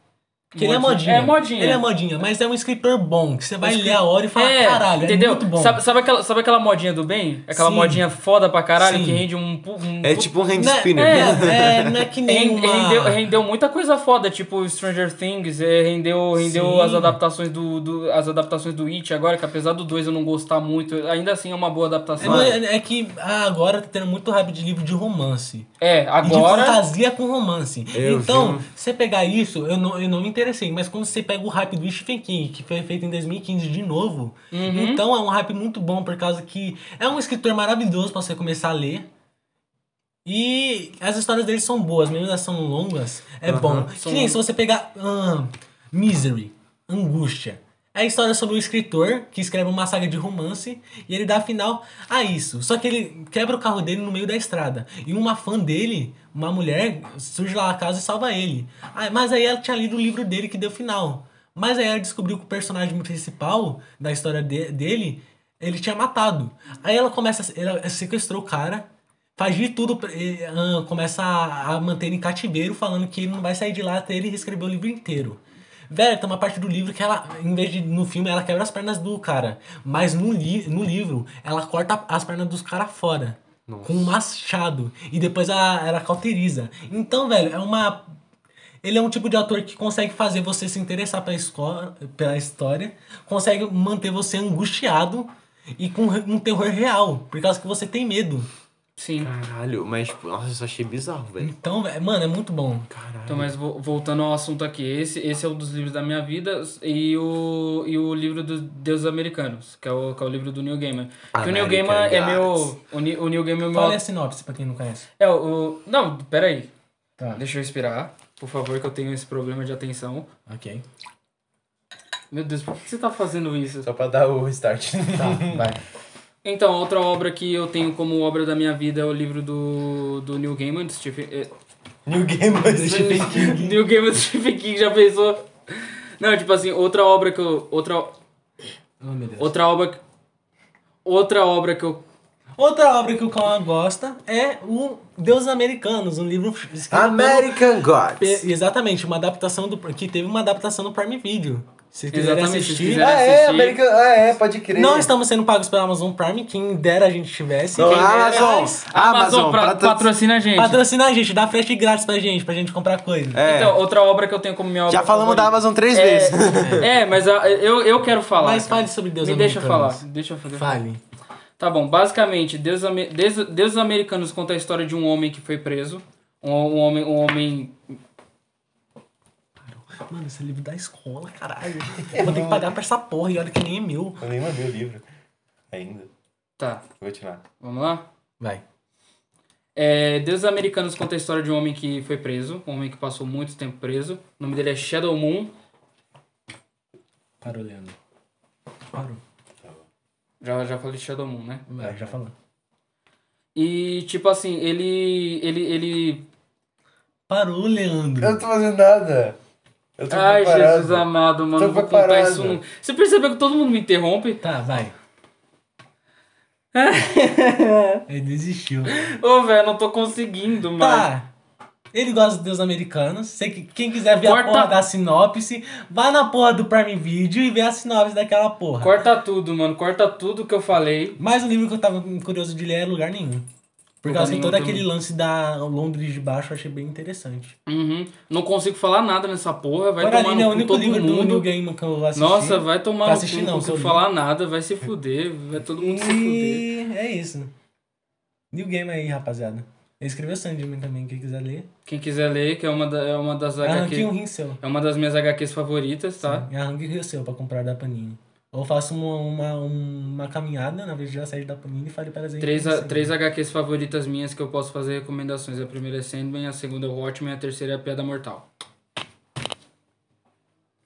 [SPEAKER 2] Que ele é modinha.
[SPEAKER 3] Modinha. É modinha.
[SPEAKER 2] Ele é modinha, mas é um escritor bom. Que você vai
[SPEAKER 3] Escri-
[SPEAKER 2] ler a hora e falar,
[SPEAKER 3] É,
[SPEAKER 2] caralho,
[SPEAKER 3] entendeu?
[SPEAKER 2] é muito bom.
[SPEAKER 3] Sabe, sabe aquela, sabe aquela modinha do bem? Aquela
[SPEAKER 2] Sim.
[SPEAKER 3] modinha foda pra caralho
[SPEAKER 2] Sim.
[SPEAKER 3] que rende um. pu- um
[SPEAKER 4] É
[SPEAKER 3] pu-
[SPEAKER 4] tipo um hand
[SPEAKER 2] Não é-
[SPEAKER 4] spinner.
[SPEAKER 2] É, é, não é que nem
[SPEAKER 3] Ren-
[SPEAKER 2] uma...
[SPEAKER 3] Rendeu, rendeu muita coisa foda, tipo Stranger Things, é, rendeu, rendeu
[SPEAKER 2] Sim.
[SPEAKER 3] as adaptações do, do- as adaptações do It agora, que apesar do 2 eu não gostar muito, ainda assim é uma boa
[SPEAKER 2] É,
[SPEAKER 3] adaptação.
[SPEAKER 2] não é- é que ah, agora tá tendo muito hype de livro de romance.
[SPEAKER 3] É,
[SPEAKER 2] E de
[SPEAKER 3] agora.
[SPEAKER 2] fantasia com romance.
[SPEAKER 4] Eu
[SPEAKER 2] então,
[SPEAKER 4] vi um-
[SPEAKER 2] você pegar isso, eu não, eu não me interessei, mas quando você pega o hype do Stephen King, que foi feito em 2015 de novo,
[SPEAKER 4] Uhum.
[SPEAKER 3] uhum,
[SPEAKER 2] então é um hype muito bom, por causa que é um escritor maravilhoso pra você começar a ler. E as histórias dele são boas, mesmo elas são longas, é bom.
[SPEAKER 3] são
[SPEAKER 2] Que nem se você pegar ahn, Misery, Angústia. É a história sobre um escritor que escreve uma saga de romance e ele dá final a isso. Só que ele quebra o carro dele no meio da estrada. E uma fã dele, uma mulher, surge lá na casa e salva ele. Ah, Mas aí ela tinha lido o livro dele que deu final. Mas aí ela descobriu que o personagem principal da história de- dele, ele tinha matado. Aí ela começa, a se- ela sequestrou o cara, Faz de tudo, pra- e, ahn, começa a, a manter ele em cativeiro, falando que ele não vai sair de lá até ele reescrever o livro inteiro. Velho, tem uma parte do livro que ela, em vez de no filme, ela quebra as pernas do cara. Mas no, li, no livro, ela corta as pernas dos caras fora. Com um machado. E depois ela, ela cauteriza. Então, velho, é uma. Ele é um tipo de ator que consegue fazer você se interessar pela, escola, pela história, consegue manter você angustiado e com re- um terror real, por causa que você tem medo.
[SPEAKER 3] Sim.
[SPEAKER 4] Caralho, mas tipo, nossa, eu só achei bizarro, velho.
[SPEAKER 2] Então, vé- mano, é muito bom.
[SPEAKER 4] Caralho.
[SPEAKER 3] Então, mas vo- voltando ao assunto aqui, esse, esse é um dos livros da minha vida e o, e o livro dos Deuses Americanos, que é o, que é o livro do Neil Gaiman. Que o Neil
[SPEAKER 4] American
[SPEAKER 3] Gaiman é
[SPEAKER 4] Gods.
[SPEAKER 3] meu. O, Ni- o Neil Gaiman é meu.
[SPEAKER 2] Fala aí a sinopse pra quem não conhece.
[SPEAKER 3] É, o. Não, peraí.
[SPEAKER 2] Tá.
[SPEAKER 3] Deixa eu respirar, por favor, que eu tenho esse problema de atenção.
[SPEAKER 2] Ok.
[SPEAKER 3] Meu Deus, por que você tá fazendo isso?
[SPEAKER 1] Só pra dar o restart.
[SPEAKER 2] Tá, vai.
[SPEAKER 3] Então, outra obra que eu tenho como obra da minha vida é o livro do, do Neil Gaiman, do Stephen... eh,
[SPEAKER 1] New Game of Stephen King.
[SPEAKER 3] Neil Gaiman do Stephen King, já pensou? Não, tipo assim, outra obra que eu... Outra,
[SPEAKER 2] Oh, meu Deus.
[SPEAKER 3] outra obra... que- Outra obra que eu...
[SPEAKER 2] Outra obra que o Cauã gosta é o Deuses Americanos, um livro escrito pelo-
[SPEAKER 4] American
[SPEAKER 2] Pe-
[SPEAKER 4] Gods.
[SPEAKER 2] Exatamente, uma adaptação do... Que teve uma adaptação no Prime Video. Se quiserem
[SPEAKER 3] Exatamente, se
[SPEAKER 2] assistir...
[SPEAKER 3] quiserem.
[SPEAKER 1] Ah, é,
[SPEAKER 3] assistir.
[SPEAKER 1] América. Ah, é, pode crer.
[SPEAKER 2] Não estamos sendo pagos pela Amazon Prime, quem dera a gente tivesse.
[SPEAKER 4] Não,
[SPEAKER 2] Quem dera-
[SPEAKER 1] ah,
[SPEAKER 4] Amazon,
[SPEAKER 2] Mas-
[SPEAKER 4] Ah, Amazon,
[SPEAKER 3] pra-
[SPEAKER 4] pra todos-
[SPEAKER 3] patrocina a gente.
[SPEAKER 2] Patrocina a gente, dá frete grátis pra gente, pra gente comprar coisa.
[SPEAKER 4] É,
[SPEAKER 3] Então, outra obra que eu tenho como minha obra
[SPEAKER 4] já falamos da
[SPEAKER 3] favorita.
[SPEAKER 4] Amazon três
[SPEAKER 3] É,
[SPEAKER 4] vezes.
[SPEAKER 3] é, mas a- eu, eu quero falar.
[SPEAKER 2] Mas fale sobre Deus
[SPEAKER 3] Me deixa falar.
[SPEAKER 2] Americanos.
[SPEAKER 3] Deixa eu falar.
[SPEAKER 2] Fale.
[SPEAKER 3] Tá bom, basicamente, Deus, Ame- Deus, Deuses Americanos conta a história de um homem que foi preso. Um, um homem. Um homem.
[SPEAKER 2] Mano, esse livro da escola, caralho. Eu vou ter que pagar pra essa porra e olha que nem é meu.
[SPEAKER 1] Eu nem mandei o livro ainda.
[SPEAKER 3] Tá,
[SPEAKER 1] Vou continuar.
[SPEAKER 3] vamos lá?
[SPEAKER 2] Vai.
[SPEAKER 3] É, Deuses Americanos conta a história de um homem que foi preso, um homem que passou muito tempo preso. O nome dele é Shadow Moon.
[SPEAKER 2] Parou, Leandro. Parou.
[SPEAKER 3] Já, já falei Shadow Moon, né?
[SPEAKER 2] Vai, já falou.
[SPEAKER 3] E, tipo assim, ele. Ele. ele...
[SPEAKER 2] Parou, Leandro.
[SPEAKER 1] Eu não tô fazendo nada. Eu tô
[SPEAKER 3] Ai,
[SPEAKER 1] preparado.
[SPEAKER 3] Jesus amado, mano,
[SPEAKER 1] Tô
[SPEAKER 3] não vou contar
[SPEAKER 1] preparado.
[SPEAKER 3] isso. não. Você percebeu que todo mundo me interrompe?
[SPEAKER 2] Tá, vai. Ele desistiu.
[SPEAKER 3] Ô, velho, não tô conseguindo, mano.
[SPEAKER 2] Tá. Ele gosta de Deus americanos. Sei que quem quiser ver
[SPEAKER 3] Corta.
[SPEAKER 2] a porra da sinopse, vai na porra do Prime Video e vê a sinopse daquela porra.
[SPEAKER 3] Corta tudo, mano, corta tudo que eu falei.
[SPEAKER 2] Mas o livro que eu tava curioso de ler é Lugar Nenhum. Por
[SPEAKER 3] Lugar
[SPEAKER 2] causa que
[SPEAKER 3] Nenhum
[SPEAKER 2] todo
[SPEAKER 3] também.
[SPEAKER 2] aquele lance da Londres de baixo eu achei bem interessante.
[SPEAKER 3] Uhum. Não consigo falar nada nessa porra. Vai tomar
[SPEAKER 2] Coraline é o
[SPEAKER 3] no cu
[SPEAKER 2] único
[SPEAKER 3] todo
[SPEAKER 2] livro do New
[SPEAKER 3] mundo.
[SPEAKER 2] Game que eu assisti.
[SPEAKER 3] Nossa, vai
[SPEAKER 1] Tá
[SPEAKER 3] tomar no cu.
[SPEAKER 2] assisti
[SPEAKER 3] Não,
[SPEAKER 2] não, que
[SPEAKER 3] consigo
[SPEAKER 2] eu li.
[SPEAKER 3] falar nada. Vai se fuder. Vai todo mundo se fuder.
[SPEAKER 2] E é isso. New Game aí, rapaziada. Ele escreveu Sandman também, quem quiser ler.
[SPEAKER 3] Quem quiser ler, que é uma, da- é uma
[SPEAKER 1] Ah,
[SPEAKER 3] das
[SPEAKER 2] Arranque
[SPEAKER 3] HQ
[SPEAKER 2] um rim seu.
[SPEAKER 3] É uma das minhas HQs favoritas, tá?
[SPEAKER 2] Arranque um rim seu pra comprar da Panini. Ou faça uma, uma, uma caminhada na vez de já sair da Panini e fale para elas aí.
[SPEAKER 3] Três,
[SPEAKER 2] que
[SPEAKER 3] a-
[SPEAKER 2] você-
[SPEAKER 3] três HQs favoritas minhas que eu posso fazer recomendações. A primeira é Sandman, a segunda é Watchmen, a terceira é a Piada Mortal.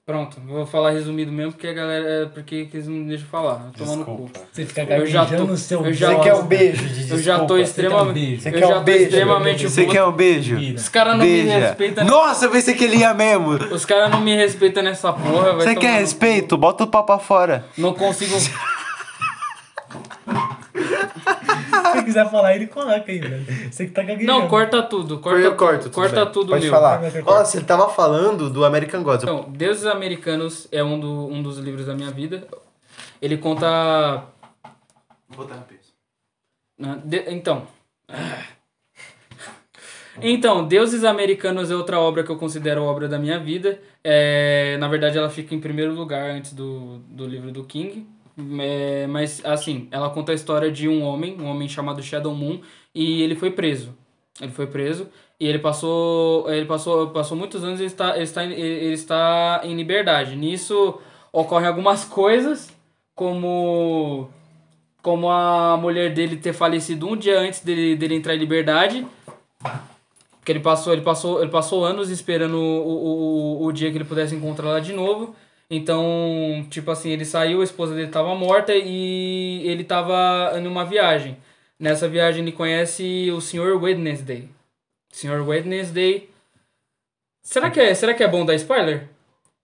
[SPEAKER 3] Pronto, vou falar resumido mesmo porque a galera. é Porque que eles não me deixam falar. Tomar no cu.
[SPEAKER 1] Desculpa.
[SPEAKER 2] Você fica
[SPEAKER 3] Eu já tô-
[SPEAKER 2] gaguejando no seu
[SPEAKER 3] eu já-
[SPEAKER 1] Você
[SPEAKER 2] bosta.
[SPEAKER 1] quer um beijo de desculpa?
[SPEAKER 3] Eu já tô extremamente.
[SPEAKER 2] beijo?
[SPEAKER 1] Você
[SPEAKER 3] Eu
[SPEAKER 1] quer
[SPEAKER 3] já
[SPEAKER 1] um
[SPEAKER 3] tô
[SPEAKER 1] beijo?
[SPEAKER 3] extremamente
[SPEAKER 4] Você
[SPEAKER 3] puto.
[SPEAKER 4] quer um beijo?
[SPEAKER 2] Vira.
[SPEAKER 3] Os caras não me
[SPEAKER 4] Beija.
[SPEAKER 3] respeitam.
[SPEAKER 4] Nossa, eu pensei que ele ia mesmo.
[SPEAKER 3] Os caras não me respeitam nessa porra, vai
[SPEAKER 4] Você
[SPEAKER 3] tomar
[SPEAKER 4] quer
[SPEAKER 3] no-
[SPEAKER 4] respeito? Bota o pau pra fora.
[SPEAKER 3] Não consigo.
[SPEAKER 2] Se quiser falar, ele coloca aí, velho. Você que tá gaguejando.
[SPEAKER 3] Não, corta tudo. Corta,
[SPEAKER 4] Eu corto,
[SPEAKER 3] tudo,
[SPEAKER 4] tudo
[SPEAKER 3] corta
[SPEAKER 4] bem.
[SPEAKER 3] tudo,
[SPEAKER 1] Pode
[SPEAKER 3] meu.
[SPEAKER 1] falar.
[SPEAKER 2] Vai, vai, vai.
[SPEAKER 4] Nossa, ele tava falando do American Gods.
[SPEAKER 3] Então, Deuses Americanos é um, do, um dos livros da minha vida. Ele conta.
[SPEAKER 4] Vou botar peso.
[SPEAKER 3] né, de- então. Então, Deuses Americanos é outra obra que eu considero obra da minha vida. É, na verdade, ela fica em primeiro lugar antes do, do livro do King. É, mas, assim, ela conta a história de um homem, um homem chamado Shadow Moon, e ele foi preso. Ele foi preso e ele passou, ele passou, passou muitos anos e ele está, ele, está, em- ele ele está em liberdade. Nisso ocorrem algumas coisas, como como a mulher dele ter falecido um dia antes dele, dele entrar em liberdade. Porque ele passou, ele passou, ele passou anos esperando o, o, o dia que ele pudesse encontrá-la de novo. Então, tipo assim, ele saiu, a esposa dele estava morta e ele estava em uma viagem. Nessa viagem ele conhece o Sr. Wednesday. Sr. Wednesday. Será que é, será que é bom dar spoiler?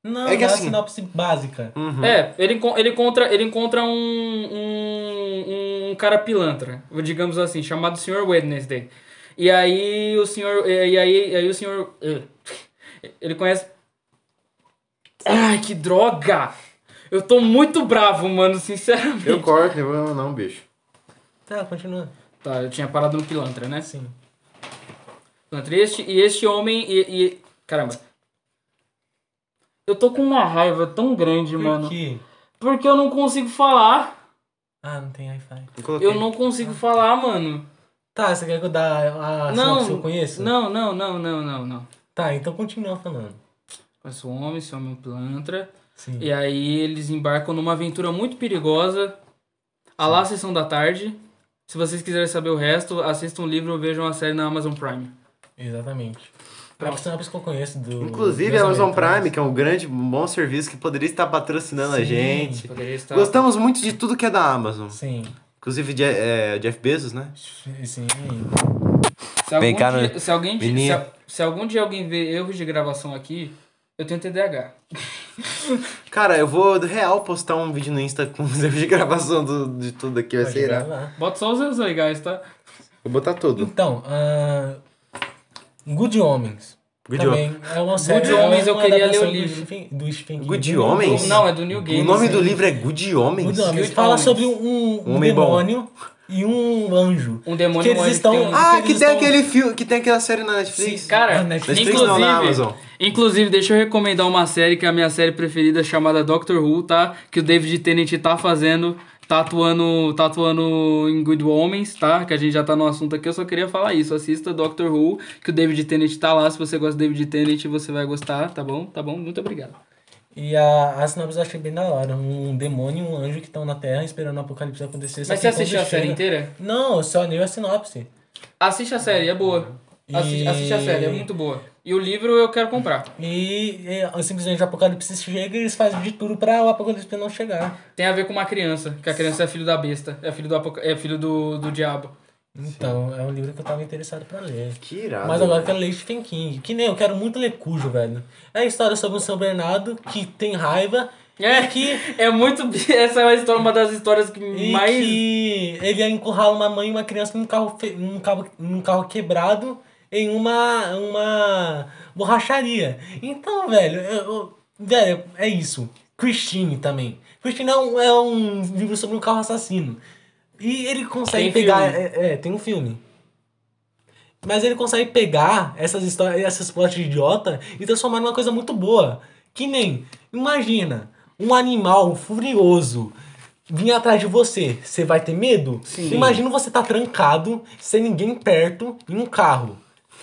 [SPEAKER 2] Não,
[SPEAKER 1] É que
[SPEAKER 2] dá
[SPEAKER 1] assim- Hum.
[SPEAKER 2] a sinopse básica.
[SPEAKER 3] É, ele, encon- ele encontra, ele encontra um, um, um cara pilantra, digamos assim, chamado Sr. Wednesday. E aí o senhor. E aí, e aí o senhor. eh, Ele conhece. Ai, que droga! Eu tô muito bravo, mano, sinceramente.
[SPEAKER 4] Eu corto, não tem problema não, bicho.
[SPEAKER 2] Tá, continua.
[SPEAKER 3] Tá, eu tinha parado no pilantra, né?
[SPEAKER 2] Assim.
[SPEAKER 3] Pilantra. E este, e este homem. E, e- Caramba. Eu tô com uma raiva tão grande, mano.
[SPEAKER 2] Por quê?
[SPEAKER 3] Porque eu não consigo falar.
[SPEAKER 2] Ah, não tem Wi-Fi.
[SPEAKER 4] coloquei.
[SPEAKER 3] Eu não consigo falar, mano.
[SPEAKER 2] Tá, você quer que eu dê a a
[SPEAKER 3] Não,
[SPEAKER 2] sinopse que eu conheço?
[SPEAKER 3] Não, não, não, não, não, não.
[SPEAKER 2] Tá, então continua falando.
[SPEAKER 3] Conhece o homem, esse homem é um pilantra.
[SPEAKER 2] Sim.
[SPEAKER 3] E aí eles embarcam numa aventura muito perigosa. A lá Sessão da Tarde. Se vocês quiserem saber o resto, assistam o livro ou vejam a série na Amazon Prime.
[SPEAKER 2] Exatamente. É a sinopse que eu conheço do...
[SPEAKER 4] Inclusive,
[SPEAKER 2] dos
[SPEAKER 4] a Amazon
[SPEAKER 2] americanos.
[SPEAKER 4] Prime, que é um grande, um bom serviço que poderia estar patrocinando a
[SPEAKER 2] Sim.
[SPEAKER 4] gente.
[SPEAKER 3] Poderia estar...
[SPEAKER 4] Gostamos muito de tudo que é da Amazon.
[SPEAKER 2] Sim.
[SPEAKER 4] Inclusive, Je- é, Jeff Bezos, né?
[SPEAKER 2] Sim.
[SPEAKER 3] Se algum,
[SPEAKER 4] Pegar no-
[SPEAKER 3] dia, se, alguém, di- se,
[SPEAKER 4] Menino.
[SPEAKER 3] a- se algum dia alguém ver erros de gravação aqui, eu tenho TDAH.
[SPEAKER 4] Cara, eu vou do real postar um vídeo no Insta com os erros de gravação do- de tudo aqui, vai
[SPEAKER 2] Pode
[SPEAKER 4] ser irado.
[SPEAKER 2] gravar.
[SPEAKER 3] Bota só os erros legais, tá?
[SPEAKER 4] Vou botar tudo.
[SPEAKER 2] Então, ah, Good Homens.
[SPEAKER 4] Good
[SPEAKER 2] também é uma série.
[SPEAKER 3] Good Homens,
[SPEAKER 2] é
[SPEAKER 3] eu
[SPEAKER 2] uma
[SPEAKER 3] queria
[SPEAKER 2] adaptação
[SPEAKER 3] ler o
[SPEAKER 2] do
[SPEAKER 3] livro.
[SPEAKER 2] Stephen- Do Stephen King.
[SPEAKER 4] Good
[SPEAKER 2] Do-
[SPEAKER 4] Homens?
[SPEAKER 3] Não, é do New Game.
[SPEAKER 4] O nome do
[SPEAKER 2] sim.
[SPEAKER 4] livro é Good Homens?
[SPEAKER 2] Good Homens.
[SPEAKER 3] Good
[SPEAKER 2] Fala
[SPEAKER 3] Homens.
[SPEAKER 2] sobre um, um
[SPEAKER 4] Homem bom.
[SPEAKER 2] demônio e um anjo.
[SPEAKER 3] Um demônio
[SPEAKER 2] que
[SPEAKER 3] e um anjo
[SPEAKER 2] eles
[SPEAKER 3] que
[SPEAKER 2] estão.
[SPEAKER 3] tem um-
[SPEAKER 4] Ah, que
[SPEAKER 2] eles
[SPEAKER 4] tem
[SPEAKER 2] estão-
[SPEAKER 4] aquele filme, que tem aquela série na Netflix.
[SPEAKER 3] Sim, cara,
[SPEAKER 2] Ah, Netflix.
[SPEAKER 3] inclusive,
[SPEAKER 4] Netflix não, na Amazon.
[SPEAKER 3] inclusive, deixa eu recomendar uma série que é a minha série preferida, chamada Doctor Who, tá? Que o David Tennant tá fazendo, tá atuando, tá atuando em Good Homens, tá? Que a gente já tá no assunto aqui, eu só queria falar isso. Assista Doctor Who, que o David Tennant tá lá. Se você gosta do David Tennant, você vai gostar, tá bom? Tá bom? Muito obrigado.
[SPEAKER 2] E a, a sinopse eu achei bem da hora. Um demônio e um anjo que estão na Terra esperando o apocalipse acontecer. só
[SPEAKER 3] Mas
[SPEAKER 2] que
[SPEAKER 3] você
[SPEAKER 2] quando
[SPEAKER 3] assistiu a série
[SPEAKER 2] chega-
[SPEAKER 3] inteira?
[SPEAKER 2] Não, eu só li a sinopse.
[SPEAKER 3] Assiste a série, é boa. Assi-
[SPEAKER 2] E-
[SPEAKER 3] Assiste a série, é muito boa. E o livro eu quero comprar.
[SPEAKER 2] E, e simplesmente o apocalipse chega e eles fazem de tudo pra o apocalipse não chegar.
[SPEAKER 3] Tem a ver com uma criança, que a criança é filho da besta, é filho do, apoca- é filho do, do diabo.
[SPEAKER 2] Então, é um livro que eu tava interessado pra ler.
[SPEAKER 4] Que irado.
[SPEAKER 2] Mas agora eu
[SPEAKER 4] velho.
[SPEAKER 2] quero ler Stephen King. Que nem eu quero muito ler Cujo, velho. É a história sobre um São Bernardo que tem raiva
[SPEAKER 3] É.
[SPEAKER 2] e que.
[SPEAKER 3] É muito. Essa é uma, história, uma das histórias que
[SPEAKER 2] E
[SPEAKER 3] mais.
[SPEAKER 2] que ele encurrala uma mãe e uma criança num carro, fe- num carro, num carro quebrado em uma, uma borracharia. Então, velho, eu- eu- velho, é isso. Christine também. Christine é um, é um livro sobre um carro assassino. E ele consegue
[SPEAKER 3] Tem
[SPEAKER 2] pegar.
[SPEAKER 3] filme.
[SPEAKER 2] É, é, tem um filme. Mas ele consegue pegar essas histórias, essas plots idiota e transformar numa coisa muito boa. Que nem, imagina, um animal furioso vir atrás de você. Você vai ter medo?
[SPEAKER 3] Sim.
[SPEAKER 2] Imagina você tá trancado, sem ninguém perto, em um carro.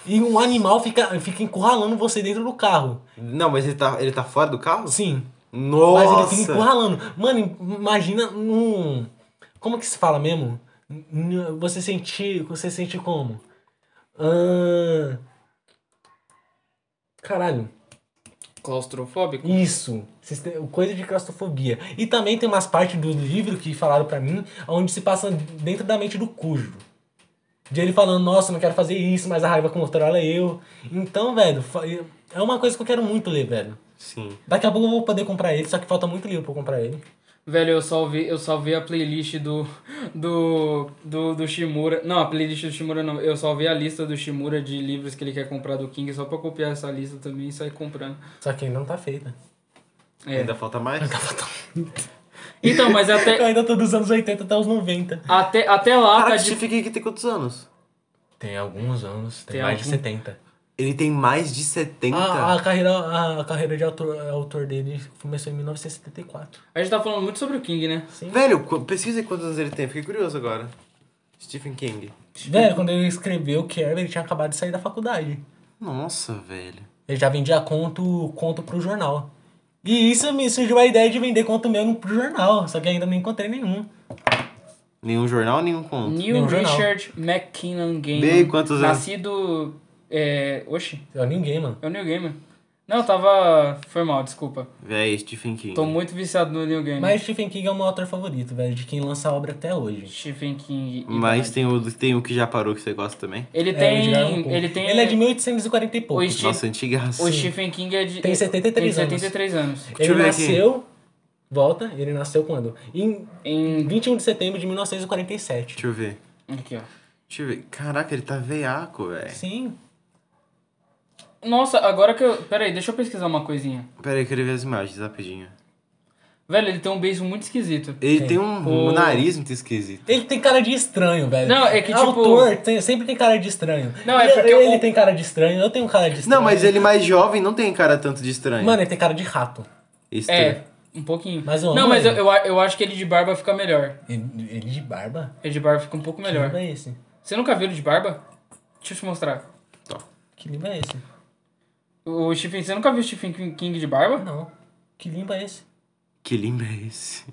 [SPEAKER 2] E um animal fica, fica encurralando você dentro do carro.
[SPEAKER 4] Não, mas ele tá, ele tá fora do carro?
[SPEAKER 2] Sim.
[SPEAKER 4] Nossa!
[SPEAKER 2] Mas ele fica encurralando. Mano, im- imagina num. Como que se fala mesmo? N- Você sentir. Você sente como? Ahn. Caralho.
[SPEAKER 3] Claustrofóbico?
[SPEAKER 2] Isso. Siste- Coisa de claustrofobia. E também tem umas partes do livro que falaram pra mim, onde se passa dentro da mente do cujo. De ele falando, nossa, eu não quero fazer isso, mas a raiva controla eu. Então, velho, fa- é uma coisa que eu quero muito ler, velho.
[SPEAKER 4] Sim.
[SPEAKER 2] Daqui a pouco eu vou poder comprar ele, só que falta muito livro pra eu comprar ele.
[SPEAKER 3] Velho, eu salvei, eu salvei a playlist do, do, do, do Shimura. Não, a playlist do Shimura não. Eu salvei a lista do Shimura de livros que ele quer comprar do King só pra copiar essa lista também e sair comprando.
[SPEAKER 2] Só que ainda não tá feita.
[SPEAKER 3] É.
[SPEAKER 1] Ainda falta mais?
[SPEAKER 3] Então, mas
[SPEAKER 2] É. Eu
[SPEAKER 3] até,
[SPEAKER 2] ainda tô dos anos 80 até os 90.
[SPEAKER 3] até, até lá
[SPEAKER 1] Caraca,
[SPEAKER 3] tá
[SPEAKER 1] esse
[SPEAKER 3] de.
[SPEAKER 1] Chief Geek tem quantos anos?
[SPEAKER 2] Tem alguns anos, tem,
[SPEAKER 3] Tem
[SPEAKER 2] mais de
[SPEAKER 3] algum-
[SPEAKER 2] 70.
[SPEAKER 1] Ele tem mais de 70.
[SPEAKER 2] A, a carreira, a carreira de autor, autor dele começou em 1974.
[SPEAKER 3] A gente tá falando muito sobre o King, né?
[SPEAKER 2] Sim.
[SPEAKER 1] Velho, qu- pesquisa aí quantos anos ele tem. Fiquei curioso agora. Stephen King.
[SPEAKER 2] Velho, Né, quando ele escreveu Kerber, ele tinha acabado de sair da faculdade.
[SPEAKER 1] Nossa, velho.
[SPEAKER 2] Ele já vendia conto, conto pro jornal. E isso me surgiu a ideia de vender conto meu no- pro jornal, só que ainda não encontrei nenhum.
[SPEAKER 1] Nenhum jornal, nenhum conto.
[SPEAKER 3] Neil
[SPEAKER 2] Nenhum jornal.
[SPEAKER 3] Richard McKinnon Gaiman.
[SPEAKER 1] Bem, quantos anos?
[SPEAKER 3] Nascido. É. Oxi,
[SPEAKER 2] Eu, ninguém, mano.
[SPEAKER 3] é o Neil Gaiman. Não, eu tava. Foi mal, desculpa.
[SPEAKER 1] Véi, É, Stephen King.
[SPEAKER 3] Tô muito viciado no Neil Gaiman.
[SPEAKER 2] Mas Stephen King é o meu autor favorito, velho, de quem lança obra até hoje.
[SPEAKER 3] Stephen King. e
[SPEAKER 1] Mas
[SPEAKER 3] Bernard.
[SPEAKER 1] tem o, tem o que já parou que você gosta também.
[SPEAKER 3] Ele
[SPEAKER 2] É, o
[SPEAKER 3] tem.
[SPEAKER 2] Edgar Allan Poe.
[SPEAKER 3] ele tem.
[SPEAKER 2] Ele é de 1840 e pouco.
[SPEAKER 3] O Steve-
[SPEAKER 1] Nossa, antiga
[SPEAKER 3] O
[SPEAKER 1] raça.
[SPEAKER 3] Stephen King é de.
[SPEAKER 2] Tem 73
[SPEAKER 3] tem
[SPEAKER 2] anos.
[SPEAKER 3] 73 anos.
[SPEAKER 1] deixa eu
[SPEAKER 2] Ele
[SPEAKER 1] ver aqui.
[SPEAKER 2] nasceu... Volta, ele nasceu quando? Em
[SPEAKER 3] Em.
[SPEAKER 2] 21 de setembro de 1947.
[SPEAKER 1] Deixa eu ver.
[SPEAKER 3] Aqui, ó.
[SPEAKER 1] Deixa eu ver. Caraca, ele tá veiaco, velho.
[SPEAKER 2] Sim.
[SPEAKER 3] Nossa, agora que eu. Pera aí, deixa eu pesquisar uma coisinha.
[SPEAKER 1] Pera aí, eu queria ver as imagens rapidinho.
[SPEAKER 3] Velho, ele tem um beijo muito esquisito.
[SPEAKER 1] Ele tem um,
[SPEAKER 3] O-
[SPEAKER 1] um nariz muito esquisito.
[SPEAKER 2] Ele tem cara de estranho, velho.
[SPEAKER 3] Não, é que, tipo-
[SPEAKER 2] Autor tem- sempre tem cara de estranho.
[SPEAKER 3] Não, é
[SPEAKER 2] Ele-
[SPEAKER 3] porque
[SPEAKER 2] Ele
[SPEAKER 3] o-
[SPEAKER 2] tem cara de estranho, eu tenho cara de estranho.
[SPEAKER 1] Não, mas ele mais jovem não tem cara tanto de estranho.
[SPEAKER 2] Mano, ele tem cara de rato.
[SPEAKER 1] Estranho.
[SPEAKER 3] É, um pouquinho.
[SPEAKER 2] Mas eu amo
[SPEAKER 3] Não, mas eu,
[SPEAKER 2] ele.
[SPEAKER 3] eu, a- eu acho que ele de barba fica melhor.
[SPEAKER 2] Ele, ele de barba?
[SPEAKER 3] Ele de barba fica um pouco
[SPEAKER 2] Que livro
[SPEAKER 3] melhor.
[SPEAKER 2] é esse?
[SPEAKER 3] Você nunca viu ele de barba? Deixa eu te mostrar.
[SPEAKER 2] Que livro é esse?
[SPEAKER 3] O Stephen, você nunca viu o Stephen King de barba?
[SPEAKER 2] Não. Que limpa é esse?
[SPEAKER 1] Que lindo é esse?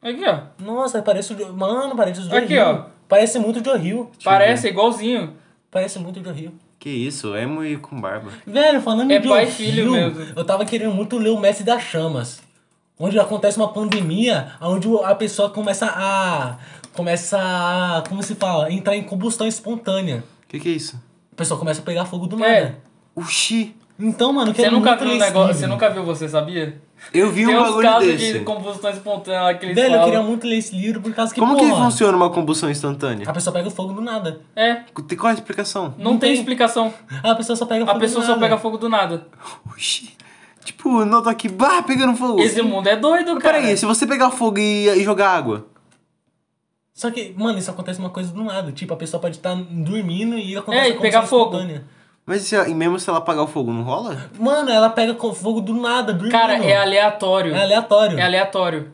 [SPEAKER 3] Aqui, ó.
[SPEAKER 2] Nossa, parece o Jo- Mano, parece o Joe
[SPEAKER 3] Aqui,
[SPEAKER 2] Hill.
[SPEAKER 3] ó.
[SPEAKER 2] Parece muito o Joe Hill.
[SPEAKER 3] Parece, é igualzinho.
[SPEAKER 2] Parece muito o Joe Hill.
[SPEAKER 1] Que isso, emo e com barba.
[SPEAKER 2] Velho, falando
[SPEAKER 3] É
[SPEAKER 2] em Joe
[SPEAKER 3] pai e filho
[SPEAKER 2] Hill,
[SPEAKER 3] mesmo.
[SPEAKER 2] eu tava querendo muito ler o Mestre das Chamas. Onde acontece uma pandemia, onde a pessoa começa a... Começa a... Como se fala? Entrar em combustão espontânea.
[SPEAKER 1] Que que é isso?
[SPEAKER 2] O pessoal começa a pegar fogo do nada.
[SPEAKER 3] É.
[SPEAKER 1] Oxi!
[SPEAKER 2] Então, mano, eu
[SPEAKER 3] Você
[SPEAKER 2] quero
[SPEAKER 3] nunca
[SPEAKER 2] muito
[SPEAKER 3] viu um
[SPEAKER 2] ler esse
[SPEAKER 3] negócio. Você
[SPEAKER 2] livro.
[SPEAKER 3] nunca viu, você sabia?
[SPEAKER 1] Eu vi
[SPEAKER 3] Tem
[SPEAKER 1] um
[SPEAKER 3] uns
[SPEAKER 1] bagulho
[SPEAKER 3] casos de
[SPEAKER 1] desse.
[SPEAKER 3] combustão espontânea lá que eles
[SPEAKER 2] Velho, eu
[SPEAKER 3] falam.
[SPEAKER 2] queria muito ler esse livro por causa que,
[SPEAKER 1] Como que
[SPEAKER 2] porra,
[SPEAKER 1] funciona uma combustão instantânea?
[SPEAKER 2] a pessoa pega fogo do nada.
[SPEAKER 3] É,
[SPEAKER 1] Tem qual a explicação?
[SPEAKER 2] um-
[SPEAKER 3] não,
[SPEAKER 2] Não
[SPEAKER 3] tem
[SPEAKER 2] tem.
[SPEAKER 3] explicação.
[SPEAKER 2] A pessoa só pega fogo
[SPEAKER 3] A pessoa
[SPEAKER 2] do
[SPEAKER 3] só
[SPEAKER 2] nada.
[SPEAKER 3] pega fogo do nada.
[SPEAKER 1] Oxi! Tipo, não tô aqui, bah, pegando fogo.
[SPEAKER 3] Esse mundo é doido, cara.
[SPEAKER 1] Peraí, se você pegar fogo e, e jogar água.
[SPEAKER 2] Só que, mano, isso acontece uma coisa do nada. Tipo, a pessoa pode estar dormindo e acontece
[SPEAKER 3] É, e
[SPEAKER 2] uma
[SPEAKER 3] pegar
[SPEAKER 2] combustão
[SPEAKER 3] fogo.
[SPEAKER 2] espontânea.
[SPEAKER 1] Mas se, e mesmo se ela apagar o fogo, não rola?
[SPEAKER 2] Mano, ela pega com fogo do nada, dormindo.
[SPEAKER 3] Cara, é aleatório.
[SPEAKER 2] É aleatório.
[SPEAKER 3] É aleatório.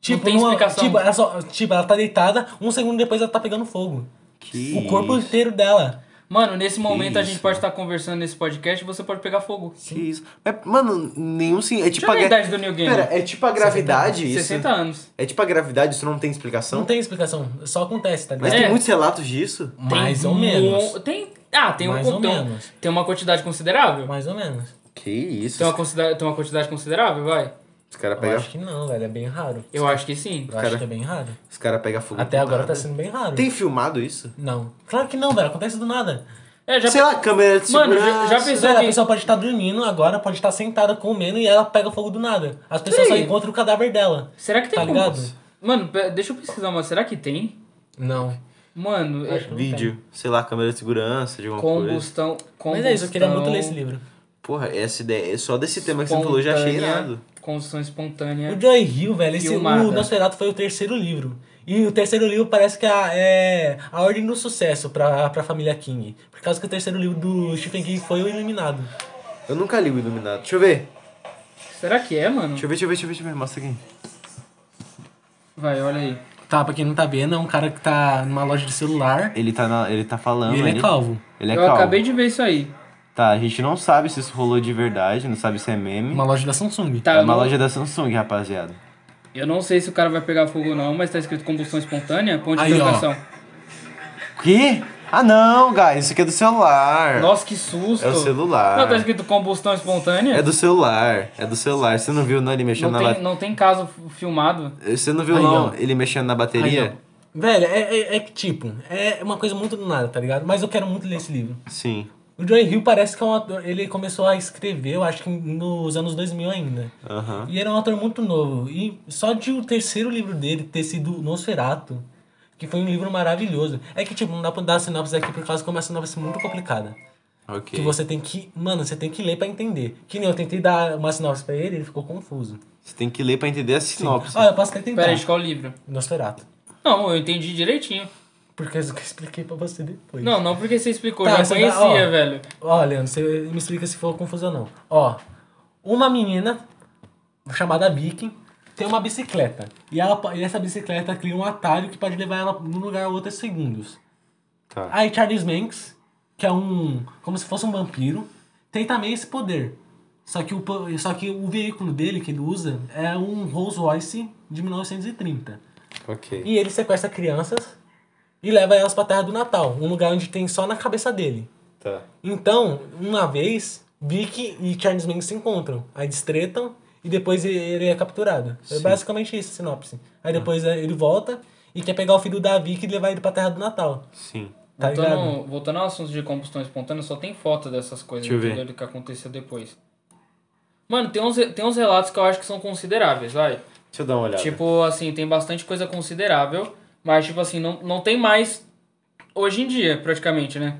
[SPEAKER 2] Tipo,
[SPEAKER 3] não tem
[SPEAKER 2] numa-
[SPEAKER 3] explicação.
[SPEAKER 2] Tipo ela, só- tipo, ela tá deitada, um segundo depois ela tá pegando fogo.
[SPEAKER 1] Que
[SPEAKER 2] O corpo
[SPEAKER 1] isso.
[SPEAKER 2] inteiro dela.
[SPEAKER 3] Mano, nesse momento a
[SPEAKER 1] isso.
[SPEAKER 3] gente pode estar conversando nesse podcast e você pode pegar fogo.
[SPEAKER 1] Que isso. Mas, mano, nenhum sim. É tipo
[SPEAKER 3] Deixa eu ver a
[SPEAKER 1] gra-
[SPEAKER 3] idade do Neil Gaiman.
[SPEAKER 1] Pera, é tipo a gravidade isso?
[SPEAKER 3] 60 anos.
[SPEAKER 1] É tipo a gravidade, isso não tem explicação?
[SPEAKER 2] Não tem explicação, só acontece, tá
[SPEAKER 1] Mas
[SPEAKER 2] ligado?
[SPEAKER 3] É.
[SPEAKER 1] tem muitos relatos disso?
[SPEAKER 2] Mais
[SPEAKER 3] Tem
[SPEAKER 2] ou
[SPEAKER 3] mu-
[SPEAKER 2] menos.
[SPEAKER 3] Tem. Ah, tem
[SPEAKER 2] Mais
[SPEAKER 3] um
[SPEAKER 2] ou
[SPEAKER 3] tem, um-
[SPEAKER 2] menos.
[SPEAKER 3] tem uma quantidade considerável.
[SPEAKER 2] Mais ou menos.
[SPEAKER 1] Que isso.
[SPEAKER 3] Tem uma, considera- tem uma quantidade considerável, vai?
[SPEAKER 1] Os caras
[SPEAKER 2] Eu
[SPEAKER 1] pegam
[SPEAKER 2] acho que não, velho, é bem raro.
[SPEAKER 3] Eu acho que sim.
[SPEAKER 2] Eu
[SPEAKER 1] Cara.
[SPEAKER 2] acho que é bem raro.
[SPEAKER 1] os cara pega fogo.
[SPEAKER 2] Até
[SPEAKER 1] do
[SPEAKER 2] agora
[SPEAKER 1] nada.
[SPEAKER 2] tá sendo bem raro.
[SPEAKER 1] Tem filmado isso?
[SPEAKER 2] Não. Claro que não, velho. Acontece do nada.
[SPEAKER 3] É, já
[SPEAKER 1] Sei lá, câmera de
[SPEAKER 3] Mano, já-
[SPEAKER 1] segurança.
[SPEAKER 3] já pensou-
[SPEAKER 2] Velho, a
[SPEAKER 3] que-
[SPEAKER 2] pessoa pode estar dormindo agora, pode estar sentada comendo e ela pega fogo do nada. As pessoas
[SPEAKER 3] Sim.
[SPEAKER 2] só encontram o cadáver dela.
[SPEAKER 3] Será que tem
[SPEAKER 2] Tá
[SPEAKER 3] como?
[SPEAKER 2] ligado?
[SPEAKER 3] Mano, pe- deixa eu pesquisar uma. Será que tem?
[SPEAKER 2] Não.
[SPEAKER 3] Mano, é-
[SPEAKER 2] Acho que não
[SPEAKER 1] Vídeo, sei lá, câmera de segurança, de alguma coisa.
[SPEAKER 3] combustão, combustão.
[SPEAKER 2] Mas é isso, eu queria muito ler esse livro.
[SPEAKER 1] Porra, essa ideia, é só desse tema que você falou, eu já achei
[SPEAKER 3] espontânea,
[SPEAKER 1] irado.
[SPEAKER 3] Combustão espontânea.
[SPEAKER 2] O Joy Hill, velho, esse, o
[SPEAKER 3] Filmada.
[SPEAKER 2] Nosferatu foi o terceiro livro. E o terceiro livro parece que é a- é a ordem do sucesso pra, pra família King. Por causa que o terceiro livro do Stephen King foi o Iluminado.
[SPEAKER 1] Eu nunca li o Iluminado. Deixa eu ver.
[SPEAKER 3] Será que é, mano?
[SPEAKER 1] Deixa eu ver, deixa eu ver, deixa eu ver, deixa eu ver. Mostra aqui.
[SPEAKER 3] Vai, olha aí.
[SPEAKER 2] Tá, pra quem não tá vendo, é um cara que tá numa loja de celular
[SPEAKER 1] Ele tá, na- ele tá falando.
[SPEAKER 3] né?
[SPEAKER 1] ali.
[SPEAKER 2] calvo.
[SPEAKER 1] Ele é
[SPEAKER 3] eu
[SPEAKER 1] calvo.
[SPEAKER 3] acabei de ver isso aí.
[SPEAKER 1] Tá, a gente não sabe se isso rolou de verdade, não sabe se é meme.
[SPEAKER 2] loja da Samsung.
[SPEAKER 3] Tá,
[SPEAKER 1] é
[SPEAKER 3] eu,
[SPEAKER 1] uma
[SPEAKER 3] não,
[SPEAKER 1] loja da Samsung, rapaziada.
[SPEAKER 3] eu não sei se o cara vai pegar fogo ou não, mas tá escrito combustão espontânea, ponto de
[SPEAKER 2] Aí, ó.
[SPEAKER 3] interrogação.
[SPEAKER 1] O quê? Ah não, guys, isso aqui é do celular.
[SPEAKER 3] Nossa, que susto.
[SPEAKER 1] É o celular.
[SPEAKER 3] Não, tá escrito combustão espontânea.
[SPEAKER 1] É do celular, é do celular. Você não viu não ele mexendo
[SPEAKER 3] não,
[SPEAKER 1] na
[SPEAKER 3] tem,
[SPEAKER 1] bateria?
[SPEAKER 3] não tem caso f- filmado.
[SPEAKER 1] Você não viu
[SPEAKER 2] Aí,
[SPEAKER 1] não
[SPEAKER 2] ó.
[SPEAKER 1] ele mexendo na
[SPEAKER 2] Aí,
[SPEAKER 1] bateria?
[SPEAKER 2] Velho, é, é, é que tipo, é uma coisa muito do nada, tá ligado? Mas eu quero muito ler esse livro.
[SPEAKER 1] Sim.
[SPEAKER 2] O Johnny Hill parece que é um ator. Ele começou a escrever, eu acho que nos anos 2000 ainda.
[SPEAKER 1] Aham.
[SPEAKER 2] E era um ator muito novo. E só de o terceiro livro dele ter sido Nosferatu, que foi um livro maravilhoso. É que, tipo, não dá pra dar a sinopse aqui por causa que é uma sinopse muito complicada.
[SPEAKER 1] Ok.
[SPEAKER 2] Que você tem que. Mano, você tem que ler pra entender. Que nem eu tentei dar uma sinopse pra ele, ele ficou confuso.
[SPEAKER 1] Você tem que ler pra entender a sinopse.
[SPEAKER 2] Ah, eu posso até
[SPEAKER 1] Então.
[SPEAKER 2] tentar.
[SPEAKER 3] Pera aí, de qual livro?
[SPEAKER 2] Nosferatu.
[SPEAKER 3] Não, eu entendi direitinho.
[SPEAKER 2] Porque eu expliquei pra você depois.
[SPEAKER 3] Não, não porque você explicou,
[SPEAKER 2] Tá,
[SPEAKER 3] eu já
[SPEAKER 2] você dá-
[SPEAKER 3] conhecia,
[SPEAKER 2] ó.
[SPEAKER 3] velho.
[SPEAKER 2] Ó, Leandro, você me explica se for confuso ou não. Ó, uma menina chamada Vicky tem uma bicicleta. E, ela, po- e essa bicicleta cria um atalho que pode levar ela de um lugar a outro em segundos.
[SPEAKER 1] Tá.
[SPEAKER 2] Aí Charles Manx, que é um. como se fosse um vampiro, tem também esse poder. Só que o, po- só que o veículo dele que ele usa é um Rolls Royce de 1930.
[SPEAKER 5] Ok.
[SPEAKER 2] E ele sequestra crianças e leva elas pra Terra do Natal, um lugar onde tem só na cabeça dele.
[SPEAKER 5] Tá.
[SPEAKER 2] Então, uma vez, Vicky e Charles Manson se encontram, aí destretam e depois ele é capturado. É basicamente isso, a sinopse. Aí depois eh, ele volta e quer pegar o filho da Vicky e levar ele pra Terra do Natal.
[SPEAKER 1] Sim.
[SPEAKER 2] Tá
[SPEAKER 3] Então
[SPEAKER 2] ligado?
[SPEAKER 3] voltando, voltando ao assunto de combustão espontânea, só tem foto dessas coisas,
[SPEAKER 1] Deixa eu ver.
[SPEAKER 3] entendeu? Do que aconteceu depois. Mano, tem uns, tem uns relatos que eu acho que são consideráveis, vai.
[SPEAKER 1] Deixa eu dar uma olhada.
[SPEAKER 3] Tipo, assim, tem bastante coisa considerável, mas, tipo assim, não, não tem mais hoje em dia, praticamente, né?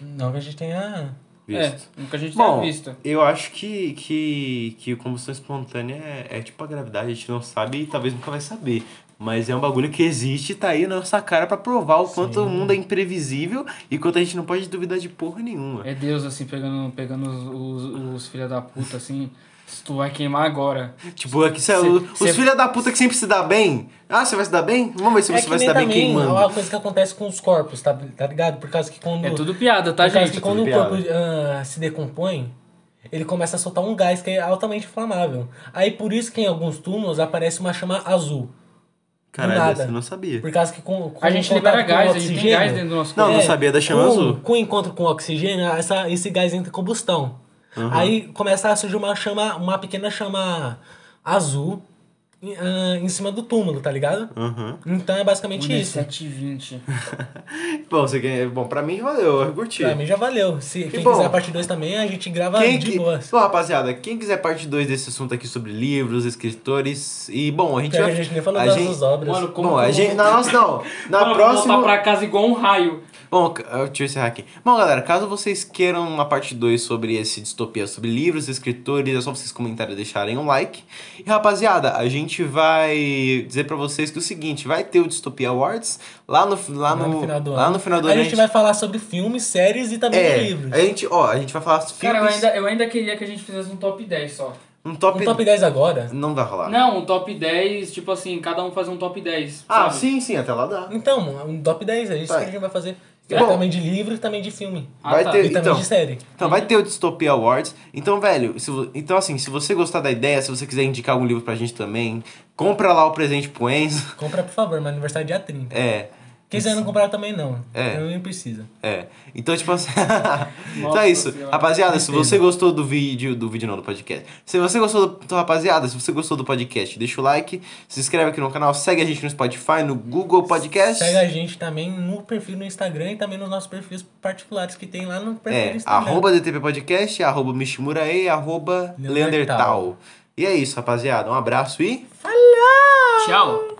[SPEAKER 2] Não que a gente tenha.
[SPEAKER 1] Visto.
[SPEAKER 3] É, nunca a gente
[SPEAKER 1] Bom,
[SPEAKER 3] tenha visto.
[SPEAKER 1] eu acho que, que, que combustão espontânea é, é tipo a gravidade, a gente não sabe e talvez nunca vai saber. Mas é um bagulho que existe e tá aí na nossa cara pra provar o quanto o mundo é imprevisível e quanto a gente não pode duvidar de porra nenhuma.
[SPEAKER 3] É Deus, assim, pegando, pegando os, os, os filha da puta, assim. Se tu vai queimar agora.
[SPEAKER 1] Tipo, aqui, cê,
[SPEAKER 3] Cê-
[SPEAKER 1] os- os
[SPEAKER 3] cê-
[SPEAKER 1] filha da puta que sempre se dá bem. Ah, você vai se dar bem? Vamos ver se
[SPEAKER 2] é
[SPEAKER 1] você
[SPEAKER 2] que
[SPEAKER 1] vai se
[SPEAKER 2] nem
[SPEAKER 1] dar bem
[SPEAKER 2] também é
[SPEAKER 1] queimando.
[SPEAKER 2] uma coisa que acontece com os corpos, tá, tá ligado? Por causa que quando.
[SPEAKER 3] É tudo piada, tá,
[SPEAKER 2] Por causa
[SPEAKER 3] gente?
[SPEAKER 2] que quando o
[SPEAKER 1] piada.
[SPEAKER 2] corpo ah, se decompõe, ele começa a soltar um gás que é altamente inflamável. Aí por isso que em alguns túmulos aparece uma chama azul.
[SPEAKER 1] Caralho,
[SPEAKER 2] nada.
[SPEAKER 1] essa eu não sabia.
[SPEAKER 2] Por causa que com, com
[SPEAKER 3] A gente
[SPEAKER 2] o contato
[SPEAKER 3] libera
[SPEAKER 2] com o
[SPEAKER 3] gás, a gente tem
[SPEAKER 2] oxigênio-
[SPEAKER 3] gás dentro do nosso
[SPEAKER 1] Não,
[SPEAKER 3] corpo.
[SPEAKER 1] não sabia da chama
[SPEAKER 2] É, com,
[SPEAKER 1] azul.
[SPEAKER 2] Com o encontro com o oxigênio, essa, esse gás entra em combustão. Aí começa a surgir uma chama, uma pequena chama azul em, ah, em cima do túmulo, tá ligado?
[SPEAKER 1] Aham.
[SPEAKER 2] Então é basicamente
[SPEAKER 3] Mano, é
[SPEAKER 2] isso.
[SPEAKER 3] 7h20.
[SPEAKER 1] Bom, você quer... Bom, pra mim valeu, eu curti.
[SPEAKER 2] Pra mim já valeu. Se quem
[SPEAKER 1] bom.
[SPEAKER 2] quiser a parte 2 também, a gente grava
[SPEAKER 1] Quem
[SPEAKER 2] de
[SPEAKER 1] que... tá
[SPEAKER 2] boas.
[SPEAKER 1] Bom, rapaziada, quem quiser parte 2 desse assunto aqui sobre livros, escritores e, bom, a gente
[SPEAKER 2] Pior
[SPEAKER 1] vai...
[SPEAKER 2] que a gente nem falou das nossas obras.
[SPEAKER 3] Mano, como
[SPEAKER 1] Bom, a
[SPEAKER 3] que eu
[SPEAKER 1] gente...
[SPEAKER 3] vou-
[SPEAKER 1] Na nossa, não. Na
[SPEAKER 3] Mano, eu vou
[SPEAKER 1] próxima...
[SPEAKER 3] voltar pra casa igual um raio.
[SPEAKER 1] Bom, c- ah, deixa eu encerrar aqui. Bom, galera, caso vocês queiram uma parte 2 sobre esse distopia, sobre livros, escritores, é só vocês comentarem e deixarem um like. E, rapaziada, a gente vai dizer pra vocês que é o seguinte, vai ter o Distopia Awards lá no, lá no,
[SPEAKER 2] Lá no final do
[SPEAKER 1] lá
[SPEAKER 2] ano.
[SPEAKER 1] no final do
[SPEAKER 2] a
[SPEAKER 1] ano.
[SPEAKER 2] gente vai falar sobre filmes, séries e também
[SPEAKER 1] É,
[SPEAKER 2] livros.
[SPEAKER 1] a gente, ó, a gente vai falar filmes,
[SPEAKER 3] Cara, eu ainda, eu ainda queria que a gente fizesse um top 10 só.
[SPEAKER 1] um top...
[SPEAKER 2] Um top 10 agora?
[SPEAKER 1] Não vai rolar.
[SPEAKER 3] Não, um top 10, tipo assim, cada um fazer um top 10.
[SPEAKER 1] Ah,
[SPEAKER 3] sabe?
[SPEAKER 1] sim, sim, até lá dá.
[SPEAKER 2] Então, um top 10, é isso
[SPEAKER 1] Vai.
[SPEAKER 2] que a gente vai fazer.
[SPEAKER 1] Bom.
[SPEAKER 2] também de livro e também de filme.
[SPEAKER 3] Ah,
[SPEAKER 1] vai
[SPEAKER 3] tá.
[SPEAKER 1] ter,
[SPEAKER 2] E também
[SPEAKER 1] então,
[SPEAKER 2] de série.
[SPEAKER 1] Então, vai ter o Dystopia Awards. Então, velho, se vo- então assim, se você gostar da ideia, se você quiser indicar algum livro pra gente também, compra lá o presente pro Enzo.
[SPEAKER 2] Compra, por favor, meu aniversário é dia 30.
[SPEAKER 1] É,
[SPEAKER 2] Quem quiser não comprar também não.
[SPEAKER 1] É.
[SPEAKER 2] Eu nem precisa.
[SPEAKER 1] é. Então, tipo assim. então é isso.
[SPEAKER 3] Senhora.
[SPEAKER 1] Rapaziada, se você gostou do vídeo, do vídeo não, do podcast. Se você gostou do. Então, rapaziada, se você gostou do podcast, deixa o like, se inscreve aqui no canal, segue a gente no Spotify, no Google Podcast.
[SPEAKER 2] Segue a gente também no perfil no Instagram e também nos nossos perfis particulares que tem lá no perfil do
[SPEAKER 1] É,
[SPEAKER 2] Instagram.
[SPEAKER 1] arroba DTP Podcast, arroba Mishimurae, arroba
[SPEAKER 2] Leandertal.
[SPEAKER 1] Leandertal. E é isso, rapaziada. Um abraço e.
[SPEAKER 3] Tchau.